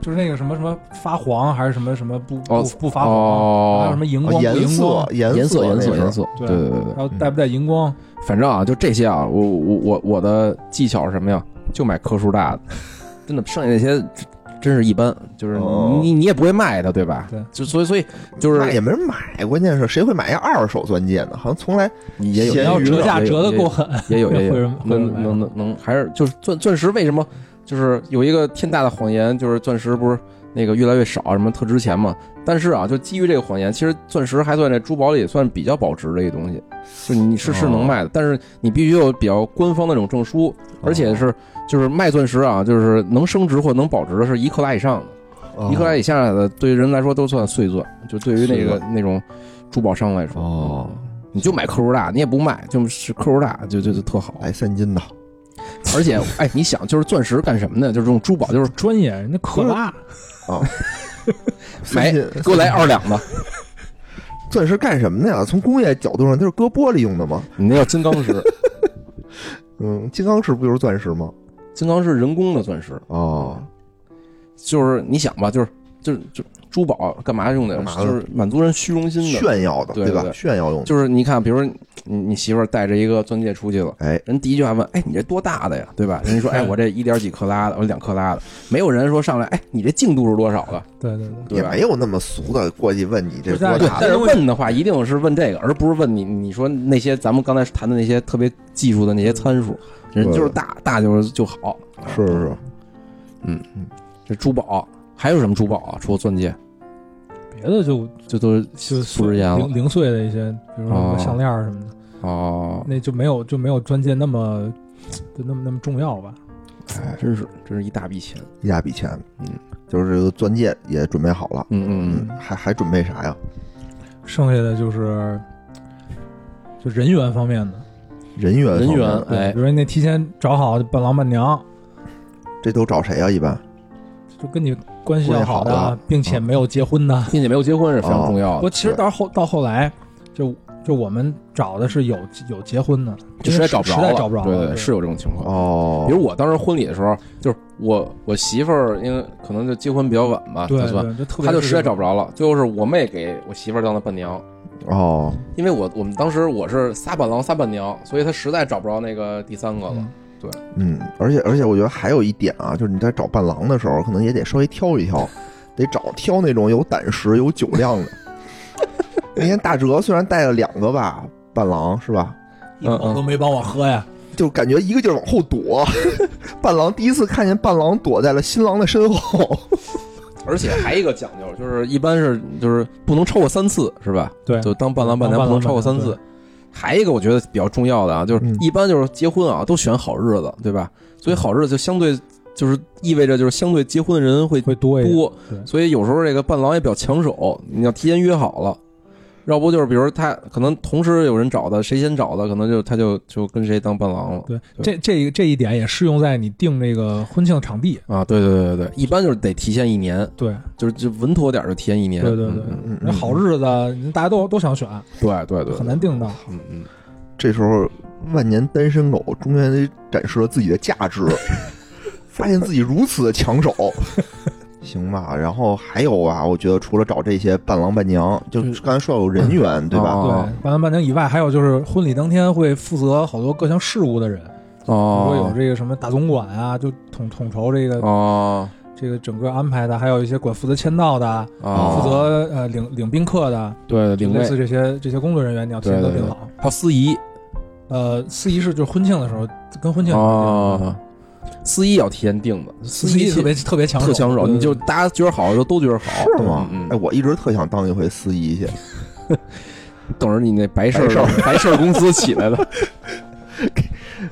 S3: 就是那个什么什么发黄还是什么什么不
S2: 哦
S3: 不不发黄，还有什
S2: 哦，
S3: 么荧
S1: 啊
S3: 光不
S1: 颜
S3: 荧
S1: 色
S3: 光，
S1: 颜
S2: 颜色、嗯
S1: 色
S2: 颜色、颜
S1: 色，
S2: 色，对
S3: 对
S2: 对对对。
S3: 还有带不带荧光？
S2: 反正啊，就这些啊，我我我我的技巧是什么呀？就买颗数大的，真的，剩下那些真真是一般，就是你、
S1: 哦
S2: 你你也不会卖的，对吧？
S3: 对，
S2: 就所以所以就是
S1: 那也没人买，关键是谁会买一二手钻戒呢？好像从来
S2: 也有
S1: 闲鱼
S3: 你要
S1: 的
S3: 折价
S2: 也有
S3: 折的够狠，
S2: 也有也 有
S3: 会
S2: 也有
S3: 人会人
S2: 能
S3: 买
S2: 能能能还是就是钻钻石为什么就是有一个天大的谎言，就是钻石不是那个越来越少，什么特值钱嘛？但是啊，就基于这个谎言，其实钻石还算这珠宝里也算比较保值的一个东西，就你
S1: 哦
S2: 是是能卖的，但是你必须有比较官方的那种证书，而
S1: 哦
S2: 且是就是卖钻石啊，就是能升值或能保值的是一克拉以上的。一克拉以下的，对于人来说都算碎钻，就对于那
S1: 哦碎
S2: 个那种珠宝商来说，
S1: 哦，
S2: 你就买克数大，你也不卖，就是克数大，就就就特好。
S1: 来三斤的，
S2: 而且，哎，你想，就是钻石干什么呢？就是这种珠宝，就是
S3: 专业人家可拉，
S1: 三斤
S2: 给我来二两的，
S1: 钻石干什么的呀？从工业角度上，它是割玻璃用的吗？
S2: 你那叫金刚石，
S1: 嗯，金刚石不就是钻石吗？
S2: 金刚是人工的钻石，
S1: 哦，
S2: 就是你想吧，就是就是就珠宝干嘛用的
S1: 干？嘛的
S2: 就是满足人虚荣心的。
S1: 炫耀的，
S2: 对
S1: 吧
S2: 对？
S1: 炫耀用的，
S2: 就是你看，比如说你你媳妇儿带着一个钻戒出去了，
S1: 哎，
S2: 人第一句话问，哎，你这多大的呀？对吧？人家说，哎，我这一点几克拉的，我两克拉的，没有人说上来，哎，你这净度是多少的？
S3: 对对对。
S2: 对
S1: 也
S2: 啊吧
S1: 没？有那么俗的过去啊问你这
S3: 不是
S1: 多
S3: 对
S1: 大
S2: 但
S1: 的
S2: 是问的话，一定是问这个，而不是问你你说那些咱们刚才谈的那些特别技术的那些参数，人就是大大就是就好。
S1: 是是是，
S2: 这珠宝还有什么珠宝啊？除了钻戒，
S3: 别的就
S2: 这都是
S3: 就
S2: 不值钱了
S3: 零零碎的一些，比如说什
S2: 哦
S3: 么项链儿什么的，
S2: 哦，
S3: 那就没有就没有钻戒那么就那么那么重要吧？
S1: 哎，
S2: 真是真是一大笔钱。
S1: 一大笔钱，
S2: 嗯，
S1: 就是这个钻戒也准备好了，
S2: 嗯嗯
S1: 嗯，还还准备啥呀？
S3: 剩下的就是就人员方面的，
S1: 人员
S2: 嗯，人
S1: 方面
S2: 员
S1: 哎
S3: 对，
S2: 哎
S3: 比，如说你得提前找好伴郎伴娘，
S1: 这都找谁啊？一般
S3: 就跟你关系要好
S1: 关系好的
S3: 的，并且没有结婚的。
S2: 并且没有结婚是非常重要
S3: 我
S2: 的，
S3: 其实到后到后来，就就我们找的是有有结婚的，
S2: 就
S3: 因
S2: 实
S3: 为
S2: 在找不着
S3: 实在
S2: 了。
S3: 找不着
S2: 对对
S3: 了，
S2: 对，是啊有这种情况。
S1: 哦，
S2: 比如我当时婚礼的时候，就是我我媳妇儿，因为可能就结婚比较晚吧，
S3: 对
S2: 她算，
S3: 对，就特别
S2: 她就实在找
S3: 不
S2: 不着了。最后是我妹给我媳妇儿当的伴娘，
S1: 哦，
S2: 因为我我们当时我是仨伴郎仨伴娘，所以他实在找不着那个第三个了。
S1: 嗯，而且而且我觉得还有一点啊，就是你在找伴郎的时候，可能也得稍微挑一挑，得找挑那种有胆识、有酒量的。那天大哲虽然带了两个吧伴郎是吧，
S2: 嗯
S3: 一口都没帮我喝呀，
S1: 就感觉一个劲儿往后躲。 伴郎第一次看见伴郎躲在了新郎的身后，
S2: 而且还一个讲究，就是一般是就是不能超过三次，是吧？
S3: 对
S2: 就当伴郎伴娘
S3: 当伴
S2: 不
S3: 郎
S2: 能超过三
S3: 伴
S2: 次
S3: 娘。
S2: 还一个我觉得比较重要的啊，就是
S1: 嗯
S2: 一般就是结婚啊都选好日子，对吧？所以好日子就相对就是意味着就是相对结婚的人会
S3: 会多一点。
S2: 多
S3: 对，
S2: 所以有时候这个伴郎也比较抢手，你要提前约好了。要不就是，比如他可能同时有人找的，谁先找的，可能就他就就跟谁当伴郎了。
S3: 对，
S2: 对
S3: 这这一这一点也适用在你定这个婚庆场地。
S2: 啊，对对对对对，一般就是得提前一年，
S3: 对
S2: 就是就稳妥点儿就提前一年。
S3: 对对
S2: 嗯嗯
S1: 嗯
S3: 人好日子，人大家都都想选，
S2: 对对对，
S3: 很难定到。
S2: 嗯嗯，
S1: 这时候万年单身狗终于展示了自己的价值，发现自己如此的抢手。行吧，然后还有啊，我觉得除了找这些伴郎伴娘，就
S2: 嗯
S1: 刚才说有人员对吧？
S2: 哦
S3: 啊对，伴郎伴娘以外，还有就是婚礼当天会负责好多各项事务的人，比如说
S2: 哦
S3: 有这个什么大总管啊，就统统筹这个、
S2: 哦
S3: 这个整个安排的，还有一些管负责签到的啊，
S2: 哦，
S3: 负责呃领领宾客的，
S2: 对领
S3: 类
S2: 位，
S3: 似这些这些工作人员，你要提前都
S2: 对对
S3: 定
S2: 对
S3: 好。
S2: 还有司仪
S3: 呃，司仪是就是婚庆的时候跟婚庆有关系
S2: 哦，司仪要提前定的，
S3: 司仪
S2: 其
S3: 特别特别抢手，
S2: 特抢手，
S3: 对
S2: 你就大家觉得好的时候都觉得好，
S1: 是吗？
S2: 嗯
S1: 哎，
S2: 嗯，
S1: 我一直特想当一回司仪去，
S2: 嗯等着你那白事
S1: 白事
S2: 儿白事儿公司起来了，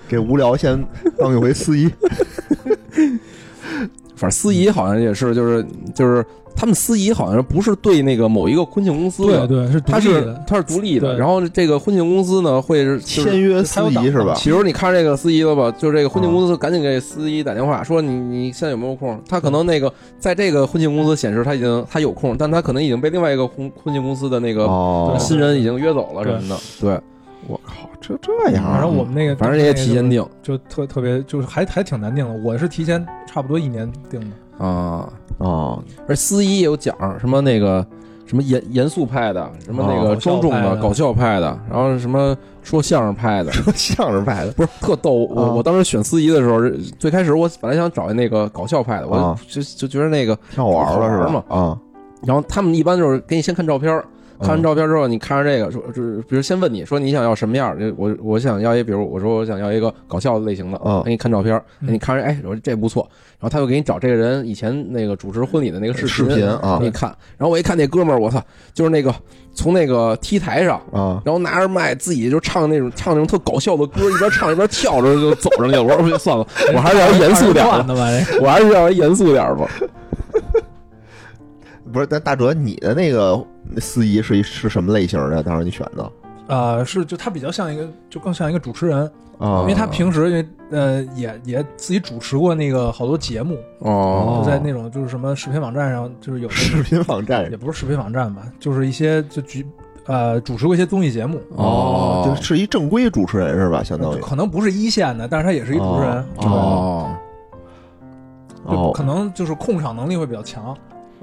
S1: 给无聊先当一回司仪。
S2: 反正司仪好像也是，就是就是他们司仪好像不是对那个某一个婚庆公司
S3: 对
S2: 的，
S3: 对是独
S2: 他
S3: 立
S2: 是
S3: 的，
S2: 他是独立的，
S3: 对
S2: 然后这个婚庆公司呢会是就是
S1: 签约司仪是吧？
S2: 啊其实你看这个司仪了吧，就是这个婚庆公司赶紧给司仪打电话说你你现在有没有空？他可能那个在这个婚庆公司显示他已经他有空，但他可能已经被另外一个婚婚庆公司的那个
S1: 哦
S2: 新人已经约走了什么的。对，
S1: 我靠，这这样啊，
S3: 反正我们那个
S2: 反正也提前
S3: 定，
S2: 定
S3: 就特特别就是还还挺难定的。我是提前差不多一年定的，
S2: 啊。
S1: 哦，
S2: 而司仪也有奖，什么那个什么严严肃派的，什么那
S1: 哦
S2: 个庄重的、
S3: 搞
S2: 搞笑派的，然后什么说相声派的，
S1: 说相声 派的
S2: 不是特逗。我、
S1: 啊
S2: 我当时选司仪的时候，最开始我本来想找那个搞笑派的，我就、
S1: 啊
S2: 就就觉得那个，
S1: 挺好玩的是
S2: 好玩
S1: 吧
S2: 嘛？
S1: 啊，
S2: 然后他们一般就是给你先看照片儿，看完
S1: 嗯
S2: 照片之后，你看着这个说，就是比如先问你说你想要什么样儿？这我我想要一，比如我说我想要一个搞笑类型的，
S1: 嗯
S2: 给你看照片儿，
S3: 嗯
S2: 给你看着，哎，我说这不错，然后他就给你找这个人以前那个主持婚礼的那个视
S1: 视频啊
S2: 给你看。然后我一看那哥们儿，我操，就是那个从那个 T 台上。
S1: 啊，
S2: 然后拿着麦自己就唱那种唱那种特搞笑的歌，一边唱一边跳着就走上去了。我说 不行算了，我还是要严肃点儿
S3: 换
S2: 吧，
S3: 的吧？这
S2: 我还是要严肃点儿吧。
S1: 不是，但大哲，你的那个司仪是一是什么类型的？当时你选的
S3: 呃，是就他比较像一个，就更像一个主持人，
S1: 啊
S2: 哦
S3: 因为他平时因为呃也也自己主持过那个好多节目，
S2: 哦
S3: 就在那种就是什么视频网站上，就是有
S1: 视频网站
S3: 也不是视频网站吧，就是一些就举呃主持过一些综艺节目，
S2: 哦
S1: 就是是一正规主持人是吧？相当于
S3: 可能不是一线的，但是他也是一主持人，
S1: 哦哦
S3: 对
S1: 哦
S3: 可能就是控场能力会比较强。
S1: 哦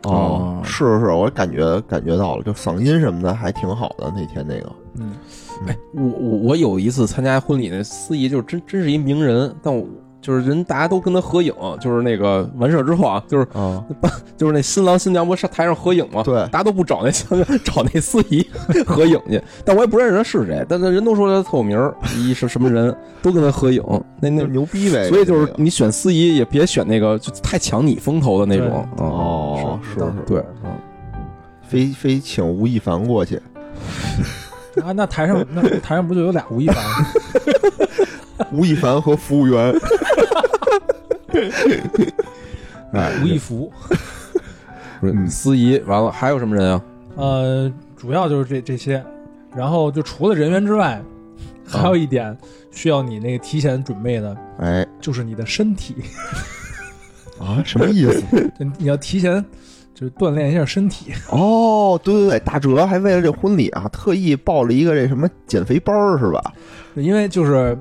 S2: 哦，
S1: 是是，我感觉感觉到了，就嗓音什么的还挺好的。那天那个
S3: 嗯，
S2: 哎，我我我有一次参加婚礼，那司仪就是真真是一名人，但我就是人大家都跟他合影，就是那个完事儿之后啊，就是
S1: 啊，
S2: 就是那新郎新娘不是上台上合影嘛，
S1: 对
S2: 大家都不找那 找那司仪合影去，但我也不认识他是谁，但是人都说他特有名儿，一是什么人，都跟他合影，那那
S1: 就是。牛逼呗。
S2: 所以就是
S1: 那个
S2: 你选司仪也别选那个就太抢你风头的那种
S3: 对
S2: 哦，
S1: 哦，是是，
S2: 对，
S1: 非非请吴亦凡过去，
S3: 啊，那台上那 台上不就有俩吴亦凡
S1: 啊
S3: 吗？
S1: 吴亦凡和服务员。 哎，
S3: 吴亦孚，
S2: 不是
S1: 嗯
S2: 司仪完了还有什么人啊？
S3: 呃，主要就是这这些，然后就除了人员之外，还有一点需要你那个提前准备的，
S1: 哎
S3: 就是你的身体，
S1: 啊，什么意思？
S3: 你要提前就是锻炼一下身体。
S1: 哦，对对对，大哲还为了这婚礼啊，特意报了一个这什么减肥班儿是吧？
S3: 因为就是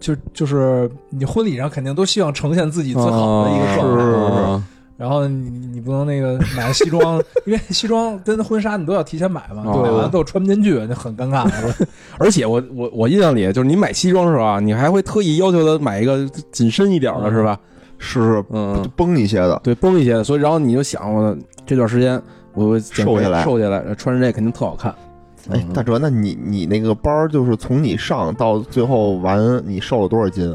S3: 就就是你婚礼上肯定都希望呈现自己最好的一个状态，
S1: 哦
S2: 啊
S3: 然后你你你不能那个买西装， 因为西装跟婚纱你都要提前买嘛，
S2: 哦
S3: 对买完都穿不进去，那很尴尬。
S2: 而且我我我印象里，就是你买西装的时候啊，你还会特意要求他买一个紧身一点的，
S1: 嗯
S2: 是吧？
S1: 是是
S2: 嗯，
S1: 崩一些的，
S2: 对，绷一些的。所以然后你就想，我这段时间我我减
S1: 瘦
S2: 肥
S1: 下来
S2: 瘦下来，穿着这肯定特好看。嗯
S1: 哎，大哲，那你你那个班儿就是从你上到最后完，你瘦了多少斤？ 啊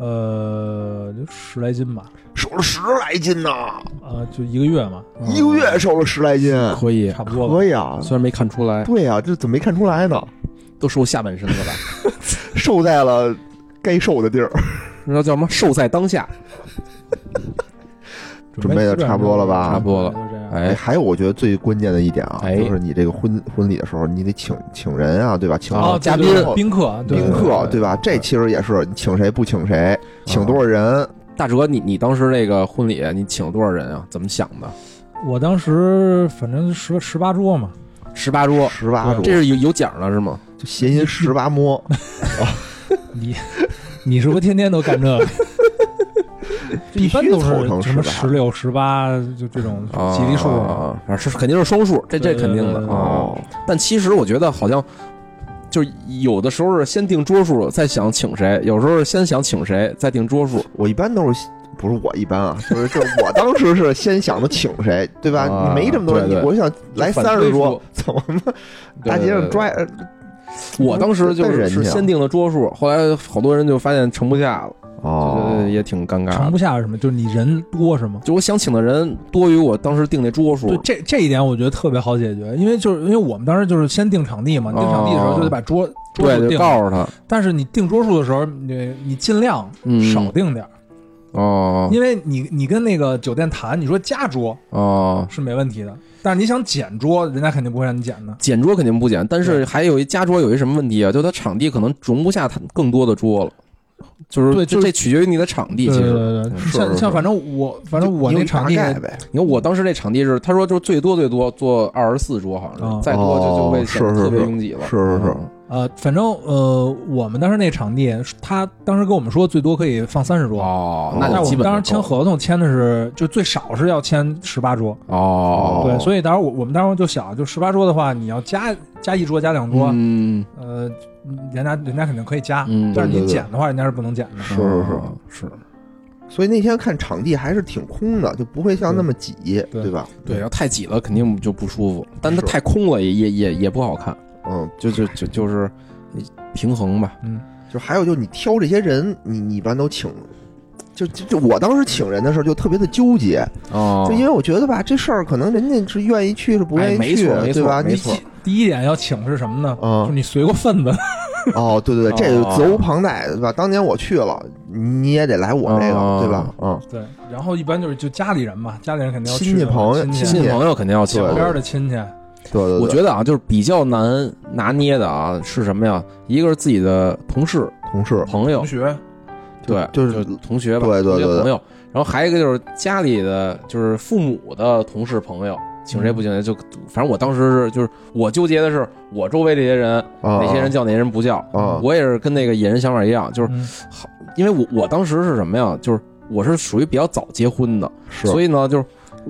S3: 呃，就十来斤吧，
S1: 瘦了十来斤呐、
S3: 呃，就一个月嘛，
S2: 嗯
S1: 一个月瘦了十来斤，
S2: 可以，
S3: 差不多吧。
S1: 哦可以啊。
S2: 虽然没看出来，
S1: 对呀、啊这怎么没看出来呢？
S2: 都瘦下半身了吧？
S1: 瘦在了该瘦的地儿，
S2: 那叫什么？瘦在当下。
S1: 准备得差不多了吧
S2: 差不多了
S3: 就这样。
S1: 哎，
S2: 哎，
S1: 还有我觉得最关键的一点啊，
S2: 哎
S1: 就是你这个婚婚礼的时候，你得请请人啊，对吧？请
S2: 啊
S3: 哦，
S2: 嘉
S3: 对
S2: 宾
S3: 对对宾客，对
S1: 宾
S3: 对
S1: 客，对吧？这其实也是你请谁不请谁，请多少人，
S2: 大哲，你你当时那个婚礼，你请了多少人啊？怎么想的？
S3: 我当时反正十十八桌嘛，
S2: 十八桌，
S1: 十八桌，
S2: 这是有有奖的是吗？
S1: 就谐音十八摸，
S3: 你 你是不是天天都干这 个？就一般都
S1: 必须凑成哦
S3: 是什么
S1: 18
S3: 十六、十八，就这种
S2: 啊
S3: 吉利数嘛。
S2: 啊，是肯定是双数，这这
S3: 对
S2: 肯定的
S3: 对对对
S2: 啊
S1: 哦。
S2: 但其实我觉得好像就有的时候是先定桌数，再想请谁；有时候是先想请谁，再定桌数。
S1: 我一般都是不是我一般啊， 就是就是我当时是先想着请谁，对吧？
S2: 啊
S1: 你没这么多人，
S2: 对对
S1: 你我想来
S2: 反
S1: 三
S2: 推
S1: 十桌
S2: 出，
S1: 怎么大街上抓？呃
S2: 我当时就
S1: 奔
S2: 是
S1: 人啊
S2: 是
S1: 家
S2: 先定的桌数，后来好多人就发现盛不下了，
S1: 哦
S2: 就也挺尴尬
S3: 盛
S2: 的。
S3: 不下是什么？就是你人多是吗？
S2: 就我想请的人多于我当时定那桌数
S3: 对，，这这一点我觉得特别好解决，因为就是因为我们当时就是先定场地嘛，你定场地的时
S1: 哦
S3: 候就得把桌、桌数
S2: 对，就
S3: 定了
S2: 告诉他
S3: 但是你定桌数的时候，你你尽量
S2: 嗯
S3: 少定点儿，
S2: 哦
S3: 因为你你跟那个酒店谈，你说加桌
S2: 哦，
S3: 是没问题的，但是你想减桌，人家肯定不会让你减的。
S2: 捡桌肯定不捡，但是还有一加桌有一什么问题啊？就它场地可能容不下它更多的桌了，就是
S3: 对
S2: 就
S3: 就是
S2: 这取决于你的场地。
S3: 对
S2: 其
S3: 对
S2: 实
S3: 对对，
S1: 嗯是
S3: 像
S1: 是
S3: 像
S1: 是
S3: 反正我反正我那场地
S1: 你有一大概呗，
S2: 你看我当时那场地是，他说就是最多最多坐二十四桌，好像
S3: 哦
S2: 是，再多就就会显得
S1: 哦是是
S2: 特别
S1: 是
S2: 拥挤了。
S1: 是是是
S2: 嗯
S3: 呃，反正呃，我们当时那场地，他当时跟我们说最多可以放三十桌，
S2: 哦，
S1: 那
S2: 那
S3: 但
S2: 就
S3: 是我
S2: 基
S3: 们
S2: 本
S3: 当时
S2: 就够
S3: 签合同签的是就最少是要签十八桌，
S2: 哦，
S3: 对，
S2: 以
S3: 所以当时我我们当时就想，就十八桌的话，你要加加一桌加两桌，
S2: 嗯
S3: 呃，人家人家肯定可以加，
S2: 嗯
S3: 但是
S1: 对对对
S3: 你减的话，人家是不能减的。
S1: 是是是
S2: 哦是，
S1: 所以那天看场地还是挺空的，就不会像那么挤，
S3: 对
S1: 对吧？
S2: 对，要太挤了肯定就不舒服，但它
S1: 是
S2: 太空了也也也也不好看，
S1: 嗯，
S2: 就就就就是平衡吧。
S3: 嗯
S1: 就还有就你挑这些人，你你一般都请，就就就我当时请人的时候就特别的纠结，
S2: 哦
S1: 就因为我觉得吧，这事儿可能人家是愿意去是不愿
S2: 哎
S1: 意
S2: 没
S1: 去，
S2: 错没错
S1: 对吧？
S2: 没
S1: 你
S2: 错
S1: 挤
S3: 第一点要请是什么呢？
S1: 嗯
S3: 就是你随过 份子，
S1: 哦，对对对，这
S2: 哦
S1: 个责无旁贷，对吧？当年我去了，你也得来我这
S2: 哦
S1: 个，对吧？嗯，
S3: 对。然后一般就是就家里人嘛，家里人肯定要去
S1: 亲戚
S3: 的嘛
S1: 朋友
S3: 亲
S1: 亲
S3: 戚
S2: 亲戚朋友肯定要请
S1: 对。
S3: 旁边的亲戚，
S1: 对对对，
S2: 我觉得啊，就是比较难拿捏的啊，是什么呀？一个是自己的同事、
S1: 同事，
S2: 朋友
S3: 同，学，
S2: 对，
S1: 就是
S2: 同学吧，
S1: 对对
S2: 同学
S1: 对对
S2: 朋友。然后还有一个就是家里的，就是父母的同事朋友，请谁不请谁，就
S1: 嗯
S2: 反正我当时是就是我纠结的是我周围这些人，
S1: 啊
S2: 哪些人叫哪些人不叫。
S1: 啊
S2: 我也是跟那个野人想法一样，就是
S3: 嗯
S2: 因为我我当时是什么呀？就是我是属于比较早结婚的，
S1: 是，
S2: 所以呢，就是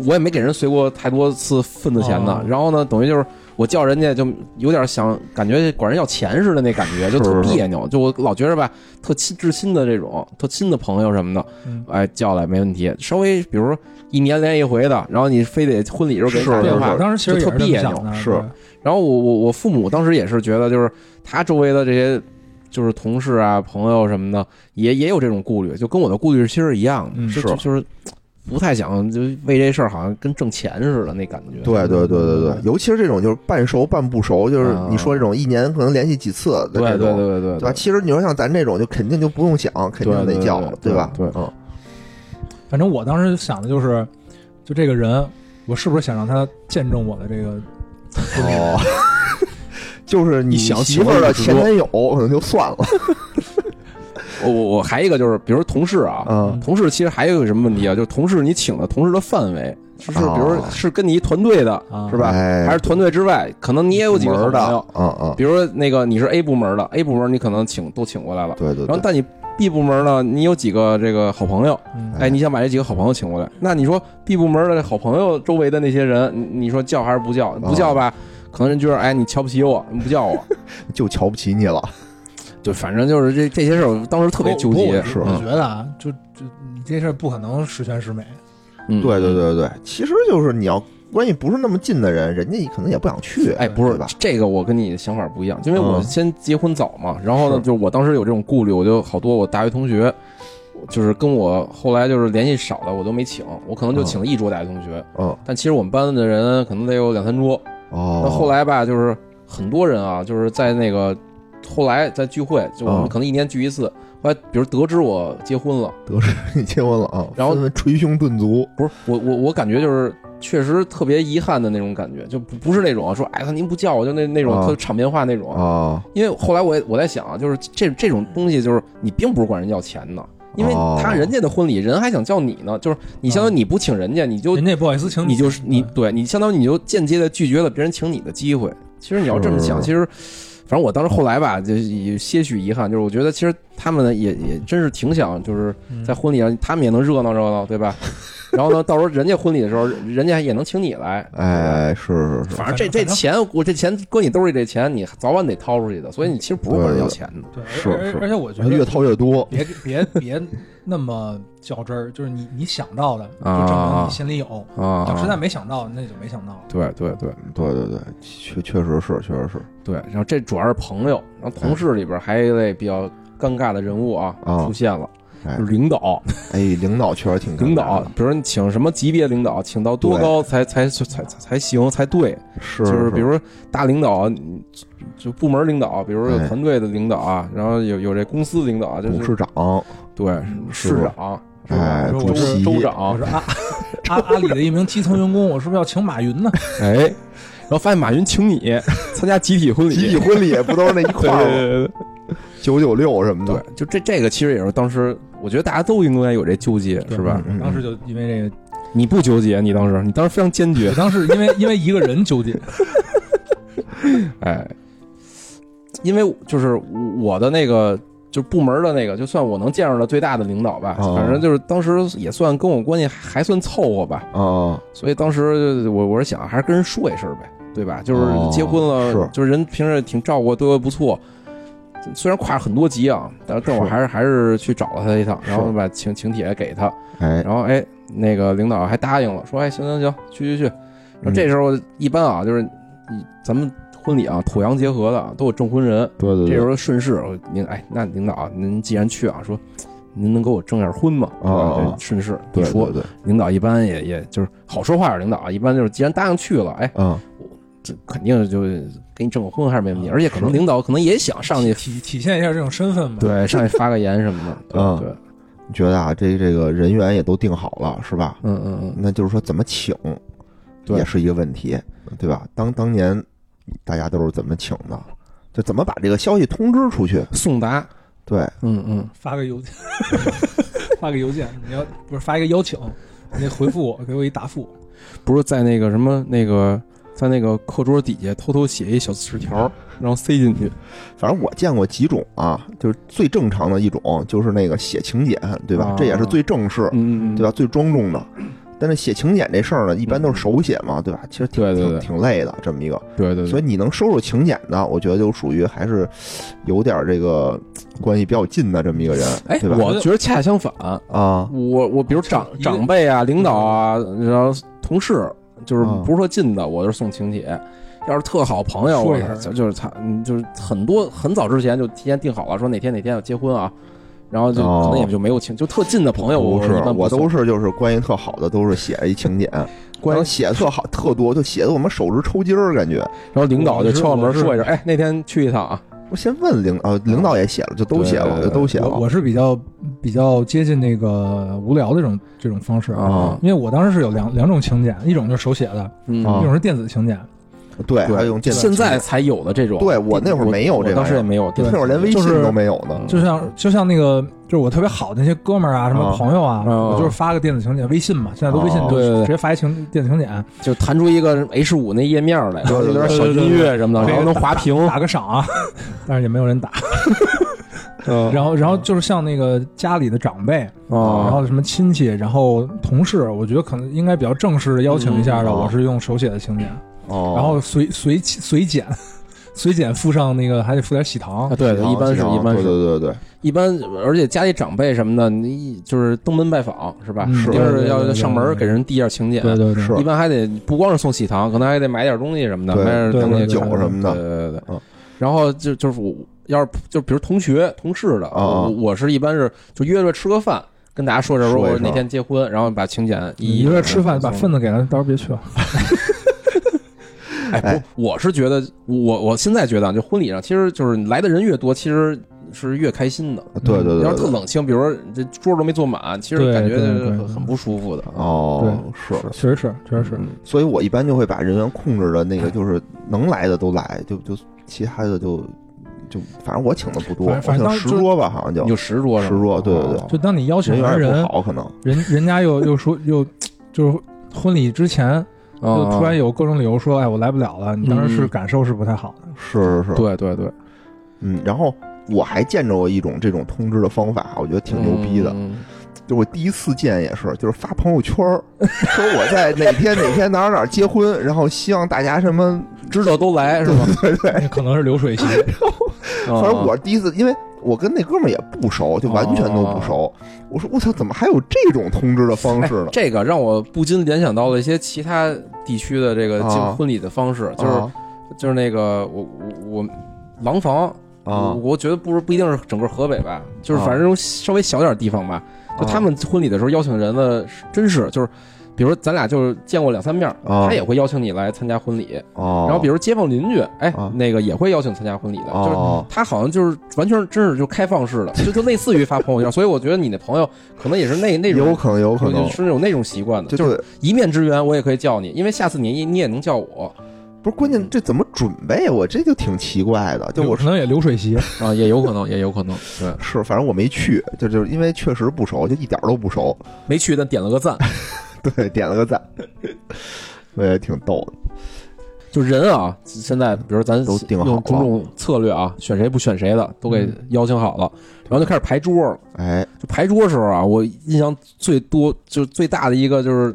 S2: 我也没给人随过太多次份子钱的
S3: 哦。
S2: 然后呢，等于就是我叫人家就有点想感觉管人要钱似的那感觉，就是特
S1: 是是
S2: 别扭。就我老觉着吧，特亲至亲的这种特亲的朋友什么的，
S3: 嗯
S2: 哎，叫来没问题。稍微比如说一年连一回的，然后你非得婚礼时候给人
S1: 是
S2: 打
S1: 是
S2: 电
S3: 对，
S2: 话
S3: 我，当时其实也
S2: 就特
S3: 是这么
S2: 别扭
S3: 想的，
S1: 是
S3: 对
S2: 然后我我我父母当时也是觉得，就是他周围的这些就是同事啊、朋友什么的，也也有这种顾虑，就跟我的顾虑其实是一样的，
S3: 嗯
S2: 就是就就是不太想就为这事儿好像跟挣钱似的那感觉。
S1: 对对对对对，尤其是这种就是半熟半不熟，就是你说这种一年可能联系几次的
S2: 嗯对
S1: 这
S2: 对对
S1: 种，
S2: 对对
S1: 吧？其实你说像咱这种，就肯定就不用想，肯定得
S2: 对对
S1: 叫
S2: 对，对
S1: 对吧？
S2: 对
S1: 嗯，
S3: 反正我当时想的就是，就这个人，我是不是想让他见证我的这个
S1: 哦，就是你
S2: 一想
S1: 媳妇儿的
S2: 媳妇
S1: 前
S2: 儿就
S1: 男友可能就算了，
S2: 我我我还有一个就是，比如同事啊，
S1: 嗯，
S2: 同事其实还有一个什么问题啊，就是同事你请的同事的范围，就是比如
S1: 哦
S2: 是跟你一团队的，
S3: 啊？
S2: 是吧
S1: 哎
S2: 还是团队之外，可能你也有几个好
S1: 门儿的
S2: 朋友。，
S1: 嗯嗯，
S2: 比如说那个你是 A 部门的，A 部门你可能请都请过来了，
S1: 对对
S2: 然后
S1: 对，
S2: 但你 B 部门呢，你有几个这个好朋友，
S3: 嗯
S2: 哎，你想把这几个好朋友请过来，那你说 B 部门的好朋友周围的那些人，你你说叫还是不
S1: 啊
S2: 叫？不叫吧，可能人觉得哎你瞧不起我，你不 叫我，
S1: 就瞧不起你了，
S2: 对，反正就是这这些事儿，我当时特别纠
S3: 不过
S2: 结
S3: 我，
S1: 是
S3: 我
S1: 嗯
S3: 觉得啊，就就你这事儿不可能十全十美，
S2: 嗯，
S1: 对对。对对，其实就是你要关系不是那么近的人，人家可能也不想去，
S2: 哎，不是
S1: 嗯对吧？
S2: 这个，我跟你想法不一样，因为我
S1: 嗯
S2: 先结婚早嘛，然后呢，
S1: 是
S2: 就是我当时有这种顾虑，我就好多我大学同学，就是跟我后来就是联系少的，我都没请，我可能就
S1: 嗯
S2: 请了一桌大学同学，
S1: 嗯，
S2: 但其实我们班的人可能得有两三桌，
S1: 哦，
S2: 那后来吧，就是很多人啊，就是在那个后来在聚会，就我们
S1: 嗯
S2: 可能一年聚一次。后来，比如得知我结婚了，
S1: 得知你结婚了啊，
S2: 然后
S1: 纷纷捶胸顿足，
S2: 不是我我我感觉就是确实特别遗憾的那种感觉，就不不是那种说哎呀您不叫我就那那种
S1: 啊
S2: 特场面话那种。
S1: 啊，
S2: 因为后来我也我在想啊，就是这这种东西就是你并不是管人要钱的，因为
S1: 哦
S2: 他人家的婚礼人还想叫你呢，就是你相当于你不请人家，你就
S3: 人家嗯也不好意思请
S2: 你就是你对你相当于你就间接的拒绝了别人请你的机会。其实你要这么想，
S1: 是
S2: 其实反正我当时后来吧，就有些许遗憾，就是我觉得其实他们也也真是挺想，就是
S3: 嗯
S2: 在婚礼上他们也能热闹热闹，对吧？然后呢，到时候人家婚礼的时候，人家也能请你来。
S1: 哎，是是是，
S2: 反正这这钱，我这钱搁你兜里，这钱你早晚得掏出去的，所以你其实不是管人要钱的。
S3: 对，
S1: 是
S3: 而
S1: 是
S3: 而且我觉得
S1: 越掏越多，
S3: 别别别那么较真儿，就是你你想到的就
S2: 啊
S3: 证明你心里有，
S2: 啊，
S3: 要实在没想到那就没想到了。
S2: 对对对
S1: 对对对，确确实是，确实是
S2: 对，然后这主要是朋友，然后同事里边还有一类比较尴尬的人物啊
S1: 啊
S2: 出现了，
S1: 哎
S2: 就是领导，
S1: 哎，领导确实挺尴尬的
S2: 领导，比如说你请什么级别领导，请到多
S1: 对
S2: 高才才才才才行才对，
S1: 是
S2: 就是比如说大领导，你就部门领导，比如说有
S1: 哎
S2: 团队的领导啊，然后有有这公司领导啊，就
S1: 董
S2: 是
S1: 事长，
S2: 对
S1: 是
S2: 市长，嗯是啊吧
S1: 哎，
S3: 我
S1: 主
S3: 是
S1: 席，
S2: 州长
S3: 我，嗯是阿 阿阿里的一名基层员工，我是不是要请马云呢？
S2: 哎，然后发现马云请你参加集体婚礼，
S1: 集体婚礼不都是那一
S2: 对
S1: 块
S2: 对
S1: 儿吗？
S2: 对对
S1: 九九六什么
S2: 对
S1: 的，，
S2: 就这这个其实也是当时，我觉得大家都应该有这纠结，是吧？
S1: 嗯嗯
S3: 当时就因为
S2: 你不纠结，你当时你当时非常坚
S3: 这
S2: 决
S3: 个，我，当时因为因为一个人纠结，
S2: 哎，因为就是我的那个就是部门的那个，就算我能见着的最大的领导吧，
S1: 哦
S2: 反正就是当时也算跟我关系还算凑合吧，
S1: 啊，
S2: 所以当时我我是想还是跟人说一声呗，对吧？就是
S1: 哦
S2: 结婚了，
S1: 是
S2: 就是人平时也挺照顾我，对我不错。虽然跨了很多级啊，但但我
S1: 是
S2: 还是还是去找了他一趟，
S1: 是
S2: 然后把请请帖给他，
S1: 哎，
S2: 然后哎，那个领导还答应了，说哎行行行，去去去。那
S1: 嗯
S2: 这时候一般啊，就是你咱们婚礼啊，土洋结合的啊都有证婚人，
S1: 对对
S2: 这
S1: 对，
S2: 时候顺势我您哎，那领导啊您既然去啊，说您能给我证点婚吗？
S1: 哦哦
S2: 啊对吧
S1: 哦
S2: 这顺势一
S1: 对
S2: 说
S1: 对，对
S2: 领导一般也也就是好说话的领导啊，一般就是既然答应去了，哎，
S1: 嗯，
S2: 这肯定就给你证个婚还是没问题，
S3: 啊
S2: 而且可能
S1: 是
S2: 领导可能也想 上去
S3: 体体现一下这种身份嘛。，
S2: 对上去发个言什么的，
S1: 嗯
S2: 啊 对对，
S1: 你觉得啊，这这个人员也都定好了是吧？
S2: 嗯嗯嗯，
S1: 那就是说怎么请，
S2: 对
S1: 也是一个问题，对吧？当当年大家都是怎么请的？就怎么把这个消息通知出去？
S2: 送达，
S1: 对，
S2: 嗯嗯，
S3: 发个邮件， 发个邮件，你要不是发一个邀请，你得回复我，给我一答复。
S2: 不是在那个什么那个在那个课桌底下偷偷写一小纸条，
S1: 嗯
S2: 然后塞进去，
S1: 反正我见过几种啊，就是最正常的一种就是那个写请柬，对吧？
S2: 啊
S1: 这也是最正式，
S2: 嗯嗯嗯，嗯
S1: 对吧？最庄重的。但是写请柬这事儿呢，一般都是手写嘛，对吧？其实挺
S2: 对对对
S1: 挺挺累的这么一个，
S2: 对对
S1: 所
S2: 对，
S1: 以你能收着请柬的，我觉得就属于还是有点这个关系比较近的这么一个人，
S2: 哎，
S1: 对吧？
S2: 我觉得恰恰相反，
S1: 啊，
S2: 我我比如长
S3: 一个
S2: 长辈啊、领导啊，然后同事，就是
S1: 嗯
S2: 不是说近的，我就是送请帖。要是特好朋友，
S3: 说
S2: 我
S3: 一声
S2: 就就是他，嗯就是很多很早之前就提前定好了，说哪天哪天要结婚啊，然后就
S1: 哦
S2: 可能也就没有请，就特近的朋友，
S1: 不
S2: 我
S1: 是
S2: 一，般
S1: 我
S2: 送
S1: 都是就是关系特好的，都是写一请柬，然
S2: 关
S1: 后写的特好特多，就写的我们手指抽筋儿感觉。
S2: 然后领导就敲门
S3: 我是
S2: 说一声，哎，那天去一趟啊，
S1: 我先问领啊，领导也写了，就都写了，
S2: 对
S1: 就都写
S3: 我
S1: 了
S3: 我是比较比较接近那个无聊的这种这种方式，
S2: 啊
S3: 因为我当时是有两两种请柬，一种就是手写的，
S2: 嗯
S1: 啊
S3: 一种是电子请柬。
S1: 对，
S2: 对
S1: 还有用电子
S2: 现在才有的这种，
S1: 对我那会儿没有这
S2: 我当
S1: 玩意
S2: 时
S1: 儿
S2: 也没有，
S1: 请柬那会儿连微
S3: 就
S1: 信
S3: 是
S1: 都没有呢。
S3: 就像就像那个，就是我特别好的那些哥们儿啊，什么
S1: 啊
S3: 朋友啊，
S2: 啊
S3: 我就是发个电子请柬，微信嘛，现在都微信，
S1: 哦
S3: 就
S2: 对对对
S3: 直接发一请电子请柬，
S2: 就弹出一个 H 五那页面来，然后有点小音乐什么的，
S3: 对
S2: 然后能
S3: 打
S2: 滑屏，
S3: 打个赏啊， 但是也没有人打。
S2: 嗯
S3: 然后然后就是像那个家里的长辈，
S2: 啊，
S3: 然后什么亲戚，然后同事，我觉得可能应该比较正式的邀请一下的，
S1: 嗯哦
S3: 我是用手写的请柬，
S1: 哦，
S3: 然后随随随检， 随检附上那个还得附点喜糖
S2: 啊，，对，
S1: 然后
S2: 一般是
S1: 然后
S2: 一般
S1: 对
S2: 是嗯
S1: 对对对，
S2: 一般，而且家里长辈什么的，你就是登门拜访是吧？
S3: 嗯
S2: 肯定
S3: 是
S2: 是
S3: 对对
S2: 要
S3: 对
S2: 上门给人递一下请柬，
S3: 对对对，
S1: 是
S2: 一般还得不光是送喜糖，可能还得买点东西什么的，
S1: 对
S2: 买点
S3: 对
S2: 东西
S3: 对对
S2: 给人
S3: 酒什
S1: 么的
S2: 对对对对
S1: 嗯。
S2: 然后就就是我要是就比如同学同事的，
S1: 啊啊
S2: 我我是一般是就约着吃个饭，跟大家说着说
S1: 说一
S2: 我
S1: 声
S2: 哪天结婚，然后把请柬一
S3: 你
S2: 一
S3: 就在吃饭，把
S2: 送
S3: 份子给他，到时候别去了。
S2: 哎，不，我是觉得，我我现在觉得，啊，就婚礼上，其实就是来的人越多，其实是越开心的。
S1: 对对
S2: 要
S1: 对
S2: 是特
S1: 对，
S2: 冷清，比如说这桌都没坐满，其实
S3: 对
S2: 感觉
S3: 对对
S2: 很很不舒服的。
S1: 哦，是，
S3: 确实是，确实是。
S2: 嗯
S1: 所以我一般就会把人员控制的那个，就是能来的都来，就就其他的就就，反正我请的不多，
S3: 反正反正
S1: 我
S3: 当
S1: 请
S3: 时
S1: 十
S3: 就是
S1: 桌吧，好像就
S2: 有十桌是吗
S1: 十桌对对对
S2: 哦
S3: 就当你邀请
S1: 人
S3: 完
S1: 员也
S3: 人
S1: 不，好，可能
S3: 人人家又又说又就是婚礼之前就突然
S2: 有，
S3: 有各种理由说，哎，我来不了了。你当时是
S2: 嗯
S3: 感受是不太好的，
S1: 是是是，
S2: 对对对，
S1: 嗯，然后我还见着过一种这种通知的方法，我觉得挺牛逼的。
S2: 嗯
S1: 就我第一次见也是，就是发朋友圈儿说我在哪天哪天哪儿哪儿结婚，然后希望大家什么，
S2: 知道都来 是吧？
S3: 那可能是流水席。
S1: 反正
S2: 嗯
S1: 我第一次，因为我跟那哥们儿也不熟，就完全都不
S2: 哦
S1: 熟。我说我操，怎么还有这种通知的方式呢？
S2: 这个让我不禁联想到了一些其他地区的这个进
S1: 啊
S2: 婚礼的方式， 就是、
S1: 啊
S2: 就是那个我我我廊坊，
S1: 啊
S2: 我我觉得不是不一定是整个河北吧，就是反正这种稍微小点儿地方吧，
S1: 啊
S2: 就他们婚礼的时候邀请人呢，是真是就是，比如说咱俩就是见过两三面儿，
S1: 啊
S2: 他也会邀请你来参加婚礼，
S1: 啊，
S2: 然后比如街坊邻居，哎
S1: 啊，
S2: 那个也会邀请参加婚礼的，就是
S1: 啊
S2: 他好像就是完全真是就开放式的，就就类似于发朋友圈，所以我觉得你的朋友可能也是那那
S1: 有
S2: 种。
S1: 可能有可能，
S2: 是有那种习惯的，
S1: 就
S2: 就是
S1: 是
S2: 一面之缘，我也可以叫你，因为下次你你也能叫我
S1: 不是关
S2: 嗯
S1: 键这怎么准备？啊我这就挺奇怪的。就我
S3: 可能也流水席，
S2: 啊，也有可能，也有可能，对，
S1: 是，反正我没去，就就是因为确实不熟，就一点儿都不熟。
S2: 没去但点了个赞。
S1: 对，点了个赞， 我也挺逗的。
S2: 就人啊，现在比如咱
S1: 都定好了
S2: 用种种策略啊，选谁不选谁的都给邀请好了，然后就开始排桌了。
S1: 哎，
S2: 就排桌时候啊，我印象最多就最大的一个就是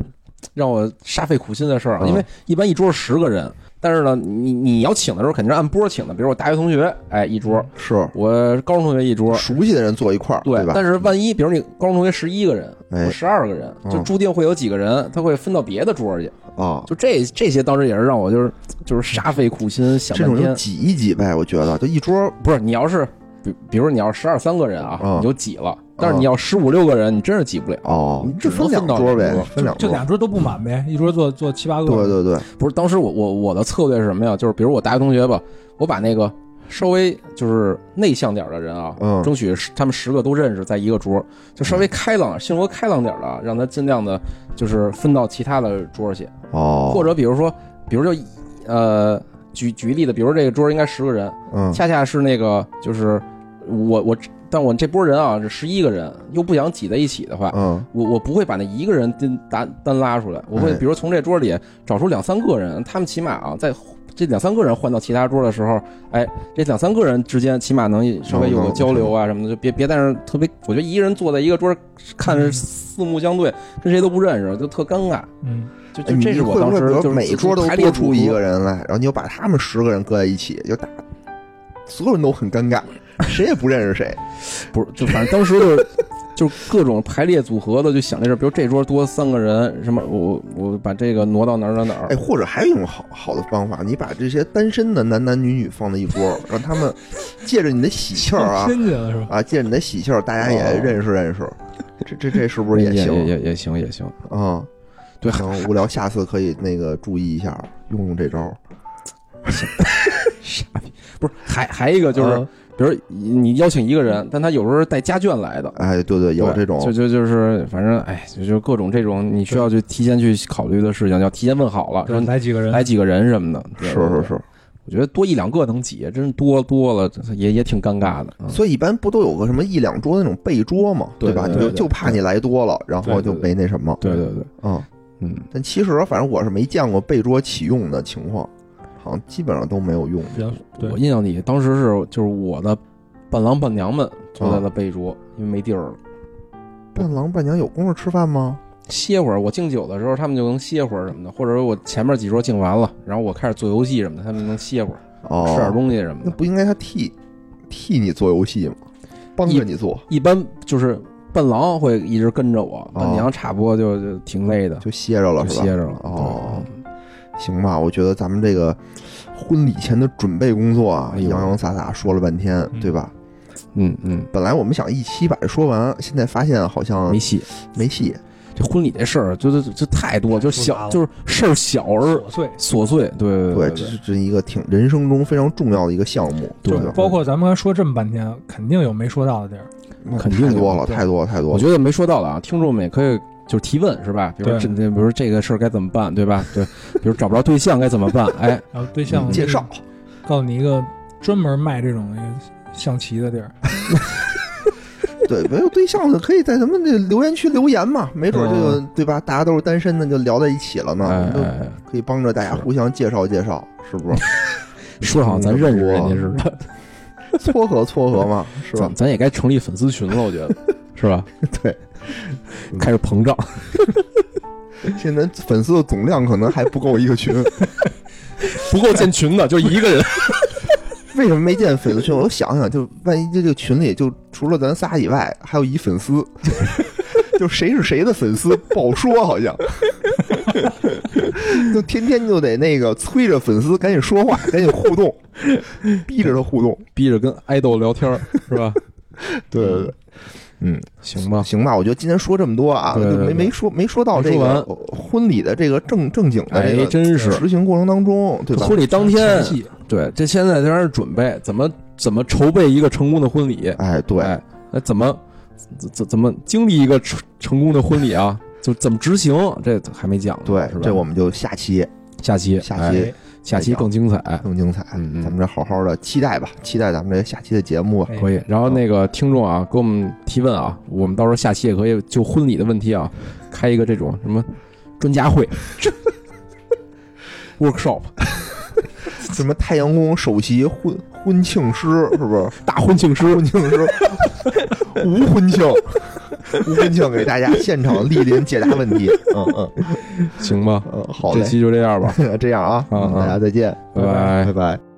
S2: 让我煞费苦心的事儿啊，
S1: 嗯
S2: 因为一般一桌十个人，但是呢，你你要请的时候肯定是按波请的，比如我大学同学，哎一桌，
S1: 是
S2: 我高中同学一桌，
S1: 熟悉的人坐一块儿，
S2: 对，
S1: 吧？
S2: 但是万一比如你高中同学十一个人，
S1: 哎
S2: 我十二个人，就
S1: 嗯
S2: 注定会有几个人他会分到别的桌儿去。
S1: 啊，
S2: 就这这些当时也是让我就是就是煞费苦心想
S1: 这
S2: 半
S1: 种
S2: 天
S1: 就。挤一挤呗，我觉得就一桌
S2: 不是你要是比比如说你要十二三个人啊，
S1: 嗯
S2: 你就挤了；但是你要十五六个人，你真是挤不了。
S1: 哦
S2: 你，
S1: 就
S2: 只能
S1: 分两
S2: 分到
S1: 桌呗
S2: 两桌，
S1: 分两
S3: 就
S1: 桌。
S3: 两桌都不满呗，一桌坐坐七八个。
S1: 对对对，
S2: 不是，当时我我我的策略是什么呀？就是比如我大学同学吧，我把那个稍微就是内向点儿的人啊，
S1: 嗯
S2: 争取他们十个都认识，在一个桌，就稍微开朗、性格开朗点儿的，让他尽量的，就是分到其他的桌去，
S1: 哦，
S2: 或者比如说，比如就呃举举例子，比如这个桌应该十个人，
S1: 嗯
S2: 恰恰是那个就是我我，但我这波人啊，这十一个人又不想挤在一起的话，
S1: 嗯
S2: 我我不会把那一个人单单单拉出来，我会
S1: 哎
S2: 比如从这桌里找出两三个人，他们起码啊，在这两三个人换到其他桌的时候，哎，这两三个人之间起码能稍微有个交流啊什么的，就别别在那儿特别，我觉得一个人坐在一个桌看
S1: 嗯
S2: 着四目相对，跟谁都不认识，就特尴尬。
S3: 嗯，
S2: 就
S1: 哎
S2: 就
S1: 你
S2: 这是我
S1: 会不
S2: 当
S1: 会
S2: 时
S1: 比
S2: 就
S1: 如
S2: 是
S1: 每桌都多
S2: 排列
S1: 出
S2: 组合
S1: 一个人来，然后你就把他们十个人搁在一起，就大所有人都很尴尬，谁也不认识谁。
S2: 不是，就反正当时就是就是各种排列组合的，就想这事儿，比如这桌多三个人，什么我我我把这个挪到哪儿哪儿哪儿
S1: 哎，，或者还有一种好好的方法，你把这些单身的男男女女放在一桌，让他 们借着你的喜气儿啊
S3: 亲戚了是吧？
S1: 啊，借着你的喜气儿，大家也
S2: 哦
S1: 认识认识。这这这是不是
S2: 也
S1: 行
S2: 也也行也行，
S1: 啊？
S2: 对
S1: 行，无聊，下次可以那个注意一下，用用这招儿。
S2: 不是还还一个就是，
S1: 嗯
S2: 比如你你邀请一个人，但他有时候是带家眷来的。
S1: 哎，对对，有
S2: 对
S1: 这种
S2: 就就就是，反正哎，就就各种这种你需要去提前去考虑的事情，要提前问好了，说
S3: 来几个人，
S2: 来几个人什么的。对
S1: 是是，是。
S2: 我觉得多一两个能挤，真是多多了，也也挺尴尬的。嗯
S1: 所以一般不都有个什么一两桌那种备桌嘛，
S2: 对
S1: 吧？你
S2: 对对
S1: 就
S2: 对
S1: 就怕你来多了，然后
S2: 对
S1: 就
S2: 对
S1: 没
S2: 对
S1: 那什么。
S2: 对对对，
S1: 嗯，
S2: 嗯，
S1: 但其实反正我是没见过备桌起用的情况，好像基本上都没有用。
S3: 比较对
S2: 我印象里当时是就是我的伴郎伴娘们坐
S1: 啊
S2: 在了背桌，因为没地儿了。
S1: 伴郎伴娘有功夫吃饭吗？
S2: 歇会儿，我敬酒的时候，他们就能歇会儿什么的，或者我前面几桌敬完了，然后我开始做游戏什么的，他们能歇会儿，
S1: 哦，
S2: 吃点东西什么
S1: 那
S2: 的。
S1: 不应该他替替你做游戏吗？帮着你做，
S2: 一般就是伴郎会一直跟着我，
S1: 哦
S2: 伴娘差不多就就挺累的，
S1: 就歇着了
S2: 就是歇
S1: 吧？
S2: 着了。
S1: 哦
S2: 对，
S1: 行吧，我觉得咱们这个婚礼前的准备工作啊，
S2: 哎呦
S1: 洋洋洒洒说了半天，
S3: 嗯
S1: 对吧？
S2: 嗯嗯，
S1: 本来我们想一期把这说完，现在发现好像
S2: 没戏。
S1: 没戏。
S2: 这婚礼这事儿，就就就太多，就
S3: 复杂
S2: 小
S3: 了
S2: 就是事儿小而
S3: 琐碎。
S2: 琐碎。
S1: 对，
S2: 对对
S1: 这是这是一个挺人生中非常重要的一个项目，
S2: 对
S3: 就
S1: 吧？
S3: 包括咱们刚才说这么半天，啊肯定有没说到的地儿。
S1: 那
S2: 肯定
S1: 嗯
S2: 有
S1: 太多了，
S2: 对
S1: 太多了，太多
S2: 我
S1: 了。
S2: 觉得没说到的啊，听众们也可以就是提问是吧？比如说
S3: 对
S2: 这，比如说这个事儿该怎么办，对吧？对，比如找不着对象该怎么办？哎，
S3: 然后对象
S1: 介绍，
S3: 告诉你一个专门卖这种那个象棋的地儿，
S1: 对，没有对象的可以在咱们这留言区留言嘛，没准这个对吧？大家都是单身的，就聊在一起了呢，
S2: 嗯哎
S1: 我
S2: 哎，
S1: 们
S2: 哎
S1: 都可以帮着大家互相介绍介绍，是 不是？
S2: 说得好像咱认识人家似的，
S1: 撮合撮合嘛，是吧
S2: 咱？咱也该成立粉丝群了，我觉得是吧？
S1: 对，
S2: 开始膨胀，
S1: 现在粉丝的总量可能还不够一个群，
S2: 不够建群的，就一个人。
S1: 为什么没建粉丝群？我都想想，就万一这个群里就除了咱仨以外，还有一粉丝， 就谁是谁的粉丝不好说，好像，就天天就得那个催着粉丝赶紧说话，赶紧互动， 逼着他互动。
S2: 逼着跟爱豆聊天儿是吧？
S1: 对对对，嗯，
S2: 行 吧，
S1: 行吧，我觉得今天说这么多啊，
S2: 对对对
S1: 就没没说没说到这
S2: 没
S1: 个
S2: 说
S1: 婚礼的这个正正经的
S2: 哎
S1: 这，个
S2: 真是
S1: 执行过程当中，对吧？
S2: 婚礼当天
S3: 前，戏
S2: 对，这现在在那准备，怎么怎么筹备一个成功的婚礼？
S1: 哎，对，
S2: 哎，那怎么怎怎怎么经历一个成成功的婚 礼啊？就怎么执行？这还没讲呢，
S1: 对
S2: 是吧？，
S1: 这我们就下期
S2: 下期
S1: 下
S2: 哎
S1: 期哎
S2: 下期更精彩，
S1: 更精彩，
S2: 嗯嗯
S1: 咱们这好好的期待吧，期待咱们这下期的节目啊吧。
S3: 哎
S2: 可以。然后那个听众啊，给我们提问啊，我们到时候下期也可以就婚礼的问题啊，开一个这种什么专家会 workshop
S1: 什么太阳宫首席婚婚庆师是不是？
S2: 大婚庆师
S1: 婚庆师无婚庆，无婚庆给大家现场莅临解答问题。嗯嗯
S2: 行吧？
S1: 嗯，好
S2: 这
S1: 嘞，
S2: 期就这样吧，
S1: 这样啊，
S2: 嗯嗯
S1: 大家再见，
S2: 拜拜
S1: 拜拜。